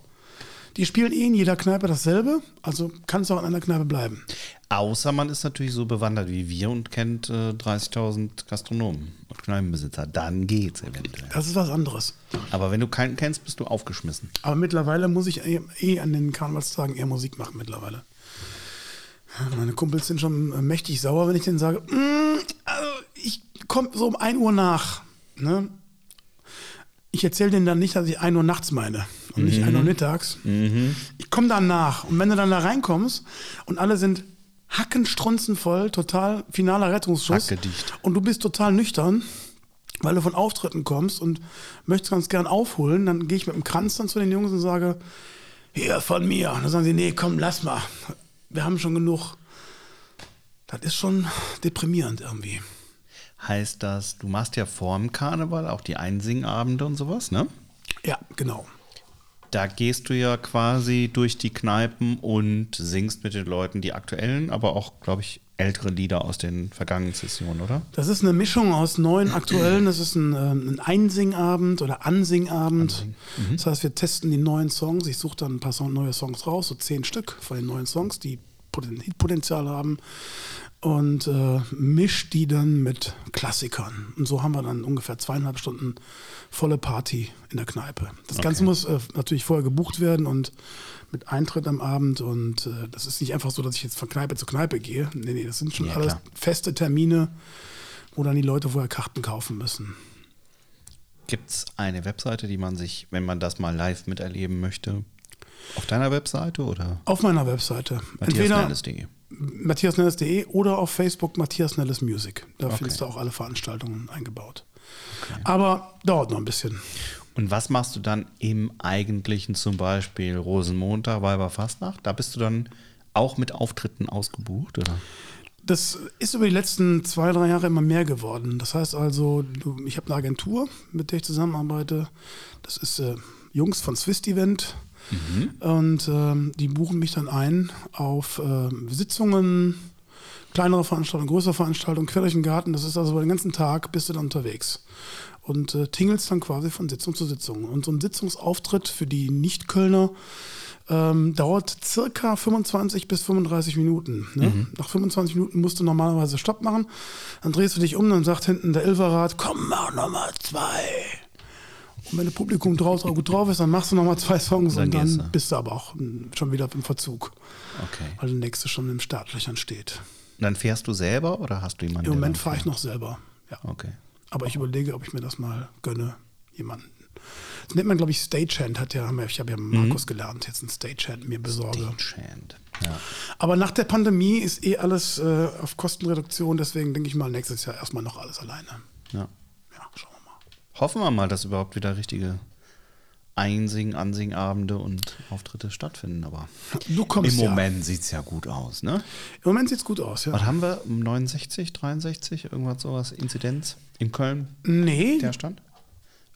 [SPEAKER 2] Die spielen eh in jeder Kneipe dasselbe, also kann es auch in einer Kneipe bleiben.
[SPEAKER 3] Außer man ist natürlich so bewandert wie wir und kennt äh, 30.000 Gastronomen und Kneipenbesitzer. Dann geht's eventuell.
[SPEAKER 2] Das ist was anderes.
[SPEAKER 3] Aber wenn du keinen kennst, bist du aufgeschmissen.
[SPEAKER 2] Aber mittlerweile muss ich eh, eh an den Karnevalstagen eher Musik machen mittlerweile. Ja, Meine Kumpels sind schon äh, mächtig sauer, wenn ich denen sage, "Mm, also ich komme so um 1 Uhr nach. Ne? Ich erzähle denen dann nicht, dass ich 1 Uhr nachts meine und nicht 1 Uhr mittags. Ich komme dann nach. Und wenn du dann da reinkommst und alle sind hackenstrunzenvoll, total finaler Rettungsschuss
[SPEAKER 3] Hackedicht.
[SPEAKER 2] und du bist total nüchtern, weil du von Auftritten kommst und möchtest ganz gern aufholen, dann gehe ich mit dem Kranz dann zu den Jungs und sage, hier von mir. Und dann sagen sie, nee, komm, lass mal. Wir haben schon genug. Das ist schon deprimierend irgendwie.
[SPEAKER 3] Heißt das, du machst ja vorm Karneval auch die Einsingabende und sowas, ne?
[SPEAKER 2] Ja, genau.
[SPEAKER 3] Da gehst du ja quasi durch die Kneipen und singst mit den Leuten die aktuellen, aber auch, glaube ich, ältere Lieder aus den vergangenen Sessionen, oder?
[SPEAKER 2] Das ist eine Mischung aus neuen, aktuellen. Das ist ein, ähm, ein Einsingabend oder Ansingabend.
[SPEAKER 3] mhm.
[SPEAKER 2] Das heißt, wir testen die neuen Songs. Ich suche dann ein paar Song, neue Songs raus, so zehn Stück von den neuen Songs, die Poten- Hitpotenzial haben. Und äh, misch die dann mit Klassikern. Und so haben wir dann ungefähr zweieinhalb Stunden volle Party in der Kneipe. Das Ganze muss äh, natürlich vorher gebucht werden und mit Eintritt am Abend. Und äh, das ist nicht einfach so, dass ich jetzt von Kneipe zu Kneipe gehe. Nee, nee, das sind schon
[SPEAKER 3] Ja,
[SPEAKER 2] alles
[SPEAKER 3] klar.
[SPEAKER 2] feste Termine wo dann die Leute vorher Karten kaufen müssen.
[SPEAKER 3] Gibt es eine Webseite, die man sich, wenn man das mal live miterleben möchte, auf deiner Webseite oder
[SPEAKER 2] Auf meiner Webseite. Entweder
[SPEAKER 3] matthiasnellis.de?
[SPEAKER 2] matthiasnellis.de E oder auf Facebook Matthias Nellis Music. Da
[SPEAKER 3] Okay.
[SPEAKER 2] findest du auch alle Veranstaltungen eingebaut. Aber dauert noch ein bisschen.
[SPEAKER 3] Und was machst du dann im eigentlichen, zum Beispiel Rosenmontag, Weiberfastnacht? Da bist du dann auch mit Auftritten ausgebucht, oder?
[SPEAKER 2] Das ist über die letzten zwei, drei Jahre immer mehr geworden. Das heißt also, du, ich habe eine Agentur, mit der ich zusammenarbeite. Das ist äh, Jungs von Swist Event. Und ähm, die buchen mich dann ein auf ähm, Sitzungen, kleinere Veranstaltungen, größere Veranstaltungen, quer durch den Garten. Das ist also den ganzen Tag bist du dann unterwegs und äh, tingelst dann quasi von Sitzung zu Sitzung. Und so ein Sitzungsauftritt für die Nicht-Kölner ähm, dauert circa 25 bis 35 Minuten. Ne?
[SPEAKER 3] Mhm.
[SPEAKER 2] Nach 25 Minuten musst du normalerweise Stopp machen. Dann drehst du dich um, dann sagt hinten der Ilverrat, komm, mach nochmal zwei. Und wenn das Publikum drauf, gut drauf ist, dann machst du nochmal zwei Songs
[SPEAKER 3] Dann
[SPEAKER 2] und dann,
[SPEAKER 3] gehst du.
[SPEAKER 2] bist du aber auch mm, schon wieder im Verzug,
[SPEAKER 3] Okay.
[SPEAKER 2] weil der nächste schon im Startlöchern steht.
[SPEAKER 3] Und dann fährst du selber oder hast du jemanden?
[SPEAKER 2] Im
[SPEAKER 3] der
[SPEAKER 2] Moment
[SPEAKER 3] dann
[SPEAKER 2] fahre ich noch selber. Ja.
[SPEAKER 3] Okay.
[SPEAKER 2] Aber ich überlege, ob ich mir das mal gönne, jemanden. Das nennt man, glaube ich, Stagehand, hat ja, haben wir- ich habe ja
[SPEAKER 3] Mhm.
[SPEAKER 2] Markus gelernt, jetzt einen Stagehand mir besorge.
[SPEAKER 3] Chant. Ja.
[SPEAKER 2] Aber nach der Pandemie ist eh alles äh, auf Kostenreduktion, deswegen denke ich mal nächstes Jahr erstmal noch alles alleine.
[SPEAKER 3] ja.
[SPEAKER 2] Ja, schauen wir mal.
[SPEAKER 3] Hoffen wir mal, dass überhaupt wieder richtige Einsingen, Ansingabende und Auftritte stattfinden, aber
[SPEAKER 2] Du kommst
[SPEAKER 3] im
[SPEAKER 2] ja.
[SPEAKER 3] Moment sieht es ja gut aus, ne?
[SPEAKER 2] Im Moment sieht's gut aus, ja.
[SPEAKER 3] Was haben wir? 69, 63, irgendwas sowas? Inzidenz in Köln,
[SPEAKER 2] Nee,
[SPEAKER 3] der Stand?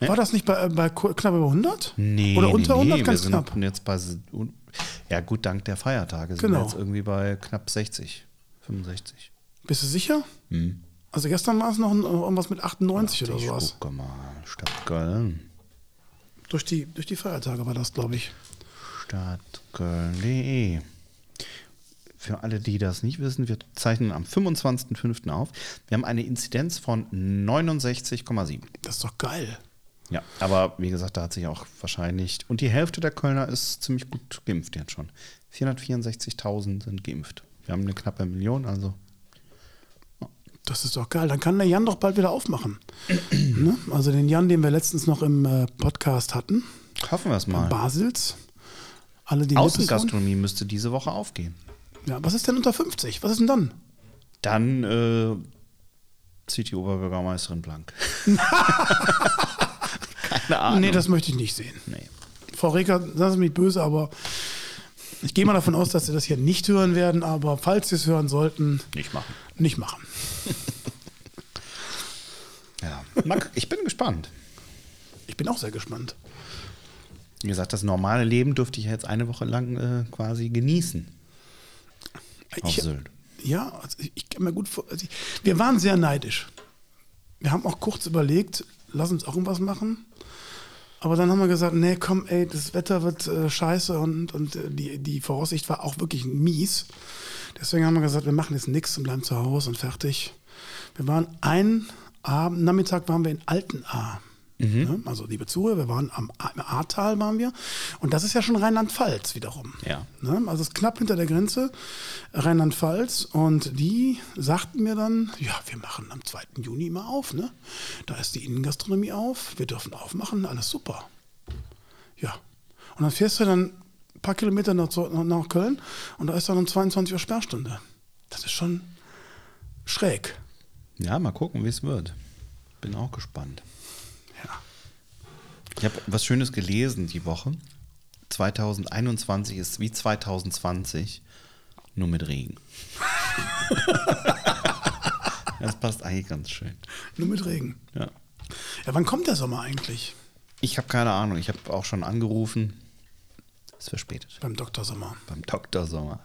[SPEAKER 2] war das nicht bei, äh, bei ku- knapp über 100?
[SPEAKER 3] Nee,
[SPEAKER 2] Oder unter
[SPEAKER 3] nee,
[SPEAKER 2] 100
[SPEAKER 3] nee,
[SPEAKER 2] ganz
[SPEAKER 3] wir
[SPEAKER 2] knapp.
[SPEAKER 3] Sind jetzt bei, s- un- ja gut, dank der Feiertage sind
[SPEAKER 2] Genau.
[SPEAKER 3] wir jetzt irgendwie bei knapp 60, 65.
[SPEAKER 2] Bist du sicher? Also gestern war es noch ein, irgendwas mit 98 oder
[SPEAKER 3] Mhm. Ich oh.
[SPEAKER 2] sowas.
[SPEAKER 3] gucke mal. Stadt Köln.
[SPEAKER 2] Durch die, durch die Feiertage war das, glaube ich.
[SPEAKER 3] Stadt Köln.de. Für alle, die das nicht wissen, wir zeichnen am 25.05. auf. Wir haben eine Inzidenz von 69,7.
[SPEAKER 2] Das ist doch geil.
[SPEAKER 3] Ja, aber wie gesagt, da hat sich auch wahrscheinlich. Und die Hälfte der Kölner ist ziemlich gut geimpft jetzt schon. 464.000 sind geimpft. Wir haben eine knappe Million, also.
[SPEAKER 2] Das ist doch geil. Dann kann der Jan doch bald wieder aufmachen. ne? Also den Jan, den wir letztens noch im äh, Podcast hatten,
[SPEAKER 3] Hoffen wir es mal.
[SPEAKER 2] Basels. Alle, die in Lippes wohnen.
[SPEAKER 3] Außengastronomie müsste diese Woche aufgehen.
[SPEAKER 2] Ja, was ist denn unter 50? Was ist denn dann?
[SPEAKER 3] Dann äh, zieht die Oberbürgermeisterin blank. Keine Ahnung.
[SPEAKER 2] Nee, das möchte ich nicht sehen.
[SPEAKER 3] Nee.
[SPEAKER 2] Frau Reker, das ist mich böse, aber ich gehe mal davon aus, dass Sie das hier nicht hören werden, aber falls Sie es hören sollten,
[SPEAKER 3] Nicht machen.
[SPEAKER 2] nicht machen.
[SPEAKER 3] Ja. Marc, ich bin gespannt.
[SPEAKER 2] Ich bin auch sehr gespannt.
[SPEAKER 3] Wie gesagt, das normale Leben dürfte ich jetzt eine Woche lang äh, quasi genießen. Auf
[SPEAKER 2] Ich,
[SPEAKER 3] Sylt.
[SPEAKER 2] ja, also ich, ich kann mir gut vor. Also ich, wir waren sehr neidisch. Wir haben auch kurz überlegt, lass uns auch irgendwas machen. Aber dann haben wir gesagt, nee, komm, ey, das Wetter wird äh, scheiße und, und äh, die, die Voraussicht war auch wirklich mies. Deswegen haben wir gesagt, wir machen jetzt nichts und bleiben zu Hause und fertig. Wir waren einen Abend, Nachmittag waren wir in Altenahr. Ne? Also liebe Zuhörer, wir waren am A- im Ahrtal waren wir. Und das ist ja schon Rheinland-Pfalz wiederum.
[SPEAKER 3] Ja.
[SPEAKER 2] Ne? Also es ist knapp hinter der Grenze Rheinland-Pfalz. Und die sagten mir dann, ja, wir machen am 2. Juni mal auf. Ne? Da ist die Innengastronomie auf, wir dürfen aufmachen, alles super. Ja. Und dann fährst du dann ein paar Kilometer nach, zu- nach Köln und da ist dann um 22 Uhr Sperrstunde. Das ist schon schräg.
[SPEAKER 3] Ja, mal gucken, wie es wird. Bin auch gespannt.
[SPEAKER 2] Ja.
[SPEAKER 3] Ich habe was Schönes gelesen die Woche. 2021 ist wie 2020, nur mit Regen. das passt eigentlich ganz schön.
[SPEAKER 2] Nur mit Regen.
[SPEAKER 3] Ja.
[SPEAKER 2] Ja, wann kommt der Sommer eigentlich?
[SPEAKER 3] Ich habe keine Ahnung. Ich habe auch schon angerufen. Ist verspätet.
[SPEAKER 2] Beim Dr. Sommer.
[SPEAKER 3] Beim Dr. Sommer.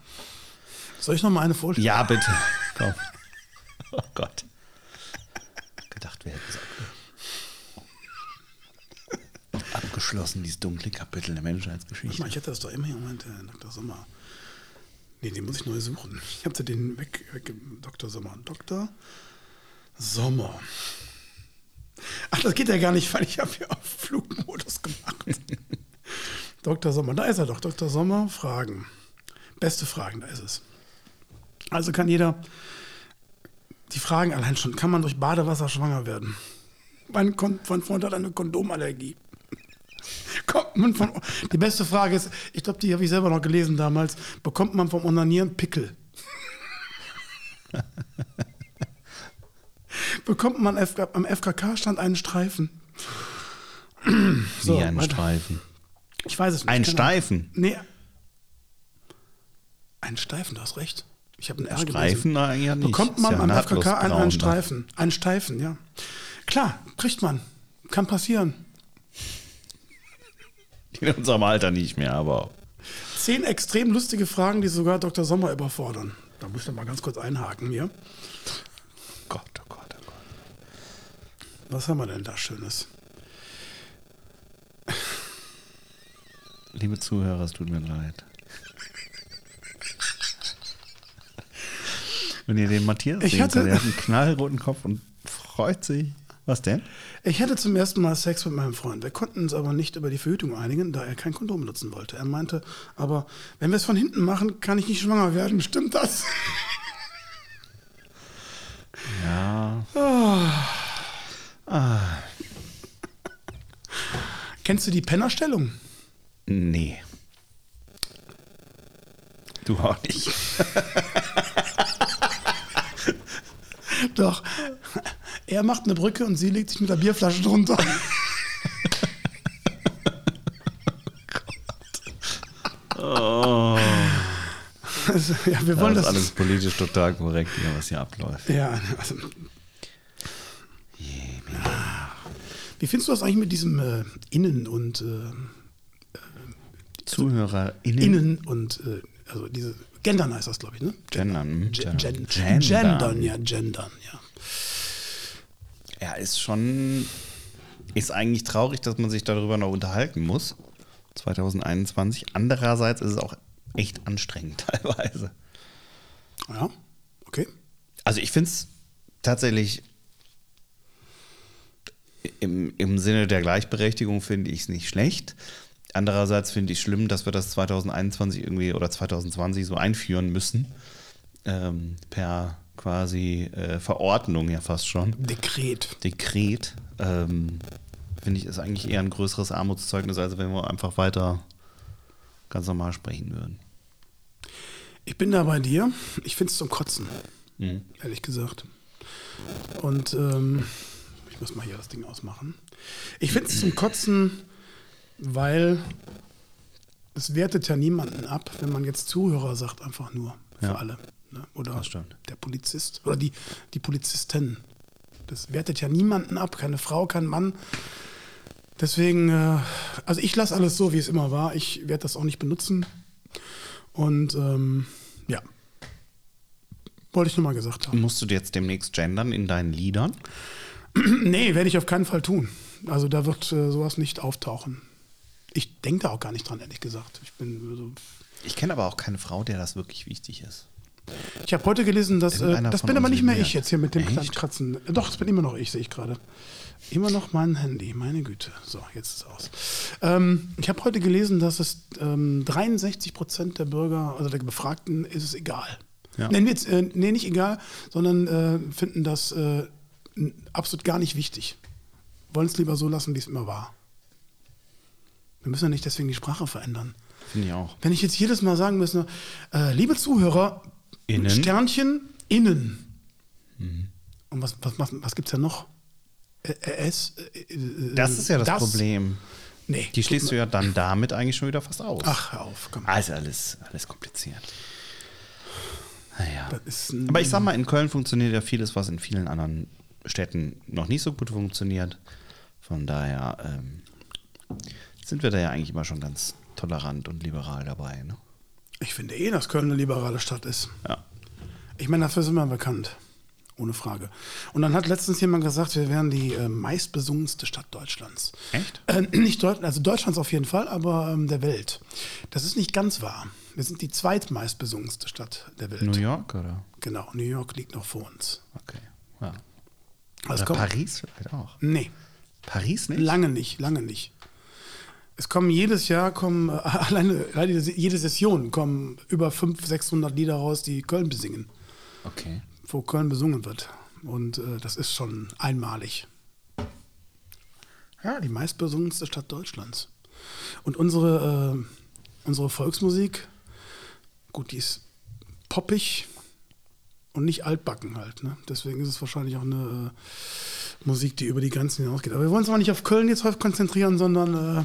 [SPEAKER 2] Soll ich noch mal eine vorstellen?
[SPEAKER 3] Ja, bitte. Komm. Oh Gott. Gedacht, wir hätten es abge- abgeschlossen, dieses dunkle Kapitel der
[SPEAKER 2] Ich, meine,
[SPEAKER 3] Menschheitsgeschichte.
[SPEAKER 2] ich hatte das doch immer hier. Moment, äh, Dr. Sommer. Nee, den muss ich neu suchen. Ich hatte den weg, weg Dr. Sommer. Dr. Sommer. Ach, das geht ja gar nicht, weil ich habe hier auf Flugmodus gemacht. Dr. Sommer, da ist er doch. Dr. Sommer, Fragen. Beste Fragen, da ist es. Also kann jeder die Fragen allein schon. Kann man durch Badewasser schwanger werden? Mein, Kon mein Freund hat eine Kondomallergie. Kommt man von, die beste Frage ist, ich glaube, die habe ich selber noch gelesen damals, bekommt man vom Onanieren Pickel? bekommt man FK, am FKK-Stand einen Streifen?
[SPEAKER 3] Wie ein
[SPEAKER 2] weiter.
[SPEAKER 3] Streifen.
[SPEAKER 2] Ich weiß es nicht.
[SPEAKER 3] Ein
[SPEAKER 2] keine
[SPEAKER 3] Steifen.
[SPEAKER 2] Ahnung. Nee. Ein Steifen, du hast recht. Ich habe einen R gelesen.
[SPEAKER 3] Streifen? Na, äh, ja, nicht.
[SPEAKER 2] Bekommt
[SPEAKER 3] Ist
[SPEAKER 2] man
[SPEAKER 3] ja
[SPEAKER 2] am
[SPEAKER 3] nahtlos
[SPEAKER 2] FKK einen,
[SPEAKER 3] braun, ne?
[SPEAKER 2] einen Streifen? Einen Steifen, ja. Klar, kriegt man. Kann passieren.
[SPEAKER 3] In unserem Alter nicht mehr, aber.
[SPEAKER 2] Zehn extrem lustige Fragen, die sogar Dr. Sommer überfordern. Da muss ich noch mal ganz kurz einhaken hier.
[SPEAKER 3] Gott, oh Gott, oh Gott.
[SPEAKER 2] Was haben wir denn da Schönes?
[SPEAKER 3] Liebe Zuhörer, es tut mir leid. Wenn ihr den Matthias
[SPEAKER 2] Ich
[SPEAKER 3] seht,
[SPEAKER 2] hatte-
[SPEAKER 3] der hat einen knallroten Kopf und freut sich. Was denn?
[SPEAKER 2] Ich hatte zum ersten Mal Sex mit meinem Freund. Wir konnten uns aber nicht über die Verhütung einigen, da er kein Kondom benutzen wollte. Er meinte, aber wenn wir es von hinten machen, kann ich nicht schwanger werden. Stimmt das?
[SPEAKER 3] Ja.
[SPEAKER 2] Ah. Kennst du die Pennerstellung?
[SPEAKER 3] Nee. Du auch nicht.
[SPEAKER 2] Doch. Er macht eine Brücke und sie legt sich mit der Bierflasche drunter. Also, Oh. ja, wir wollen
[SPEAKER 3] Das
[SPEAKER 2] das.
[SPEAKER 3] ist alles politisch total korrekt, hier, was hier abläuft.
[SPEAKER 2] Ja, also. Wie findest du das eigentlich mit diesem äh, Innen und äh,
[SPEAKER 3] ZuhörerInnen.
[SPEAKER 2] Innen und äh, also diese Gendern heißt das, glaube ich, ne?
[SPEAKER 3] Gendern.
[SPEAKER 2] Gen- Gen-
[SPEAKER 3] Gendern.
[SPEAKER 2] Gendern, ja, Gendern, ja.
[SPEAKER 3] Ja, ist schon. Ist eigentlich traurig, dass man sich darüber noch unterhalten muss. 2021. Andererseits ist es auch echt anstrengend teilweise.
[SPEAKER 2] Ja, okay.
[SPEAKER 3] Also ich finde es tatsächlich im, im Sinne der Gleichberechtigung finde ich es nicht schlecht. Andererseits finde ich schlimm, dass wir das 2021 irgendwie oder 2020 so einführen müssen. Ähm, per quasi äh, Verordnung ja fast schon.
[SPEAKER 2] Dekret.
[SPEAKER 3] Dekret. Ähm, finde ich ist eigentlich eher ein größeres Armutszeugnis, als wenn wir einfach weiter ganz normal sprechen würden.
[SPEAKER 2] Ich bin da bei dir. Ich finde es zum Kotzen.
[SPEAKER 3] Mhm.
[SPEAKER 2] Ehrlich gesagt. Und ähm, ich muss mal hier das Ding ausmachen. Ich finde es zum Kotzen, weil es wertet ja niemanden ab, wenn man jetzt Zuhörer sagt, einfach nur für
[SPEAKER 3] Ja.
[SPEAKER 2] alle. Ne? Oder
[SPEAKER 3] Das stimmt.
[SPEAKER 2] der Polizist oder die, die Polizistin. Das wertet ja niemanden ab, keine Frau, kein Mann. Deswegen, äh, also ich lasse alles so, wie es immer war. Ich werde das auch nicht benutzen. Und ähm, ja, wollte ich nur mal gesagt haben.
[SPEAKER 3] Musst du jetzt demnächst gendern in deinen Liedern?
[SPEAKER 2] Nee, werde ich auf keinen Fall tun. Also da wird äh, sowas nicht auftauchen. Ich denke da auch gar nicht dran, ehrlich gesagt. Ich bin also so.
[SPEAKER 3] Ich kenne aber auch keine Frau, der das wirklich wichtig ist.
[SPEAKER 2] Ich habe heute gelesen, dass äh,
[SPEAKER 3] Irgendeiner
[SPEAKER 2] das
[SPEAKER 3] von
[SPEAKER 2] bin aber
[SPEAKER 3] uns
[SPEAKER 2] nicht mehr
[SPEAKER 3] wird
[SPEAKER 2] ich jetzt hier mit dem
[SPEAKER 3] Echt?
[SPEAKER 2] kleinen Kratzen. Äh, Doch, das bin immer noch ich, sehe ich gerade. Immer noch mein Handy, meine Güte. So, jetzt ist aus. Ähm, ich habe heute gelesen, dass es ähm, 63 Prozent der Bürger, also der Befragten, ist es egal.
[SPEAKER 3] Ja.
[SPEAKER 2] Nennen wir jetzt, äh, nee, nicht egal, sondern äh, finden das äh, n- absolut gar nicht wichtig. Wollen es lieber so lassen, wie es immer war. Wir müssen ja nicht deswegen die Sprache verändern.
[SPEAKER 3] Finde ich auch.
[SPEAKER 2] Wenn ich jetzt jedes Mal sagen müsste, äh, liebe Zuhörer,
[SPEAKER 3] Innen. Mhm.
[SPEAKER 2] Sternchen innen. Und was, was, was, was gibt es da noch? Ä- Ä- S, äh, äh,
[SPEAKER 3] Das ist ja das, Problem.
[SPEAKER 2] Nee.
[SPEAKER 3] Die schließt du ja dann damit eigentlich schon wieder fast aus.
[SPEAKER 2] Ach, hör auf, komm.
[SPEAKER 3] Also alles, alles kompliziert. Naja.
[SPEAKER 2] Das ist ein-
[SPEAKER 3] Aber ich sag mal, in Köln funktioniert ja vieles, was in vielen anderen Städten noch nicht so gut funktioniert. Von daher ähm, sind wir da ja eigentlich immer schon ganz tolerant und liberal dabei. Ne?
[SPEAKER 2] Ich finde eh, dass Köln eine liberale Stadt ist.
[SPEAKER 3] Ja.
[SPEAKER 2] Ich meine, dafür sind wir bekannt. Ohne Frage. Und dann hat letztens jemand gesagt, wir wären die äh, meistbesungenste Stadt Deutschlands.
[SPEAKER 3] Echt?
[SPEAKER 2] Äh, nicht Deutschland, also Deutschlands auf jeden Fall, aber ähm, der Welt. Das ist nicht ganz wahr. Wir sind die zweitmeistbesungenste Stadt der Welt.
[SPEAKER 3] New York oder?
[SPEAKER 2] Genau, New York liegt noch vor uns.
[SPEAKER 3] Okay. Ja.
[SPEAKER 2] Also
[SPEAKER 3] Oder
[SPEAKER 2] es kommt,
[SPEAKER 3] Paris vielleicht auch.
[SPEAKER 2] Nee,
[SPEAKER 3] Paris nicht?
[SPEAKER 2] lange nicht, lange nicht. Es kommen jedes Jahr, kommen, äh, alleine, alleine jede Session kommen über 500, 600 Lieder raus, die Köln besingen,
[SPEAKER 3] Okay.
[SPEAKER 2] wo Köln besungen wird. Und äh, das ist schon einmalig. Ja, die meistbesungenste Stadt Deutschlands. Und unsere, äh, unsere Volksmusik, gut, die ist poppig und nicht altbacken halt. Ne? Deswegen ist es wahrscheinlich auch eine äh, Musik, die über die Grenzen hinausgeht. Aber wir wollen uns mal nicht auf Köln jetzt häufig konzentrieren, sondern äh,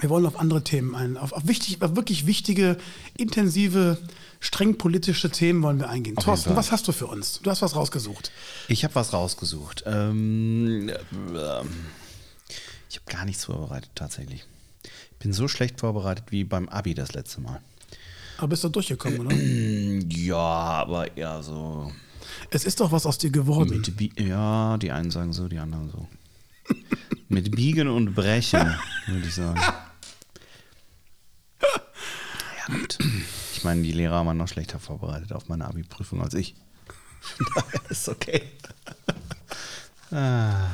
[SPEAKER 2] wir wollen auf andere Themen ein. Auf, auf, wichtig, auf wirklich wichtige, intensive, streng politische Themen wollen wir eingehen.
[SPEAKER 3] Auf jeden
[SPEAKER 2] Thorsten,
[SPEAKER 3] Fall.
[SPEAKER 2] was hast du für uns? Du hast was rausgesucht.
[SPEAKER 3] Ich habe was rausgesucht. Ähm, ähm, ich habe gar nichts vorbereitet tatsächlich. Ich bin so schlecht vorbereitet wie beim Abi das letzte Mal.
[SPEAKER 2] Aber bist du durchgekommen, oder?
[SPEAKER 3] Äh, Ja, aber eher so.
[SPEAKER 2] Es ist doch was aus dir geworden.
[SPEAKER 3] Oh, Mit Bi ja, die einen sagen so, die anderen so. Mit Biegen und Brechen, würde ich sagen. Ja, gut. Ich meine, die Lehrer waren noch schlechter vorbereitet auf meine Abi-Prüfung als ich. ist okay. Ah.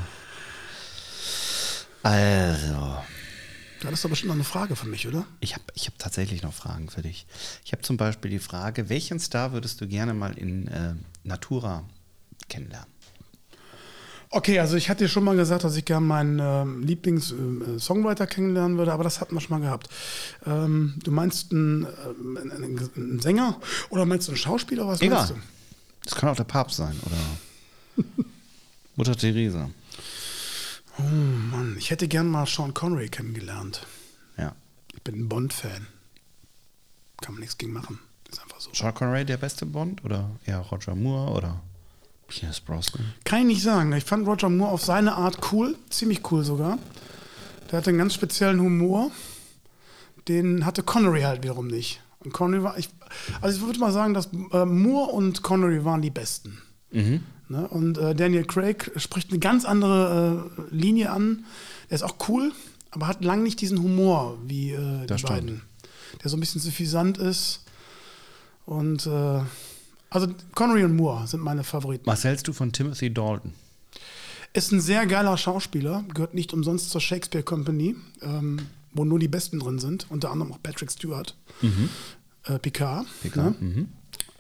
[SPEAKER 3] Also.
[SPEAKER 2] Da ist doch bestimmt noch eine Frage für mich, oder?
[SPEAKER 3] Ich habe ich hab tatsächlich noch Fragen für dich. Ich habe zum Beispiel die Frage, welchen Star würdest du gerne mal in äh, Natura kennenlernen?
[SPEAKER 2] Okay, also ich hatte dir schon mal gesagt, dass ich gerne meinen ähm, Lieblings-Songwriter kennenlernen würde, aber das hatten wir schon mal gehabt. Ähm, du meinst einen, ähm, einen, einen Sänger oder meinst du einen Schauspieler? Was meinst du?
[SPEAKER 3] Das kann auch der Papst sein oder Mutter Theresa.
[SPEAKER 2] Oh Mann, ich hätte gern mal Sean Connery kennengelernt.
[SPEAKER 3] Ja.
[SPEAKER 2] Ich bin ein Bond-Fan. Kann man nichts gegen machen. Ist einfach so.
[SPEAKER 3] Sean Connery der beste Bond oder eher Roger Moore oder Pierce Brosnan?
[SPEAKER 2] Kann ich nicht sagen. Ich fand Roger Moore auf seine Art cool, ziemlich cool sogar. Der hatte einen ganz speziellen Humor. Den hatte Connery halt wiederum nicht. Und Connery war, ich, also ich würde mal sagen, dass äh, Moore und Connery waren die Besten.
[SPEAKER 3] Mhm.
[SPEAKER 2] Ne? Und äh, Daniel Craig spricht eine ganz andere äh, Linie an. Der ist auch cool, aber hat lang nicht diesen Humor wie äh, die
[SPEAKER 3] Das stimmt.
[SPEAKER 2] beiden. Der so ein bisschen suffisant ist. Und äh, also Connery und Moore sind meine Favoriten.
[SPEAKER 3] Was hältst du von Timothy Dalton?
[SPEAKER 2] Ist ein sehr geiler Schauspieler, gehört nicht umsonst zur Shakespeare Company, ähm, wo nur die Besten drin sind, unter anderem auch Patrick Stewart, äh, Picard. ne?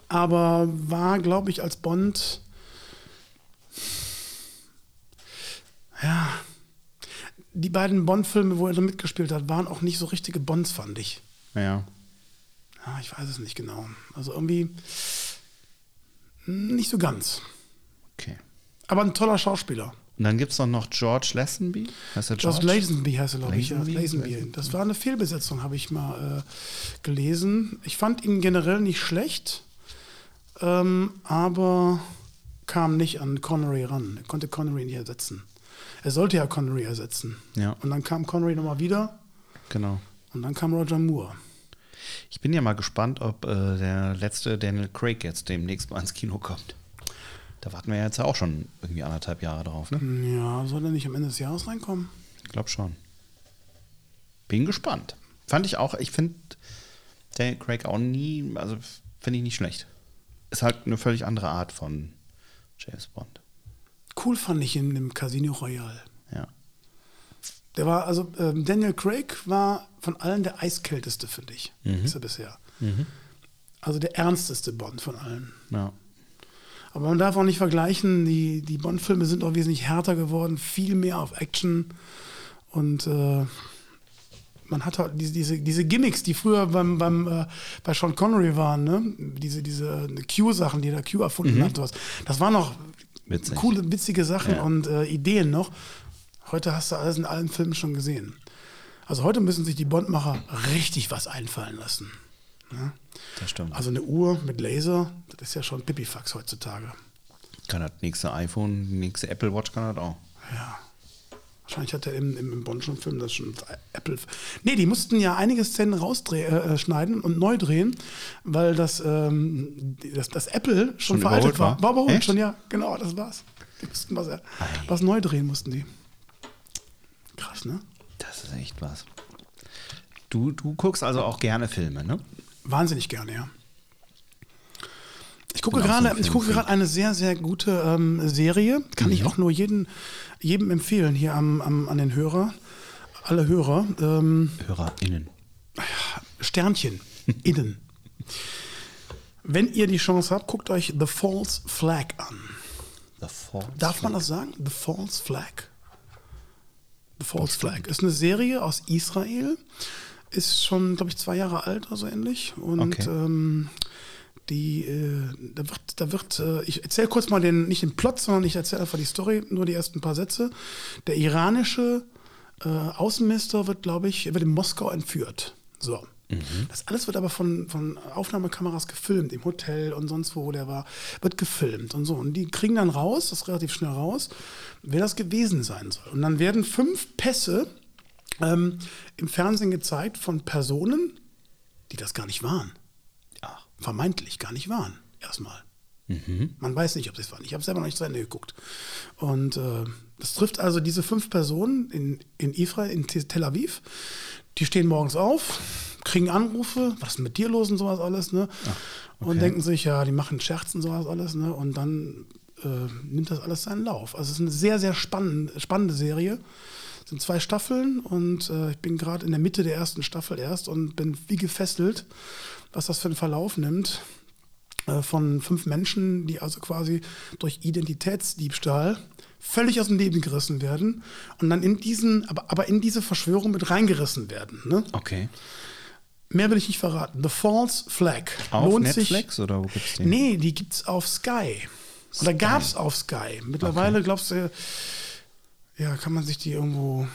[SPEAKER 2] Aber war, glaube ich, als Bond. Ja. Die beiden Bond-Filme, wo er so mitgespielt hat, waren auch nicht so richtige Bonds, fand ich.
[SPEAKER 3] Ja.
[SPEAKER 2] Ja, ich weiß es nicht genau. Also irgendwie hm, nicht so ganz.
[SPEAKER 3] Okay.
[SPEAKER 2] Aber ein toller Schauspieler.
[SPEAKER 3] Und dann gibt es noch George Lazenby. Heißt er
[SPEAKER 2] George
[SPEAKER 3] George?
[SPEAKER 2] Lazenby heißt er, glaube ich. Ja,
[SPEAKER 3] Lazenby?
[SPEAKER 2] Lazenby. Das war eine Fehlbesetzung, habe ich mal äh, gelesen. Ich fand ihn generell nicht schlecht, ähm, aber kam nicht an Connery ran. Er konnte Connery nicht ersetzen. Er sollte ja Connery ersetzen.
[SPEAKER 3] Ja.
[SPEAKER 2] Und dann kam Connery nochmal wieder
[SPEAKER 3] Genau.
[SPEAKER 2] und dann kam Roger Moore.
[SPEAKER 3] Ich bin ja mal gespannt, ob äh, der letzte Daniel Craig jetzt demnächst mal ins Kino kommt. Da warten wir ja jetzt auch schon irgendwie anderthalb Jahre drauf, ne?
[SPEAKER 2] Ja, soll er nicht am Ende des Jahres reinkommen?
[SPEAKER 3] Ich glaube schon. Bin gespannt. Fand ich auch, ich finde Daniel Craig auch nie, also finde ich nicht schlecht. Ist halt eine völlig andere Art von James Bond.
[SPEAKER 2] Cool fand ich ihn im Casino Royale.
[SPEAKER 3] Ja.
[SPEAKER 2] Der war, also ähm, Daniel Craig war von allen der eiskälteste, finde ich. Ist er bisher. Also der ernsteste Bond von allen.
[SPEAKER 3] Ja.
[SPEAKER 2] Aber man darf auch nicht vergleichen, die, die Bond-Filme sind auch wesentlich härter geworden, viel mehr auf Action. Und äh, man hat halt diese, diese, diese Gimmicks, die früher beim, beim, äh, bei Sean Connery waren, ne? diese, diese Q-Sachen, die der Q erfunden hat, sowas. das waren noch
[SPEAKER 3] Mhm. Witzig.
[SPEAKER 2] coole, witzige Sachen
[SPEAKER 3] Ja.
[SPEAKER 2] und äh, Ideen noch. Heute hast du alles in allen Filmen schon gesehen. Also heute müssen sich die Bondmacher richtig was einfallen lassen.
[SPEAKER 3] Das stimmt. Also
[SPEAKER 2] Also eine Uhr mit Laser, das ist ja schon Pipifax heutzutage.
[SPEAKER 3] kann das nächste iPhone, die nächste Apple Watch kann das auch.
[SPEAKER 2] Ja. Wahrscheinlich hat er im, im, im Bond schon Film das schon mit Apple. Nee, die mussten ja einige Szenen rausschneiden äh, schneiden und neu drehen, weil das, ähm, das, das Apple schon,
[SPEAKER 3] Schon
[SPEAKER 2] veraltet
[SPEAKER 3] überholt
[SPEAKER 2] war.
[SPEAKER 3] war?
[SPEAKER 2] War überholt
[SPEAKER 3] Echt? Ah,
[SPEAKER 2] schon, ja. Genau, das war's. Die mussten was, äh, was neu drehen, mussten die. Krass, ne?
[SPEAKER 3] Das ist echt was. Du, du guckst also auch gerne Filme, ne?
[SPEAKER 2] Wahnsinnig gerne, ja. Ich gucke
[SPEAKER 3] Bin auch so ein
[SPEAKER 2] gerade, ich gucke
[SPEAKER 3] Filmfreak.
[SPEAKER 2] gerade eine sehr, sehr gute ähm, Serie. Kann ich auch nur jeden, jedem empfehlen hier am, am, an den Hörer. Alle Hörer. Ähm,
[SPEAKER 3] HörerInnen.
[SPEAKER 2] Sternchen innen. Wenn ihr die Chance habt, guckt euch The False Flag an.
[SPEAKER 3] The Force.
[SPEAKER 2] Darf man das sagen? The False Flag? The False Flag ist eine Serie aus Israel. Ist schon, glaube ich, zwei Jahre alt oder so ähnlich. Und
[SPEAKER 3] Okay.
[SPEAKER 2] ähm, die, äh, da wird, da wird, äh, ich erzähle kurz mal den, nicht den Plot, sondern ich erzähle einfach die Story, nur die ersten paar Sätze. Der iranische äh, Außenminister wird, glaube ich, wird in Moskau entführt. So. Das alles wird aber von, von Aufnahmekameras gefilmt, im Hotel und sonst wo, wo der war, wird gefilmt und so. Und die kriegen dann raus, das ist relativ schnell raus, wer das gewesen sein soll. Und dann werden fünf Pässe ähm, im Fernsehen gezeigt von Personen, die das gar nicht waren
[SPEAKER 3] Ach,
[SPEAKER 2] vermeintlich gar nicht waren, erstmal. Man weiß nicht, ob sie es waren. Ich habe selber noch nicht zu Ende geguckt. Und äh, das trifft also diese fünf Personen in, in Ifra, in Te- Tel Aviv. Die stehen morgens auf, kriegen Anrufe, was ist mit dir los und sowas alles, ne? Und denken sich, ja, die machen Scherzen und sowas alles, ne? Und dann äh, nimmt das alles seinen Lauf. Also es ist eine sehr, sehr spannend, spannende Serie. Es sind zwei Staffeln und äh, ich bin gerade in der Mitte der ersten Staffel erst und bin wie gefesselt, was das für einen Verlauf nimmt äh, von fünf Menschen, die also quasi durch Identitätsdiebstahl völlig aus dem Leben gerissen werden und dann in diesen, aber, aber in diese Verschwörung mit reingerissen werden. Ne?
[SPEAKER 3] okay.
[SPEAKER 2] Mehr will ich nicht verraten. The False Flag
[SPEAKER 3] Auf
[SPEAKER 2] lohnt sich.
[SPEAKER 3] Netflix oder wo gibt's den?
[SPEAKER 2] Nee, die gibt's auf Sky. Oder gab's auf Sky. Mittlerweile glaubst du, ja, kann man sich die irgendwo,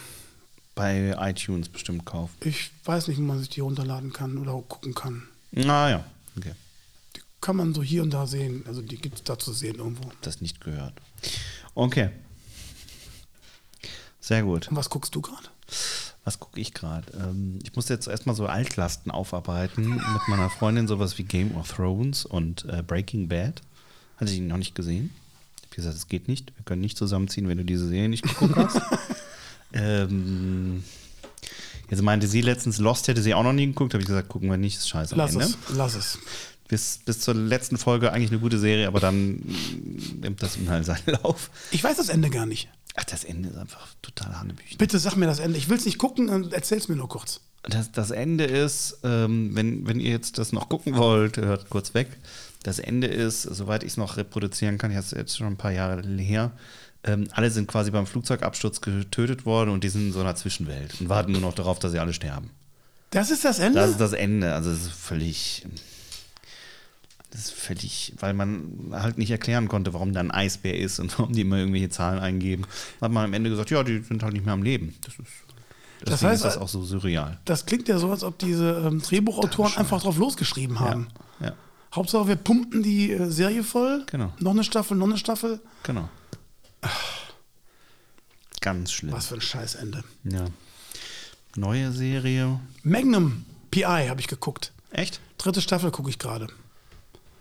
[SPEAKER 3] Bei iTunes bestimmt kaufen.
[SPEAKER 2] ich weiß nicht, wo man sich die runterladen kann oder gucken kann.
[SPEAKER 3] Ah ja, okay.
[SPEAKER 2] Die kann man so hier und da sehen. Also die gibt's da zu sehen irgendwo.
[SPEAKER 3] Das nicht gehört. Okay. Sehr gut.
[SPEAKER 2] Und was guckst du gerade?
[SPEAKER 3] Was gucke ich gerade? Ähm, ich muss jetzt erstmal so Altlasten aufarbeiten mit meiner Freundin, sowas wie Game of Thrones und äh, Breaking Bad. Hatte ich noch nicht gesehen. gesagt, es geht nicht. Wir können nicht zusammenziehen, wenn du diese Serie nicht geguckt hast. ähm, jetzt meinte sie letztens, Lost hätte sie auch noch nie geguckt. Habe ich gesagt, gucken wir nicht, ist scheiße. am
[SPEAKER 2] Lass
[SPEAKER 3] Ende.
[SPEAKER 2] es, lass es.
[SPEAKER 3] Bis, bis zur letzten Folge eigentlich eine gute Serie, aber dann nimmt das Unheil seinen Lauf.
[SPEAKER 2] Ich weiß das Ende gar nicht.
[SPEAKER 3] Ach, das Ende ist einfach total Hanebüchen.
[SPEAKER 2] Bitte sag mir das Ende. Ich will es nicht gucken, dann erzähl's mir nur kurz.
[SPEAKER 3] das, das Ende ist, ähm, wenn, wenn ihr jetzt das noch gucken wollt, hört kurz weg. Das Ende ist, soweit ich es noch reproduzieren kann, ich hab's jetzt schon ein paar Jahre her, ähm, alle sind quasi beim Flugzeugabsturz getötet worden und die sind in so einer Zwischenwelt und warten nur noch darauf, dass sie alle sterben.
[SPEAKER 2] Das ist das Ende?
[SPEAKER 3] Das ist das Ende. Also es ist völlig. Das ist völlig, weil man halt nicht erklären konnte, warum da ein Eisbär ist und warum die immer irgendwelche Zahlen eingeben. Dann hat man am Ende gesagt, ja, die sind halt nicht mehr am Leben. Das ist, deswegen
[SPEAKER 2] heißt, äh,
[SPEAKER 3] ist das auch so surreal.
[SPEAKER 2] Das klingt ja so, als ob diese ähm, Drehbuchautoren einfach drauf losgeschrieben haben.
[SPEAKER 3] Ja, ja,
[SPEAKER 2] Hauptsache, wir pumpen die äh, Serie voll.
[SPEAKER 3] Genau.
[SPEAKER 2] Noch eine Staffel, noch eine Staffel.
[SPEAKER 3] genau. Ganz schlimm.
[SPEAKER 2] Was für ein Scheißende.
[SPEAKER 3] Ja. Neue Serie.
[SPEAKER 2] Magnum PI habe ich geguckt.
[SPEAKER 3] Echt?
[SPEAKER 2] Dritte Staffel gucke ich gerade.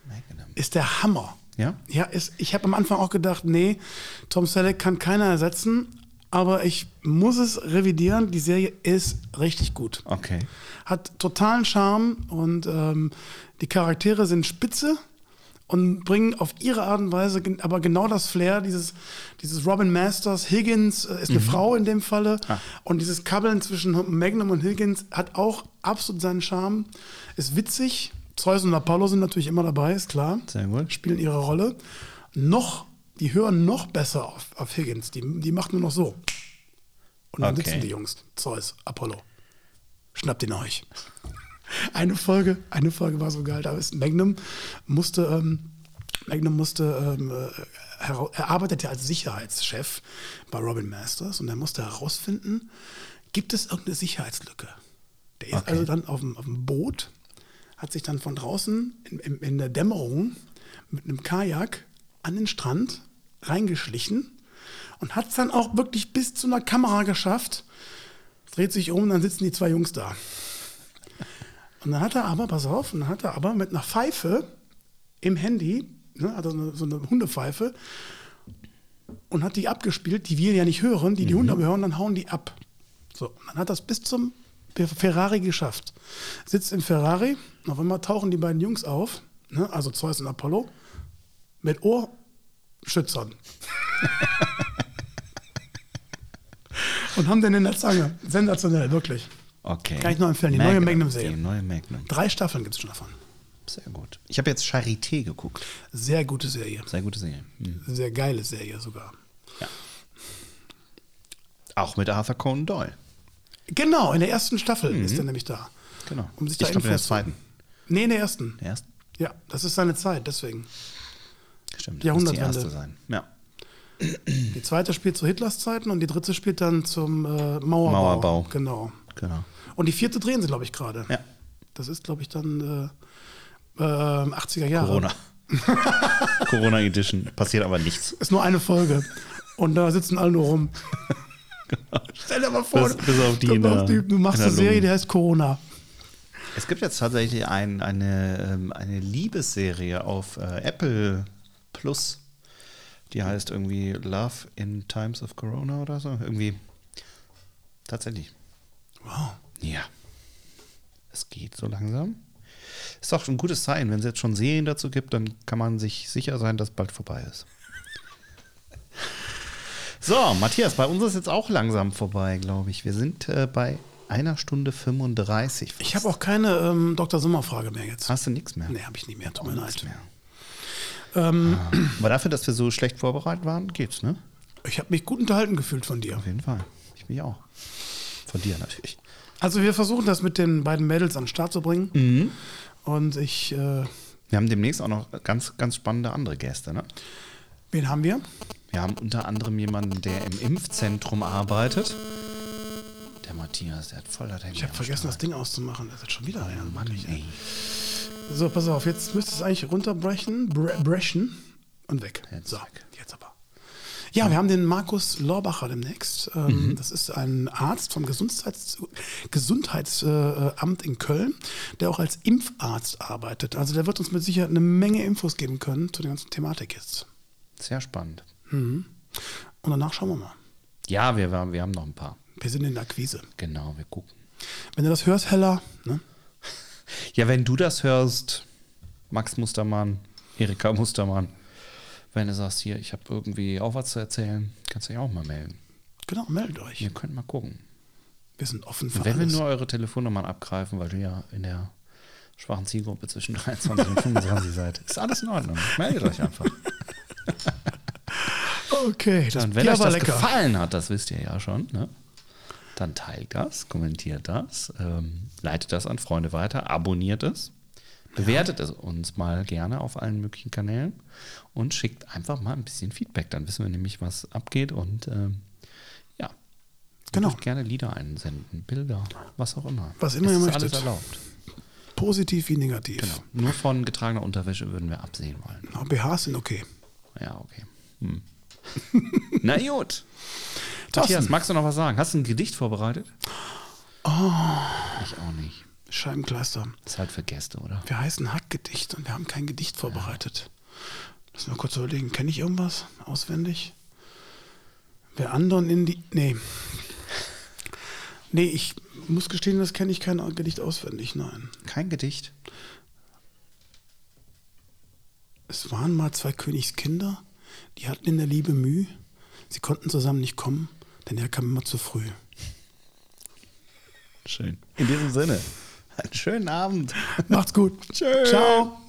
[SPEAKER 3] Magnum.
[SPEAKER 2] Ist der Hammer.
[SPEAKER 3] Ja?
[SPEAKER 2] Ja, ist, ich habe am Anfang auch gedacht, nee, Tom Selleck kann keiner ersetzen, aber ich muss es revidieren. Die Serie ist richtig gut.
[SPEAKER 3] Okay.
[SPEAKER 2] Hat totalen Charme und ähm, die Charaktere sind spitze und bringen auf ihre Art und Weise gen- aber genau das Flair, dieses, dieses Robin Masters, Higgins äh, ist eine Frau in dem Falle und dieses Kabbeln zwischen Magnum und Higgins hat auch absolut seinen Charme, ist witzig. Zeus und Apollo sind natürlich immer dabei, ist klar
[SPEAKER 3] Sehr gut.
[SPEAKER 2] spielen ihre Rolle. Noch, die hören noch besser auf, auf Higgins. Die, die macht nur noch so. Und dann
[SPEAKER 3] Okay.
[SPEAKER 2] sitzen die Jungs. Zeus, Apollo. Schnappt ihn euch. Eine Folge, eine Folge war so geil. Da ist Magnum musste, ähm, Magnum musste, ähm, äh, herau- er arbeitet ja als Sicherheitschef bei Robin Masters und er musste herausfinden, gibt es irgendeine Sicherheitslücke? Der ist
[SPEAKER 3] Okay.
[SPEAKER 2] also dann auf dem, auf dem Boot, hat sich dann von draußen in, in, in der Dämmerung mit einem Kajak an den Strand reingeschlichen und hat es dann auch wirklich bis zu einer Kamera geschafft. Dreht sich um, dann sitzen die zwei Jungs da. Und dann hat er aber, pass auf, und dann hat er aber mit einer Pfeife im Handy, ne, hat er so eine, so eine Hundepfeife, und hat die abgespielt, die wir ja nicht hören, die die
[SPEAKER 3] Mhm.
[SPEAKER 2] Hunde aber hören, dann hauen die ab. So, und dann hat das bis zum Fer- Ferrari geschafft. Sitzt im Ferrari, und auf einmal tauchen die beiden Jungs auf, ne, also Zeus und Apollo, mit Ohrschützern. und haben den in der Zange. Sensationell, wirklich.
[SPEAKER 3] Okay.
[SPEAKER 2] Kann ich nur empfehlen, die neue Magnum-Serie.
[SPEAKER 3] Die neue Magnum.
[SPEAKER 2] Drei Staffeln gibt es schon davon.
[SPEAKER 3] Sehr gut. Ich habe jetzt Charité geguckt.
[SPEAKER 2] Sehr gute Serie.
[SPEAKER 3] Sehr gute Serie. Mhm.
[SPEAKER 2] Sehr geile Serie sogar.
[SPEAKER 3] Auch mit Arthur Conan Doyle.
[SPEAKER 2] Genau, in der ersten Staffel ist er nämlich da.
[SPEAKER 3] Genau.
[SPEAKER 2] Um sich
[SPEAKER 3] Mhm. ich
[SPEAKER 2] da
[SPEAKER 3] glaube, in der
[SPEAKER 2] Infos zu-
[SPEAKER 3] zweiten.
[SPEAKER 2] Nee, in der ersten.
[SPEAKER 3] Der ersten?
[SPEAKER 2] Ja, das ist seine Zeit, deswegen.
[SPEAKER 3] Stimmt.
[SPEAKER 2] Jahrhundertwende.
[SPEAKER 3] Muss die erste sein. Ja.
[SPEAKER 2] Die zweite spielt zu Hitlers Zeiten und die dritte spielt dann zum äh, Mauerbau.
[SPEAKER 3] Mauerbau.
[SPEAKER 2] Genau.
[SPEAKER 3] Genau.
[SPEAKER 2] Und die vierte drehen sie, glaube ich, gerade.
[SPEAKER 3] Ja.
[SPEAKER 2] Das ist, glaube ich, dann äh, äh, 80er Jahre.
[SPEAKER 3] Corona. Corona Edition. Passiert aber nichts.
[SPEAKER 2] Ist nur eine Folge. Und da sitzen alle nur rum. Stell dir mal vor,
[SPEAKER 3] Genau. Bis- bis auf die
[SPEAKER 2] du,
[SPEAKER 3] in der-
[SPEAKER 2] machst, die, du machst
[SPEAKER 3] in der
[SPEAKER 2] eine Serie,
[SPEAKER 3] Lunge.
[SPEAKER 2] die heißt Corona.
[SPEAKER 3] Es gibt jetzt tatsächlich ein, eine, ähm, eine Liebesserie auf äh, Apple Plus. Die heißt irgendwie Love in Times of Corona oder so. Irgendwie. Tatsächlich.
[SPEAKER 2] Wow.
[SPEAKER 3] Ja. Es geht so langsam. Ist doch ein gutes Zeichen. Wenn es jetzt schon Serien dazu gibt, dann kann man sich sicher sein, dass bald vorbei ist. So, Matthias, bei uns ist jetzt auch langsam vorbei, glaube ich. Wir sind äh, bei einer Stunde 35.
[SPEAKER 2] Ich habe auch keine ähm, Dr. Sommer-Frage mehr jetzt.
[SPEAKER 3] Hast du nichts mehr?
[SPEAKER 2] Nee, habe ich nicht mehr. Tut mir leid.
[SPEAKER 3] Nichts mehr.
[SPEAKER 2] Ähm,
[SPEAKER 3] Aber dafür, dass wir so schlecht vorbereitet waren, geht's, ne?
[SPEAKER 2] ich habe mich gut unterhalten gefühlt von dir.
[SPEAKER 3] Auf jeden Fall. Ich mich auch. Von dir natürlich.
[SPEAKER 2] Also wir versuchen das mit den beiden Mädels an den Start zu bringen.
[SPEAKER 3] Mhm.
[SPEAKER 2] Und ich, äh,
[SPEAKER 3] Wir haben demnächst auch noch ganz, ganz spannende andere Gäste, ne?
[SPEAKER 2] wen haben wir?
[SPEAKER 3] Wir haben unter anderem jemanden, der im Impfzentrum arbeitet. Der Matthias, der hat voll hat
[SPEAKER 2] Ich habe vergessen, das
[SPEAKER 3] das
[SPEAKER 2] Ding auszumachen. Das ist schon wieder einer. Mann, ich,
[SPEAKER 3] Ey.
[SPEAKER 2] So, pass auf, jetzt müsste es eigentlich runterbrechen, bre brechen und weg.
[SPEAKER 3] Jetzt
[SPEAKER 2] so,
[SPEAKER 3] weg.
[SPEAKER 2] jetzt aber. Ja, wir haben den Markus Lorbacher demnächst.
[SPEAKER 3] Mhm.
[SPEAKER 2] Ähm, Das ist ein Arzt vom Gesundheits Gesundheitsamt in Köln, der auch als Impfarzt arbeitet. Also der wird uns mit Sicherheit eine Menge Infos geben können zu der ganzen Thematik jetzt. Mhm.
[SPEAKER 3] Sehr spannend.
[SPEAKER 2] Und danach schauen wir mal.
[SPEAKER 3] Ja, wir, waren- wir haben noch ein paar.
[SPEAKER 2] Wir sind in der Akquise.
[SPEAKER 3] Genau, wir gucken.
[SPEAKER 2] Wenn du das hörst, Hella, ne?
[SPEAKER 3] Ja, wenn du das hörst, Max Mustermann, Erika Mustermann, wenn du sagst, hier, ich habe irgendwie auch was zu erzählen, kannst du dich auch mal melden.
[SPEAKER 2] genau, meldet euch.
[SPEAKER 3] Ihr könnt mal gucken.
[SPEAKER 2] Wir sind offen für
[SPEAKER 3] Und wenn wir
[SPEAKER 2] alles.
[SPEAKER 3] nur eure Telefonnummern abgreifen, weil ihr ja in der schwachen Zielgruppe zwischen 23 und 25 seid, ist alles in Ordnung. Meldet euch einfach.
[SPEAKER 2] okay, das
[SPEAKER 3] Und wenn
[SPEAKER 2] Bier
[SPEAKER 3] euch
[SPEAKER 2] war
[SPEAKER 3] das
[SPEAKER 2] lecker.
[SPEAKER 3] gefallen hat, das wisst ihr ja schon, ne? dann teilt das, kommentiert das, ähm, leitet das an Freunde weiter, abonniert es, bewertet es uns mal gerne auf allen möglichen Kanälen und schickt einfach mal ein bisschen Feedback. Dann wissen wir nämlich, was abgeht und ähm, ja, Ihr
[SPEAKER 2] Genau.
[SPEAKER 3] dürft gerne Lieder einsenden, Bilder, was auch immer.
[SPEAKER 2] Was immer
[SPEAKER 3] Es
[SPEAKER 2] ihr
[SPEAKER 3] ist
[SPEAKER 2] möchtet.
[SPEAKER 3] Alles erlaubt.
[SPEAKER 2] Positiv wie negativ.
[SPEAKER 3] Genau. Nur von getragener Unterwäsche würden wir absehen wollen.
[SPEAKER 2] Aber BHs sind okay.
[SPEAKER 3] Ja, okay. Hm. Na gut. Matthias,
[SPEAKER 2] Thorsten,
[SPEAKER 3] magst du noch was sagen? Hast du ein Gedicht vorbereitet? Oh. Ich auch nicht.
[SPEAKER 2] Scheibenkleister.
[SPEAKER 3] Ist halt für Gäste, oder?
[SPEAKER 2] Wir heißen Hackgedicht und wir haben kein Gedicht vorbereitet. Lass mal kurz überlegen, kenne ich irgendwas auswendig? Wer anderen in die. Nee. Nee, ich muss gestehen, das kenne ich kein Gedicht auswendig, nein.
[SPEAKER 3] Kein Gedicht.
[SPEAKER 2] Es waren mal zwei Königskinder, die hatten in der Liebe Mühe. Sie konnten zusammen nicht kommen, denn er kam immer zu früh.
[SPEAKER 3] Schön. In diesem Sinne, einen schönen Abend.
[SPEAKER 2] Macht's gut.
[SPEAKER 3] Tschö.
[SPEAKER 2] Ciao.